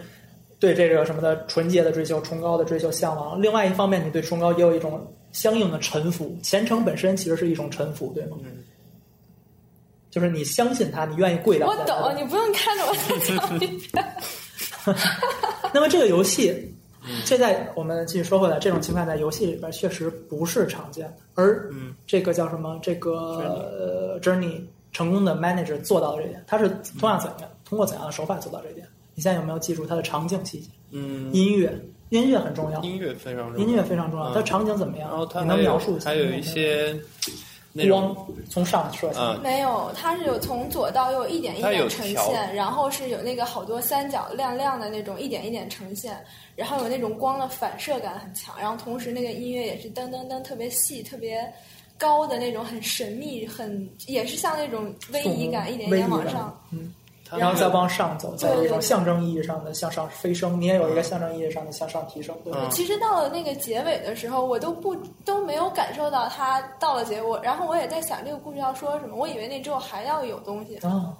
Speaker 1: 对这个什么的纯洁的追求、崇高的追求、向往。另外一方面，你对崇高也有一种相应的臣服，虔诚本身其实是一种臣服，对吗？
Speaker 3: 嗯
Speaker 1: 就是你相信他，你愿意跪倒
Speaker 2: 我
Speaker 1: 在他的
Speaker 2: 懂，你不用看着我在讲。
Speaker 1: 那么这个游戏，嗯这在我们继续说回来，这种情感在游戏里边确实不是常见的，而
Speaker 3: 嗯
Speaker 1: 这个叫什么？这个呃 Journey 成功的 manager 做到了这一点，他是通过怎样通过怎样的手法做到这一点？你现在有没有记住它的场景细节？
Speaker 3: 嗯，
Speaker 1: 音乐，音乐很重要，
Speaker 3: 音乐非常重要
Speaker 1: 音乐非常重要。
Speaker 3: 嗯
Speaker 1: 它场景怎么样
Speaker 3: 然后？它
Speaker 1: 你
Speaker 3: 还
Speaker 1: 能
Speaker 3: 有
Speaker 1: 描述一下？
Speaker 3: 还有一些那种
Speaker 1: 光从上射下来，
Speaker 3: 嗯
Speaker 2: 没有，它是有从左到右一点一
Speaker 3: 它有
Speaker 2: 点呈
Speaker 3: 条
Speaker 2: 现，然后是有那个好多三角亮亮的那种一点一点呈现，然后有那种光的反射感很强，然后同时那个音乐也是噔噔噔特别细、特别高的那种，很神秘，很也是像那种威仪感一点
Speaker 1: 嗯
Speaker 2: 一
Speaker 1: 威
Speaker 2: 点
Speaker 1: 仪
Speaker 2: 往
Speaker 1: 感
Speaker 2: 上。
Speaker 3: 它
Speaker 1: 然后
Speaker 3: 那
Speaker 1: 再
Speaker 3: 个
Speaker 1: 往上走，在
Speaker 2: 对
Speaker 1: 一种
Speaker 2: 对
Speaker 1: 象征意义上的向上飞升，你也有一个象征意义上的向上提升，对吧？
Speaker 3: 嗯
Speaker 2: 其实到了那个结尾的时候，我都不都没有感受到它到了结尾，然后我也在想这个故事要说什么，我以为那之后还要有东西，
Speaker 3: 嗯
Speaker 1: 啊，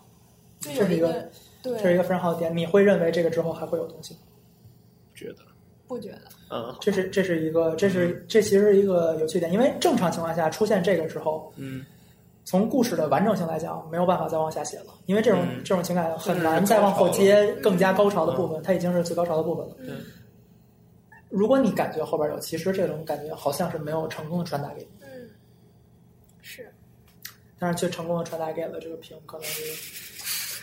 Speaker 2: 就
Speaker 1: 这
Speaker 2: 有
Speaker 1: 是一
Speaker 2: 一
Speaker 1: 个
Speaker 2: 个
Speaker 1: 这是一
Speaker 2: 对，
Speaker 1: 个非常好的点。你会认为这个之后还会有东西？
Speaker 3: 觉得
Speaker 2: 不觉得。
Speaker 3: 嗯
Speaker 1: 这是这是一个，这是这其实是一个有趣点，因为正常情况下出现这个之后，
Speaker 3: 嗯
Speaker 1: 从故事的完整性来讲，没有办法再往下写了，因为这种、
Speaker 3: 嗯
Speaker 1: 这种情感很难再往后接更加高潮的部分，它已经是最高潮的部分了。
Speaker 3: 嗯
Speaker 1: 如果你感觉后边有，其实这种感觉好像是没有成功的传达给你，
Speaker 2: 嗯，是
Speaker 1: 但是却成功的传达给了这个屏，可能是。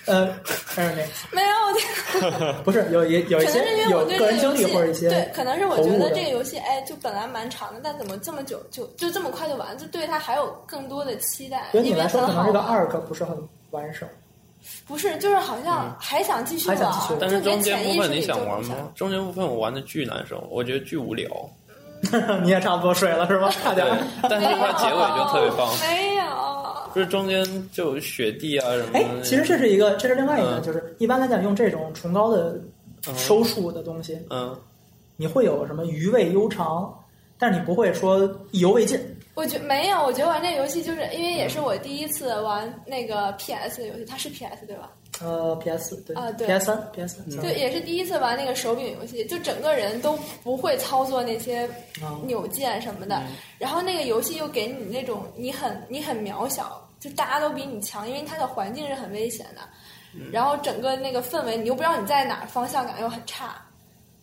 Speaker 1: 呃，但是
Speaker 2: 没有的，
Speaker 1: 那不是有一有一
Speaker 2: 可能是因
Speaker 1: 些
Speaker 2: 为
Speaker 1: 有
Speaker 2: 我对
Speaker 1: 个人
Speaker 2: 这
Speaker 1: 经
Speaker 2: 个
Speaker 1: 历
Speaker 2: 游戏
Speaker 1: 或者一些
Speaker 2: 对，可能是我
Speaker 1: 投入
Speaker 2: 觉得
Speaker 1: 的
Speaker 2: 这个游戏，哎，就本来蛮长的，但怎么这么久就就就这么快就完？就对它还有更多的期待，
Speaker 1: 对于
Speaker 2: 因
Speaker 1: 你
Speaker 2: 为
Speaker 1: 来说，可
Speaker 2: 很
Speaker 1: 能
Speaker 2: 好
Speaker 1: 这个
Speaker 2: 玩
Speaker 1: 二个不是很完整。
Speaker 2: 不是，就是好像还想继续
Speaker 1: 嗯还
Speaker 2: 玩，
Speaker 1: 想继续玩
Speaker 3: 但是
Speaker 2: 就
Speaker 3: 中
Speaker 2: 连
Speaker 3: 间
Speaker 2: 潜
Speaker 3: 部
Speaker 2: 意识
Speaker 3: 分你
Speaker 2: 里就
Speaker 3: 想玩
Speaker 2: 不
Speaker 3: 吗
Speaker 2: 想。？
Speaker 3: 中间部分我玩的巨难受，我觉得巨无聊。
Speaker 1: 你也差不多睡了是吧？差
Speaker 3: 啊对
Speaker 1: 点儿。，
Speaker 3: 但是它结尾就特别棒，
Speaker 2: 没有，
Speaker 3: 就是中间就有雪地啊什么
Speaker 1: 哎
Speaker 3: 的。，
Speaker 1: 其实这是一个，这是另外一个，
Speaker 3: 嗯
Speaker 1: 就是一般来讲用这种崇高的
Speaker 3: 嗯
Speaker 1: 收束的东西，
Speaker 3: 嗯
Speaker 1: 你会有什么余味悠长，但是你不会说意犹未尽。
Speaker 2: 我觉没有，我觉得玩这个游戏就是因为也是我第一次玩那个 PS 的游戏，它是 PS 对吧？
Speaker 1: 呃，PS 对
Speaker 2: 啊对
Speaker 1: ，PS 三，PS 三，
Speaker 2: 就也是第一次玩那个手柄游戏，就整个人都不会操作那些
Speaker 3: 嗯
Speaker 1: 啊，
Speaker 2: 扭键什么的。然后那个游戏又给你那种你很你很渺小，就大家都比你强，因为它的环境是很危险的。然后整个那个氛围，你又不知道你在哪儿，方向感又很差，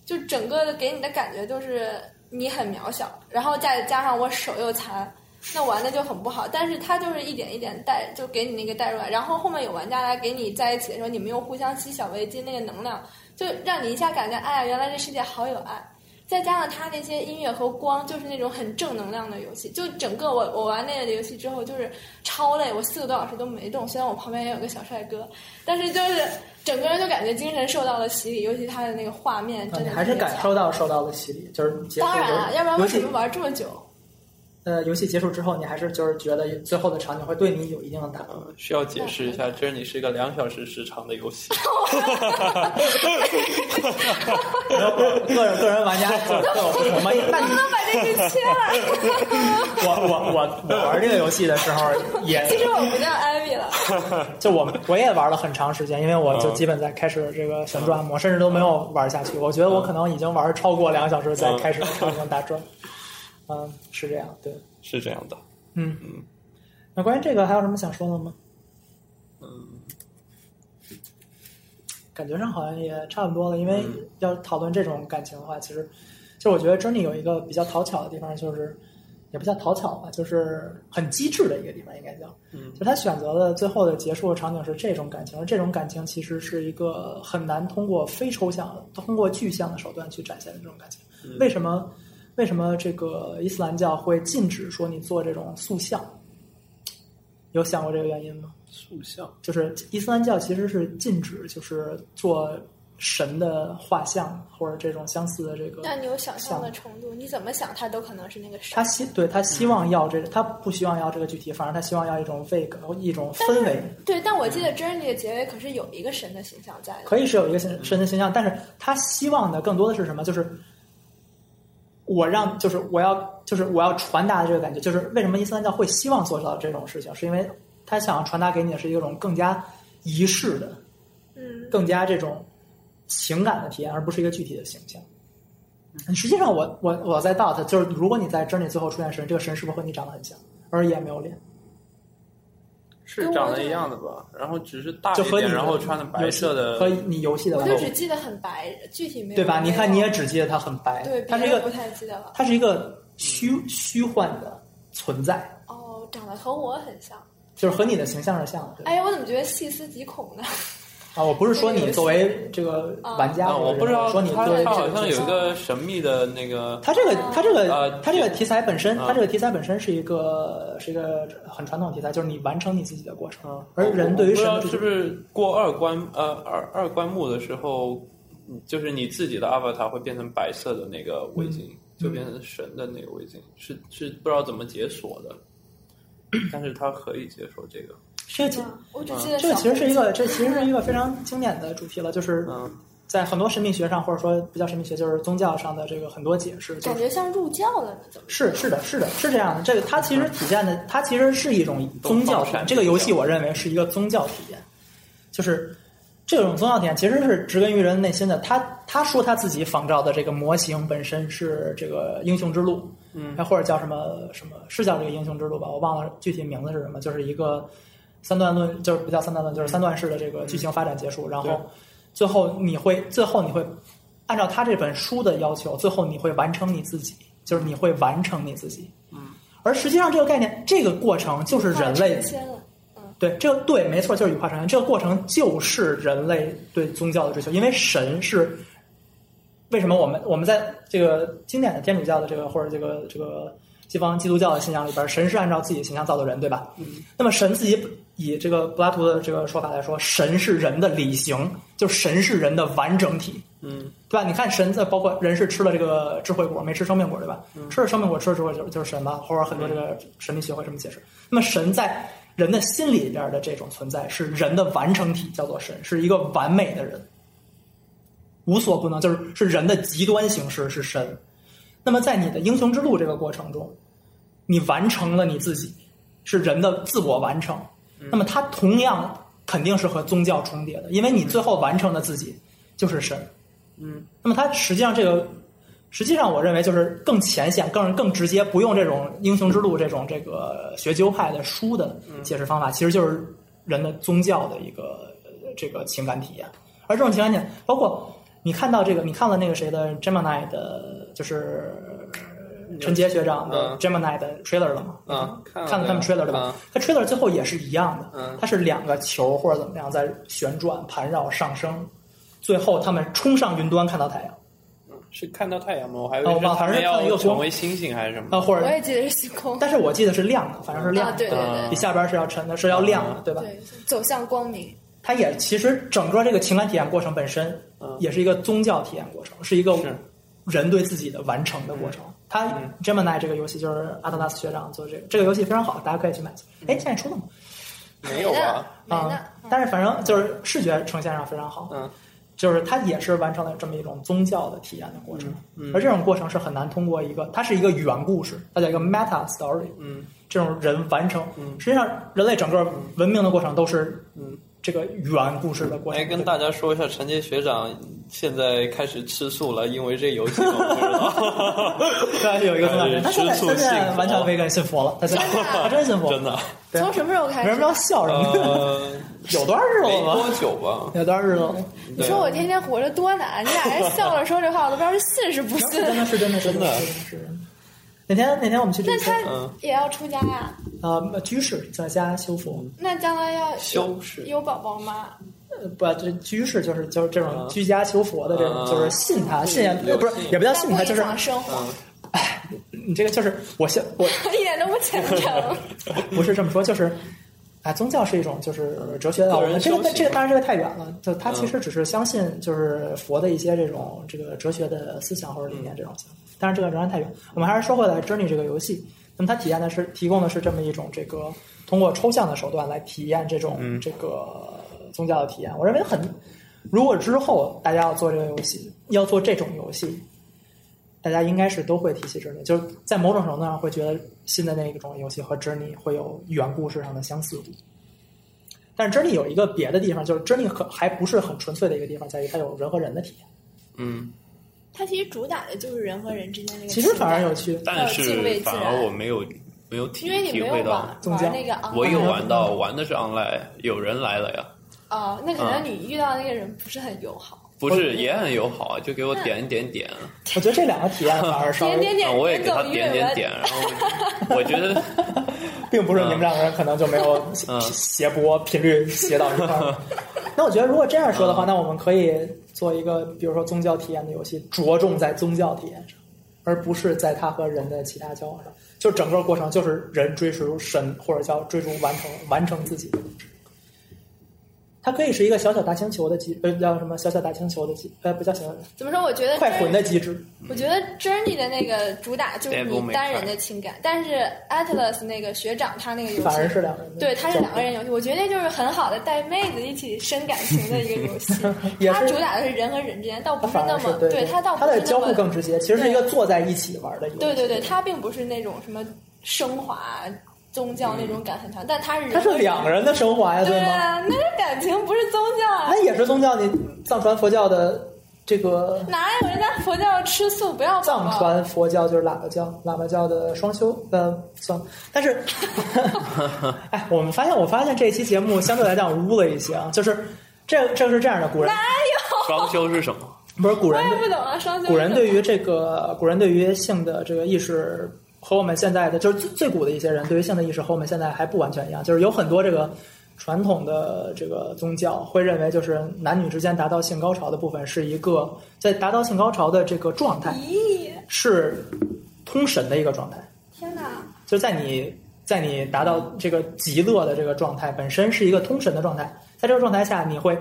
Speaker 2: 就整个的给你的感觉就是你很渺小。然后再加上我手又残，那玩的就很不好。但是它就是一点一点带，就给你那个代入感。然后后面有玩家来给你在一起的时候，你们又互相吸小围巾，那个能量就让你一下感觉，哎呀，原来这世界好有爱。再加上它那些音乐和光，就是那种很正能量的游戏。就整个我我玩那个游戏之后，就是超累，我四个多小时都没动。虽然我旁边也有个小帅哥，但是就是整个人就感觉精神受到了洗礼，尤其它的那个画面
Speaker 1: 啊
Speaker 2: 真
Speaker 1: 你
Speaker 2: 的
Speaker 1: 还是
Speaker 2: 特别
Speaker 1: 感
Speaker 2: 强
Speaker 1: 受到受到了洗礼，就是结束
Speaker 2: 当然了，
Speaker 1: 游
Speaker 2: 要不然为
Speaker 1: 游
Speaker 2: 什么
Speaker 1: 戏
Speaker 2: 玩这么久？
Speaker 1: 呃游戏结束之后，你还是就是觉得最后的场景会对你有一定的打动。
Speaker 3: 嗯，需要解释一下，这你是一个两小时时长的游戏。
Speaker 1: 然后个个人个人 玩家就各有不同嘛，那你
Speaker 2: 他把这句切了，
Speaker 1: 我我我我玩这个游戏的时候也
Speaker 2: 其实我不叫艾米了。
Speaker 1: 就我我也玩了很长时间，因为我就基本在开始这个旋转模，甚至都没有玩下去。我觉得我可能已经玩超过两个小时，再开始场景打转。嗯，是这样，对，
Speaker 3: 是这样的，
Speaker 1: 嗯嗯。那关于这个还有什么想说的吗？
Speaker 3: 嗯，
Speaker 1: 感觉上好像也差不多了，因为
Speaker 3: 嗯
Speaker 1: 要讨论这种感情的话，其实就我觉得 Journey 有一个比较讨巧的地方，就是也不叫讨巧吧，就是很机智的一个地方，应该叫。
Speaker 3: 嗯
Speaker 1: 就他选择的最后的结束的场景是这种感情，而这种感情其实是一个很难通过非抽象的、通过具象的手段去展现的这种感情。为什么？为什么这个伊斯兰教会禁止说你做这种塑像？有想过这个原因吗？
Speaker 3: 塑像，
Speaker 1: 就是伊斯兰教其实是禁止，就是做神的画像或者这种相似的这个。
Speaker 2: 那你有想象的
Speaker 1: 像
Speaker 2: 程度，你怎么想它都可能是那个神
Speaker 1: 他。希对他希望要这个，他不希望要这个具体，反而他希望要一种味感，一种氛围。
Speaker 2: 对，但我记得真人那个结尾可是有一个神的形象在的。
Speaker 1: 可以是有一个神神的形象，但是他希望的更多的是什么？就是我让，就是我要，就是我要传达的这个感觉，就是为什么伊斯兰教会希望做到这种事情，是因为他想要传达给你的是一种更加仪式的、
Speaker 2: 嗯，
Speaker 1: 更加这种情感的体验，而不是一个具体的形象。实际上我，我我在 doubt，就是如果你在真理最后出现神，这个神是不是和你长得很像，而也没有脸？
Speaker 3: 是长得一样的吧？然后只是大
Speaker 1: 就
Speaker 3: 一
Speaker 1: 和你
Speaker 3: 点，然后穿的白色的，
Speaker 1: 和你游戏的
Speaker 2: 我
Speaker 1: 玩
Speaker 2: 就
Speaker 1: 偶，
Speaker 2: 只记得很白，具体没有。
Speaker 1: 对吧？你看你也
Speaker 2: 没
Speaker 1: 只记得他很白
Speaker 2: 有对，，
Speaker 1: 他是一
Speaker 2: 别
Speaker 1: 个
Speaker 2: 的不太记得了。
Speaker 1: 它是一个虚虚幻的存在，
Speaker 2: 哦，长得和我很像。
Speaker 1: 就是和你的形象是像的。
Speaker 2: 哎呀，我怎么觉得细思极恐呢？
Speaker 1: 啊，我不是说你作为这个玩家
Speaker 3: 啊，
Speaker 1: 或者人，
Speaker 3: 我不知道
Speaker 1: 我说你
Speaker 3: 他
Speaker 1: 作为
Speaker 3: 他
Speaker 1: 这
Speaker 3: 好像
Speaker 1: 个
Speaker 3: 有一个神秘的那个，
Speaker 1: 它这个它这个
Speaker 3: 呃
Speaker 1: 它这个题材本身，
Speaker 3: 啊
Speaker 1: 它这个题材本身是一个是一个很传统的题材，就是你完成你自己的过程
Speaker 3: 嗯。
Speaker 1: 而人对
Speaker 3: 我
Speaker 1: 于
Speaker 3: 不
Speaker 1: 神
Speaker 3: 知
Speaker 1: 的
Speaker 3: 道
Speaker 1: 追
Speaker 3: 是
Speaker 1: 求
Speaker 3: 不是过二关呃二二关目的时候，就是你自己的 avatar 会变成白色的那个围
Speaker 1: 嗯
Speaker 3: 巾，就变成神的那个围巾，是是不知道怎么解锁的，但是它可以解锁这个，
Speaker 1: 这个
Speaker 2: 嗯我只记得
Speaker 1: 这个
Speaker 2: 小
Speaker 1: 其实是一
Speaker 2: 红
Speaker 1: 个这其实是一个非常经典的主题了，就是
Speaker 3: 嗯，
Speaker 1: 在很多神秘学上，或者说不叫神秘学，就是宗教上的这个很多解释，
Speaker 2: 旗
Speaker 1: 就
Speaker 2: 感
Speaker 1: 是
Speaker 2: 觉像入教了呢，怎么？
Speaker 1: 是是的，是的，是这样的。这个它其实体现的，它其实是一种宗教体验。这个游戏我认为是一个宗教体验，就是这种宗教体验其实是植根于人内心的。他他说他自己仿照的这个模型本身是这个英雄之路，
Speaker 3: 嗯，
Speaker 1: 哎或者叫什么什么，是叫这个英雄之路吧？我忘了具体名字是什么，就是一个三段论，就是不叫三段论，就是三段式的这个剧情发展结束，然后
Speaker 3: 嗯对
Speaker 1: 最后你会最后你会按照他这本书的要求，最后你会完成你自己，就是你会完成你自己。
Speaker 3: 嗯，
Speaker 1: 而实际上这个概念，这个过程就是人类
Speaker 2: 成仙了。
Speaker 1: 对这个对，没错，就是羽化成仙。这个过程就是人类对宗教的追求，因为神是为什么我们我们在这个经典的天主教的这个或者这个这个西方基督教的信仰里边，神是按照自己的形象造的人，对吧？
Speaker 3: 嗯。
Speaker 1: 那么神自己以这个柏拉图的这个说法来说，神是人的理型，就神是人的完整体。
Speaker 3: 嗯，
Speaker 1: 对吧？你看神呃在，包括人是吃了这个智慧果，没吃生命果，对吧？吃了生命果，吃了智慧就是就是神吧，或者很多这个神秘学会这么解释。那么神在人的心里边的这种存在，是人的完成体，叫做神，是一个完美的人，无所不能，就是是人的极端形式是神。那么在你的英雄之路这个过程中，你完成了你自己，是人的自我完成。那么它同样肯定是和宗教重叠的，因为你最后完成的自己就是神。那么它实际上这个，实际上我认为就是更浅显、更更直接，不用这种《英雄之路》这种这个学究派的书的解释方法，其实就是人的宗教的一个呃这个情感体验。而这种情感体验，包括你看到这个，你看了那个谁的 Gemini 的，就是呃陈杰学长的
Speaker 3: 嗯
Speaker 1: Gemini 的 trailer 了吗？
Speaker 3: 啊，看
Speaker 1: 看了他们 trailer 对吧？？它 trailer 最后也是一样的
Speaker 3: 嗯，
Speaker 1: 它是两个球或者怎么样在旋转、盘绕、上升，最后他们冲上云端看到太阳。
Speaker 3: 嗯是看到太阳吗？我还以
Speaker 1: 哦
Speaker 3: 为
Speaker 1: 我好像
Speaker 3: 他
Speaker 1: 是
Speaker 3: 们
Speaker 1: 看到一个
Speaker 3: 要
Speaker 1: 光
Speaker 3: 成为星星还是什么
Speaker 1: 啊，？或
Speaker 2: 我
Speaker 1: 者，
Speaker 2: 也记得是星空。
Speaker 1: 但是我记得是亮的，反正是亮
Speaker 2: 啊，
Speaker 1: 的，
Speaker 2: 对对
Speaker 3: 啊
Speaker 2: 对
Speaker 1: 比下边是要沉的，是要亮的，对吧？
Speaker 2: 对，走向光明。
Speaker 1: 它也其实整个这个情感体验过程本身
Speaker 3: 嗯，
Speaker 1: 也是一个宗教体验过程，是一个
Speaker 3: 是嗯
Speaker 1: 人对自己的完成的过程。它 Gemini 这个游戏就是阿特拉斯学长做这个，这个游戏非常好，大家可以去买一下。
Speaker 3: 嗯
Speaker 1: 哎，现在出了吗？
Speaker 3: 没有吧？
Speaker 2: 没呢嗯
Speaker 1: 啊，但是反正就是视觉呈现上非常好，
Speaker 3: 嗯，
Speaker 1: 就是它也是完成了这么一种宗教的体验的过程，
Speaker 3: 嗯嗯
Speaker 1: 而这种过程是很难通过一个，它是一个原故事，它叫一个 meta story，
Speaker 3: 嗯
Speaker 1: 这种人完成，
Speaker 3: 嗯
Speaker 1: 实际上人类整个文明的过程都是
Speaker 3: 嗯。
Speaker 1: 这个原故事的过程
Speaker 3: 来，跟
Speaker 1: 对
Speaker 3: 大家说一下，陈杰学长现在开始吃素了，因为这游戏我不知 道，
Speaker 1: 对有一个宗教人，
Speaker 3: 哎
Speaker 1: 他现在
Speaker 3: 吃素
Speaker 1: 他现
Speaker 3: 信
Speaker 1: 在
Speaker 3: 佛
Speaker 1: 完全被人信佛了，他现在 他真信佛，
Speaker 3: 真的。
Speaker 1: 对
Speaker 2: 从什么时候开
Speaker 1: 没人
Speaker 2: 始
Speaker 1: 不知？道笑什么，
Speaker 3: 呃，
Speaker 1: 有段日子
Speaker 3: 没
Speaker 1: 了
Speaker 3: 多
Speaker 1: 吗？
Speaker 3: 久吧。
Speaker 1: 有段日子 了吗，
Speaker 2: 你说我天天活着多难？你俩人笑着说这话，我都不知道是信是不信。
Speaker 1: 真的是真的是
Speaker 3: 真的
Speaker 1: 是。那天那天我们去
Speaker 2: 那
Speaker 1: 这些
Speaker 2: 他
Speaker 3: 嗯
Speaker 2: 也要出家呀、
Speaker 1: 啊、呃居士在家修复，
Speaker 2: 那将来要
Speaker 3: 修
Speaker 2: 有
Speaker 3: 饰
Speaker 2: 有宝宝吗？
Speaker 1: 呃不，这居士就是就是这种
Speaker 3: 啊
Speaker 1: 居家修佛的这种，
Speaker 3: 啊嗯
Speaker 1: 就是信他信
Speaker 3: 有
Speaker 1: 也不是
Speaker 3: 信
Speaker 1: 也不叫
Speaker 2: 那
Speaker 1: 信
Speaker 2: 不
Speaker 1: 他，就
Speaker 2: 影
Speaker 1: 是
Speaker 2: 响生活，
Speaker 3: 嗯
Speaker 1: 你这个就是我信我
Speaker 2: 一点都不虔诚。
Speaker 1: 不是这么说，就是啊，宗教是一种就是哲学的
Speaker 3: 个
Speaker 1: 我
Speaker 3: 人
Speaker 1: 们这
Speaker 3: 修
Speaker 1: 个
Speaker 3: 行
Speaker 1: 这个当然这个太远了，就他
Speaker 3: 嗯
Speaker 1: 其实只是相信就是佛的一些这种这个哲学的思想或者理
Speaker 3: 嗯
Speaker 1: 念这种想法，当然这个仍然太远。我们还是说回来 Journey 这个游戏，那么它体验的是提供的是这么一种这个通过抽象的手段来体验这种、
Speaker 3: 嗯
Speaker 1: 这个宗教的体验，我认为很。如果之后大家要做这个游戏，要做这种游戏，大家应该是都会提起 Journey，就是在某种程度上会觉得新的那一种游戏和 Journey 会有原故事上的相似度。但是 Journey 有一个别的地方，就是 Journey 可还不是很纯粹的一个地方，在于它有人和人的体验。
Speaker 3: 嗯，
Speaker 2: 他其实主打的就是人和人之间那个
Speaker 1: 其
Speaker 2: 情感，
Speaker 1: 实反而有趣，
Speaker 3: 但
Speaker 2: 还有敬畏
Speaker 3: 是
Speaker 2: 自
Speaker 3: 反
Speaker 2: 然
Speaker 3: 而我没有没有体
Speaker 2: 因为你
Speaker 3: 体
Speaker 2: 没有
Speaker 3: 会
Speaker 2: 玩
Speaker 3: 到，
Speaker 1: 宗教
Speaker 2: 玩那个啊，
Speaker 3: 我有玩到，玩的是 online，有人来了呀，
Speaker 2: 哦，那可
Speaker 3: 嗯
Speaker 2: 能你遇到那个人不是很友好，
Speaker 3: 不是也很友好啊，就给我点一点点啊，
Speaker 1: 我觉得这两个体验反而稍
Speaker 2: 点
Speaker 1: 微
Speaker 2: 点
Speaker 3: 啊
Speaker 2: 点，
Speaker 3: 我也给他
Speaker 2: 人走
Speaker 3: 点
Speaker 2: 一
Speaker 3: 点
Speaker 2: 人
Speaker 3: 点，然后我我觉得
Speaker 1: 并不是你们两个人可能就没有
Speaker 3: 嗯
Speaker 1: 斜播频率斜到一块儿。那我觉得如果这样说的话，那我们可以做一个，比如说宗教体验的游戏，着重在宗教体验上，而不是在它和人的其他交往上。就整个过程就是人追逐神，或者叫追逐完成完成自己的它可以是一个小小打星球的机，呃，叫什么小小打星球的机，呃，不叫小小
Speaker 2: 怎么说？我觉得
Speaker 1: 快魂的机制。
Speaker 2: 我觉得 Journey 的那个主打就是你单人的情感，但是 Atlas 那个学长他那个游
Speaker 1: 反而
Speaker 2: 戏，
Speaker 1: 是两个人的交
Speaker 2: 对，
Speaker 1: 互，
Speaker 2: 它是两个人游戏，我觉得那就是很好的带妹子一起深感情的一个游戏。
Speaker 1: 也
Speaker 2: 它
Speaker 1: 是
Speaker 2: 主打的是人和人之间，倒不
Speaker 1: 它
Speaker 2: 是
Speaker 1: 反
Speaker 2: 那
Speaker 1: 而是
Speaker 2: 么
Speaker 1: 对
Speaker 2: 它倒
Speaker 1: 它
Speaker 2: 不是
Speaker 1: 的
Speaker 2: 那
Speaker 1: 交互
Speaker 2: 么
Speaker 1: 更直接，其实是一个坐在一起玩的游戏。
Speaker 2: 对对对，它并不是那种什么升华宗教那种感很强，但它是人
Speaker 1: 它是
Speaker 2: 和
Speaker 1: 两个人的升华呀，
Speaker 2: 对
Speaker 1: 吗？哎
Speaker 2: 啊，那是感情不是宗教啊
Speaker 1: 它，也是宗教，你藏传佛教的这个
Speaker 2: 哪有人家佛教吃素不要宝
Speaker 1: 藏
Speaker 2: 宝
Speaker 1: 传佛教就是喇嘛教，喇嘛教的双修，呃，算了。但 是，哎，我们发现，我发现这期节目相对来讲污了一些啊，就是这这是这样的，古人
Speaker 3: 双修是什么？
Speaker 1: 不是古人
Speaker 2: 我也
Speaker 1: 对
Speaker 2: 不懂啊，双修
Speaker 1: 古人
Speaker 2: 是什么
Speaker 1: 对于这个古人对于性的这个意识和我们现在的就是最最古的一些人对于性的意识和我们现在还不完全一样，就是有很多这个传统的这个宗教会认为，就是男女之间达到性高潮的部分是一个在达到性高潮的这个状态
Speaker 2: 咦，
Speaker 1: 是通神的一个状态，
Speaker 2: 天哪！
Speaker 1: 就在你在你达到这个极乐的这个状态本身是一个通神的状态，在这个状态下你会。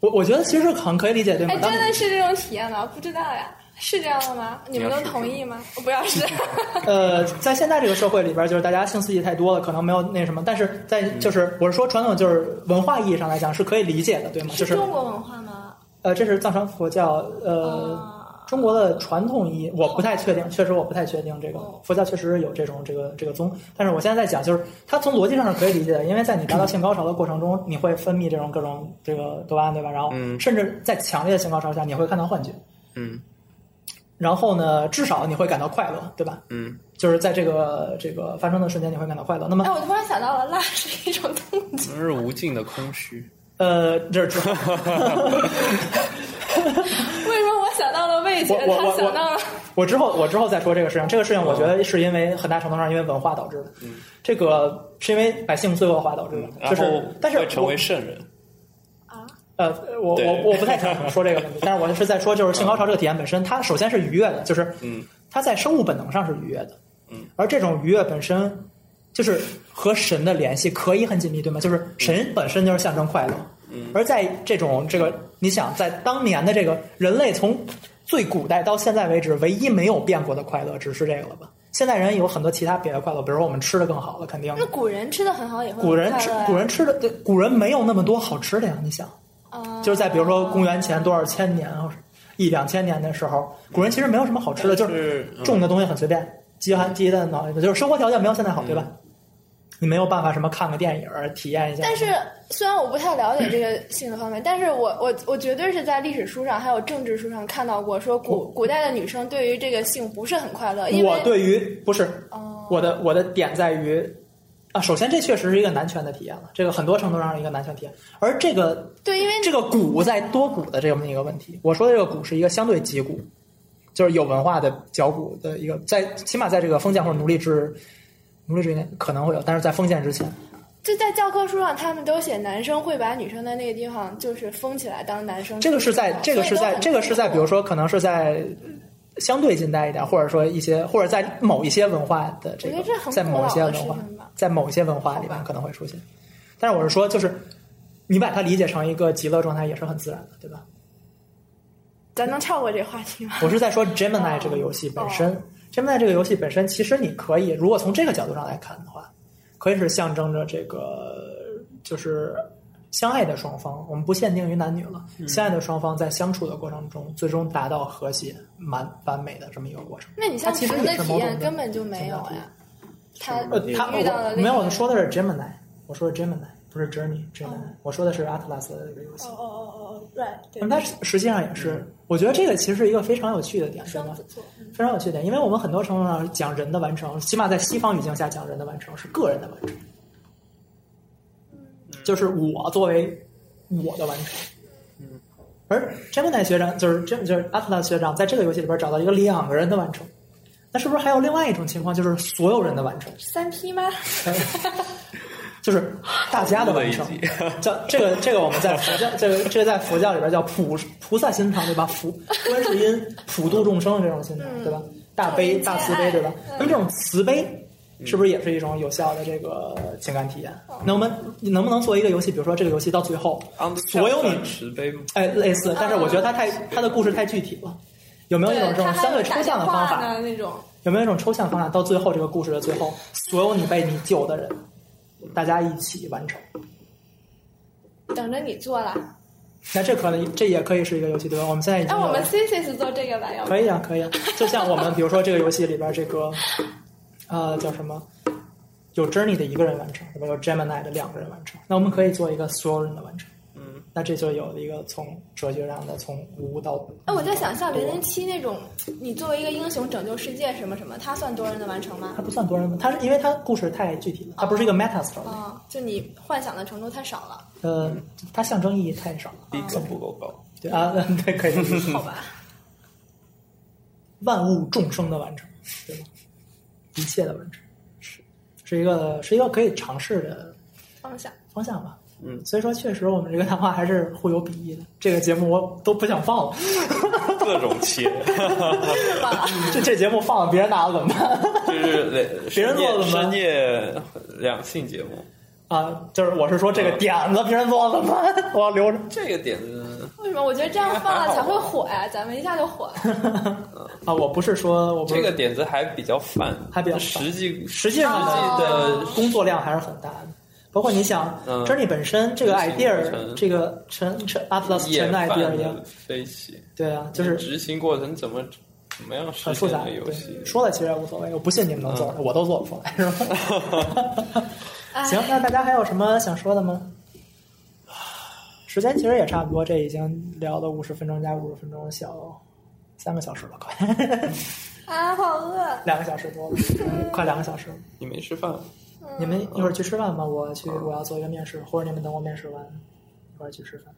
Speaker 1: 我我觉得其实很可以理解，对吗
Speaker 2: 哎，？
Speaker 1: 当
Speaker 2: 真
Speaker 1: 你
Speaker 2: 的是这种体验吗？不知道呀，是这样的吗？你们
Speaker 3: 你要
Speaker 2: 能
Speaker 3: 试试
Speaker 2: 同意吗？我不要试。
Speaker 1: 呃，在现在这个社会里边，就是大家性刺激太多了，可能没有那什么，但是在就是我是说传统就是文化意义上来讲是可以理解的，对吗？就是
Speaker 2: 中国文化吗？
Speaker 1: 呃，这是藏传佛教呃
Speaker 2: 啊，
Speaker 1: 中国的传统意义，我不太确定，确实我不太确定这个
Speaker 2: 哦
Speaker 1: 佛教确实有这种这个这个宗，但是我现在在讲就是它从逻辑上是可以理解的，因为在你达到性高潮的过程中，你会分泌这种各种这个多巴胺，对吧？然后
Speaker 3: 嗯
Speaker 1: 甚至在强烈的性高潮下，你会看到幻觉，
Speaker 3: 嗯
Speaker 1: 然后呢，至少你会感到快乐，对吧？
Speaker 3: 嗯，
Speaker 1: 就是在这个这个发生的瞬间，你会感到快乐。那
Speaker 2: 哎，
Speaker 1: 么，
Speaker 2: 我突然想到了，辣是一种痛觉。
Speaker 3: 那是无尽的空虚。
Speaker 1: 呃，这是之后
Speaker 2: 为什么我想到了味觉，
Speaker 1: 我我
Speaker 2: 他
Speaker 1: 我
Speaker 2: 想到了？
Speaker 1: 我之后我之后再说这个事情。这个事情我觉得是因为很大程度上因为文化导致的，这个是因为百姓罪恶化导致的。
Speaker 3: 嗯然
Speaker 1: 就
Speaker 3: 后
Speaker 1: 是，但是
Speaker 3: 会成
Speaker 1: 我
Speaker 3: 为圣人，
Speaker 2: 啊
Speaker 1: 呃，我
Speaker 3: 对
Speaker 1: 我我不太想说这个问题，但是我是在说 就是性高潮这个体验本身，它首先是愉悦的，就是
Speaker 3: 嗯
Speaker 1: 它在生物本能上是愉悦的，
Speaker 3: 嗯，
Speaker 1: 而这种愉悦本身就是和神的联系可以很紧密，对吗？就是神本身就是象征快乐，
Speaker 3: 嗯，
Speaker 1: 而在这种这个，你想在当年的这个人类从最古代到现在为止，唯一没有变过的快乐只是这个了吧？现代人有很多其他别的快乐，比如说我们吃的更好了，肯定
Speaker 2: 那古人吃的很好也会
Speaker 1: 古人吃
Speaker 2: 很快乐呀
Speaker 1: 古人吃的，对古人没有那么多好吃的呀，你想。
Speaker 2: 啊
Speaker 1: 就是在比如说公元前多少千年啊，一两千年的时候，古人其实没有什么好吃的，就是
Speaker 3: 是嗯
Speaker 1: 种的东西很随便，鸡蛋鸡蛋脑袋，就是生活条件没有现在好，对吧？你没有办法什么看个电影儿体验一下，
Speaker 2: 但是虽然我不太了解这个性的方面，但是我我我绝对是在历史书上还有政治书上看到过，说古古代的女生对于这个性不是很快乐，因为
Speaker 1: 我对于不是
Speaker 2: 哦
Speaker 1: 我的我的点在于。啊，首先这确实是一个男权的体验了，这个很多程度上是一个男权体验，而这个
Speaker 2: 对，因为
Speaker 1: 这个“古”在多古的这么一个问题，我说的这个“古”是一个相对极古，就是有文化的脚骨的一个，在起码在这个封建或者奴隶制奴隶制年可能会有，但是在封建之前，
Speaker 2: 就在教科书上，他们都写男生会把女生的那个地方就是封起来当男生。
Speaker 1: 这个是在这个是在这个是在，比如说可能是在相对近代一点，或者说一些或者在某一些文化的这个
Speaker 2: 我觉得这，很
Speaker 1: 在某一些文
Speaker 2: 古老
Speaker 1: 化
Speaker 2: 的事情吧，
Speaker 1: 在某一些文化里面可能会出现。但是我是说，就是你把它理解成一个极乐状态也是很自然的，对吧？
Speaker 2: 咱能跳过这话 题吗？
Speaker 1: 我是在说 Gemini 这个游戏本
Speaker 2: 哦
Speaker 1: 身。Gemini 这个游戏本身，其实你可以，如果从这个角度上来看的话，可以是象征着这个就是相爱的双方，我们不限定于男女了，
Speaker 2: 嗯
Speaker 1: 相爱的双方在相处的过程中，最终达到和谐、蛮完美的这么一个过程。
Speaker 2: 那你像
Speaker 1: 它其实
Speaker 2: 熊
Speaker 1: 也
Speaker 2: 的
Speaker 1: 是
Speaker 2: 体
Speaker 1: 某种
Speaker 2: 验根本就没有呀，他哦
Speaker 1: 呃，
Speaker 2: 嗯你
Speaker 1: 他
Speaker 2: 遇到了
Speaker 1: 我没有，我
Speaker 2: 的
Speaker 1: 说的是 Gemini，我说是 Gemini，不是 Journey Gemini，、我说的是 Atlas 的这个游戏
Speaker 2: 哦。哦哦哦哦，right，对
Speaker 1: 嗯那么，它实际上也是，我觉得这个其实是一个非常有趣的点，对吧
Speaker 2: 嗯双？子座，嗯
Speaker 1: 非常有趣点，因为我们很多程度上讲人的完成，起码在西方语境下讲人的完成是个人的完成，
Speaker 2: 嗯
Speaker 1: 就是我作为我的完成。
Speaker 2: 嗯
Speaker 1: 而 Gemini 学长就是这就是 Atlas 学长在这个游戏里边找到一个两个人的完成，那是不是还有另外一种情况，就是所有人的完成，
Speaker 2: 三 P 吗？
Speaker 1: 就是大家的完成
Speaker 3: 录了一集？
Speaker 1: 叫这个这个我们在佛教这个这个在佛教里边叫普菩萨心肠对吧？普观世音普度众生这种心肠
Speaker 2: 嗯
Speaker 1: 对吧？大悲
Speaker 2: 众生皆
Speaker 1: 大慈悲
Speaker 2: 爱
Speaker 1: 对吧？
Speaker 2: 嗯
Speaker 1: 那么这种慈悲是不是也是一种有效的这个情感体验？
Speaker 2: 哦
Speaker 1: 那我们能不能做一个游戏？比如说这个游戏到最后，所有你
Speaker 3: 慈悲吗？
Speaker 1: 哎类似，但是我觉得它太它的故事太具体了。有没有一种这种
Speaker 2: 嗯对他还
Speaker 1: 相对
Speaker 2: 有
Speaker 1: 抽
Speaker 2: 打
Speaker 1: 象的
Speaker 2: 电话
Speaker 1: 方法？
Speaker 2: 呢那种，
Speaker 1: 有没有一种抽象方法，到最后这个故事的最后，所有你被你救的人，大家一起完成？
Speaker 2: 等着你做了。
Speaker 1: 那这可能这也可以是一个游戏对吧？我们现在已经
Speaker 2: 哎，
Speaker 1: 有
Speaker 2: 我们 C C 是做这个吧？要不
Speaker 1: 可以啊，可以啊。就像我们比如说这个游戏里边这个，呃，叫什么？有 Journey 的一个人完成，对吧？有 Gemini 的两个人完成。那我们可以做一个所有人的完成。
Speaker 3: 嗯，
Speaker 1: 那这就有了一个从哲学上的从无到
Speaker 2: 哎，我在想像零零七那种，你作为一个英雄拯救世界什么什么，它算多人的完成吗
Speaker 1: 它？不算多人文，它是因为它故事太具
Speaker 2: 哦
Speaker 1: 体了，它不是一个 meta story，、
Speaker 2: 啊，就你幻想的程度太少了，
Speaker 1: 呃，它象征意义太少了。
Speaker 3: 逼格不够 高。
Speaker 1: 对啊，对，可以，
Speaker 2: 好吧？
Speaker 1: 万物众生的完成，对吧？一切的完成是是一个是一个可以尝试的
Speaker 2: 方向。
Speaker 1: 方向吧。
Speaker 3: 嗯
Speaker 1: 所以说确实我们这个谈话还是互有裨益的。这个节目我都不想放了，
Speaker 3: 各种切，嗯
Speaker 1: 这这节目放了别人拿了怎么 办？
Speaker 3: 就是
Speaker 1: 别人
Speaker 3: 深
Speaker 1: 做
Speaker 3: 夜
Speaker 1: 了吗
Speaker 3: 深夜两性节目，
Speaker 1: 啊，就是我是说这个点子别人做了怎么
Speaker 3: 嗯
Speaker 1: 办？我要留着
Speaker 3: 这个点子
Speaker 2: 为什么？我觉得这样放了才会火呀、咱们一下就火了。
Speaker 1: 啊，我不是说我不
Speaker 3: 这
Speaker 1: 是
Speaker 3: 个点子还比较泛，
Speaker 1: 还比较泛
Speaker 3: 实际
Speaker 1: 实际上
Speaker 3: 实
Speaker 1: 的
Speaker 3: 际的
Speaker 1: 工作量还是很大的。包括你想
Speaker 3: 嗯
Speaker 1: j o u r n e y 本身这个
Speaker 3: 执行
Speaker 1: idea，
Speaker 3: 程
Speaker 1: 这个陈陈 Atlas
Speaker 3: 夜
Speaker 1: 陈的
Speaker 3: 饭
Speaker 1: idea 一样，
Speaker 3: 飞起，
Speaker 1: 对啊，就是
Speaker 3: 执行过程怎么怎么样实
Speaker 1: 很复
Speaker 3: 现
Speaker 1: 杂
Speaker 3: 的
Speaker 1: 对
Speaker 3: 游戏，嗯
Speaker 1: 说了其实也无所谓，我不信你们能做出来，我都做不出来，是吧？行，那大家还有什么想说的吗？时间其实也差不多，这已经聊了五十分钟加五十分钟，小三个小时了，快
Speaker 2: 啊，好饿。
Speaker 1: 两个小时多了，快两个小时了。
Speaker 3: 你没吃饭，
Speaker 1: 你们一会儿去吃饭吧，我去，我要做一个面试，或者你们等我面试完一块儿去吃饭。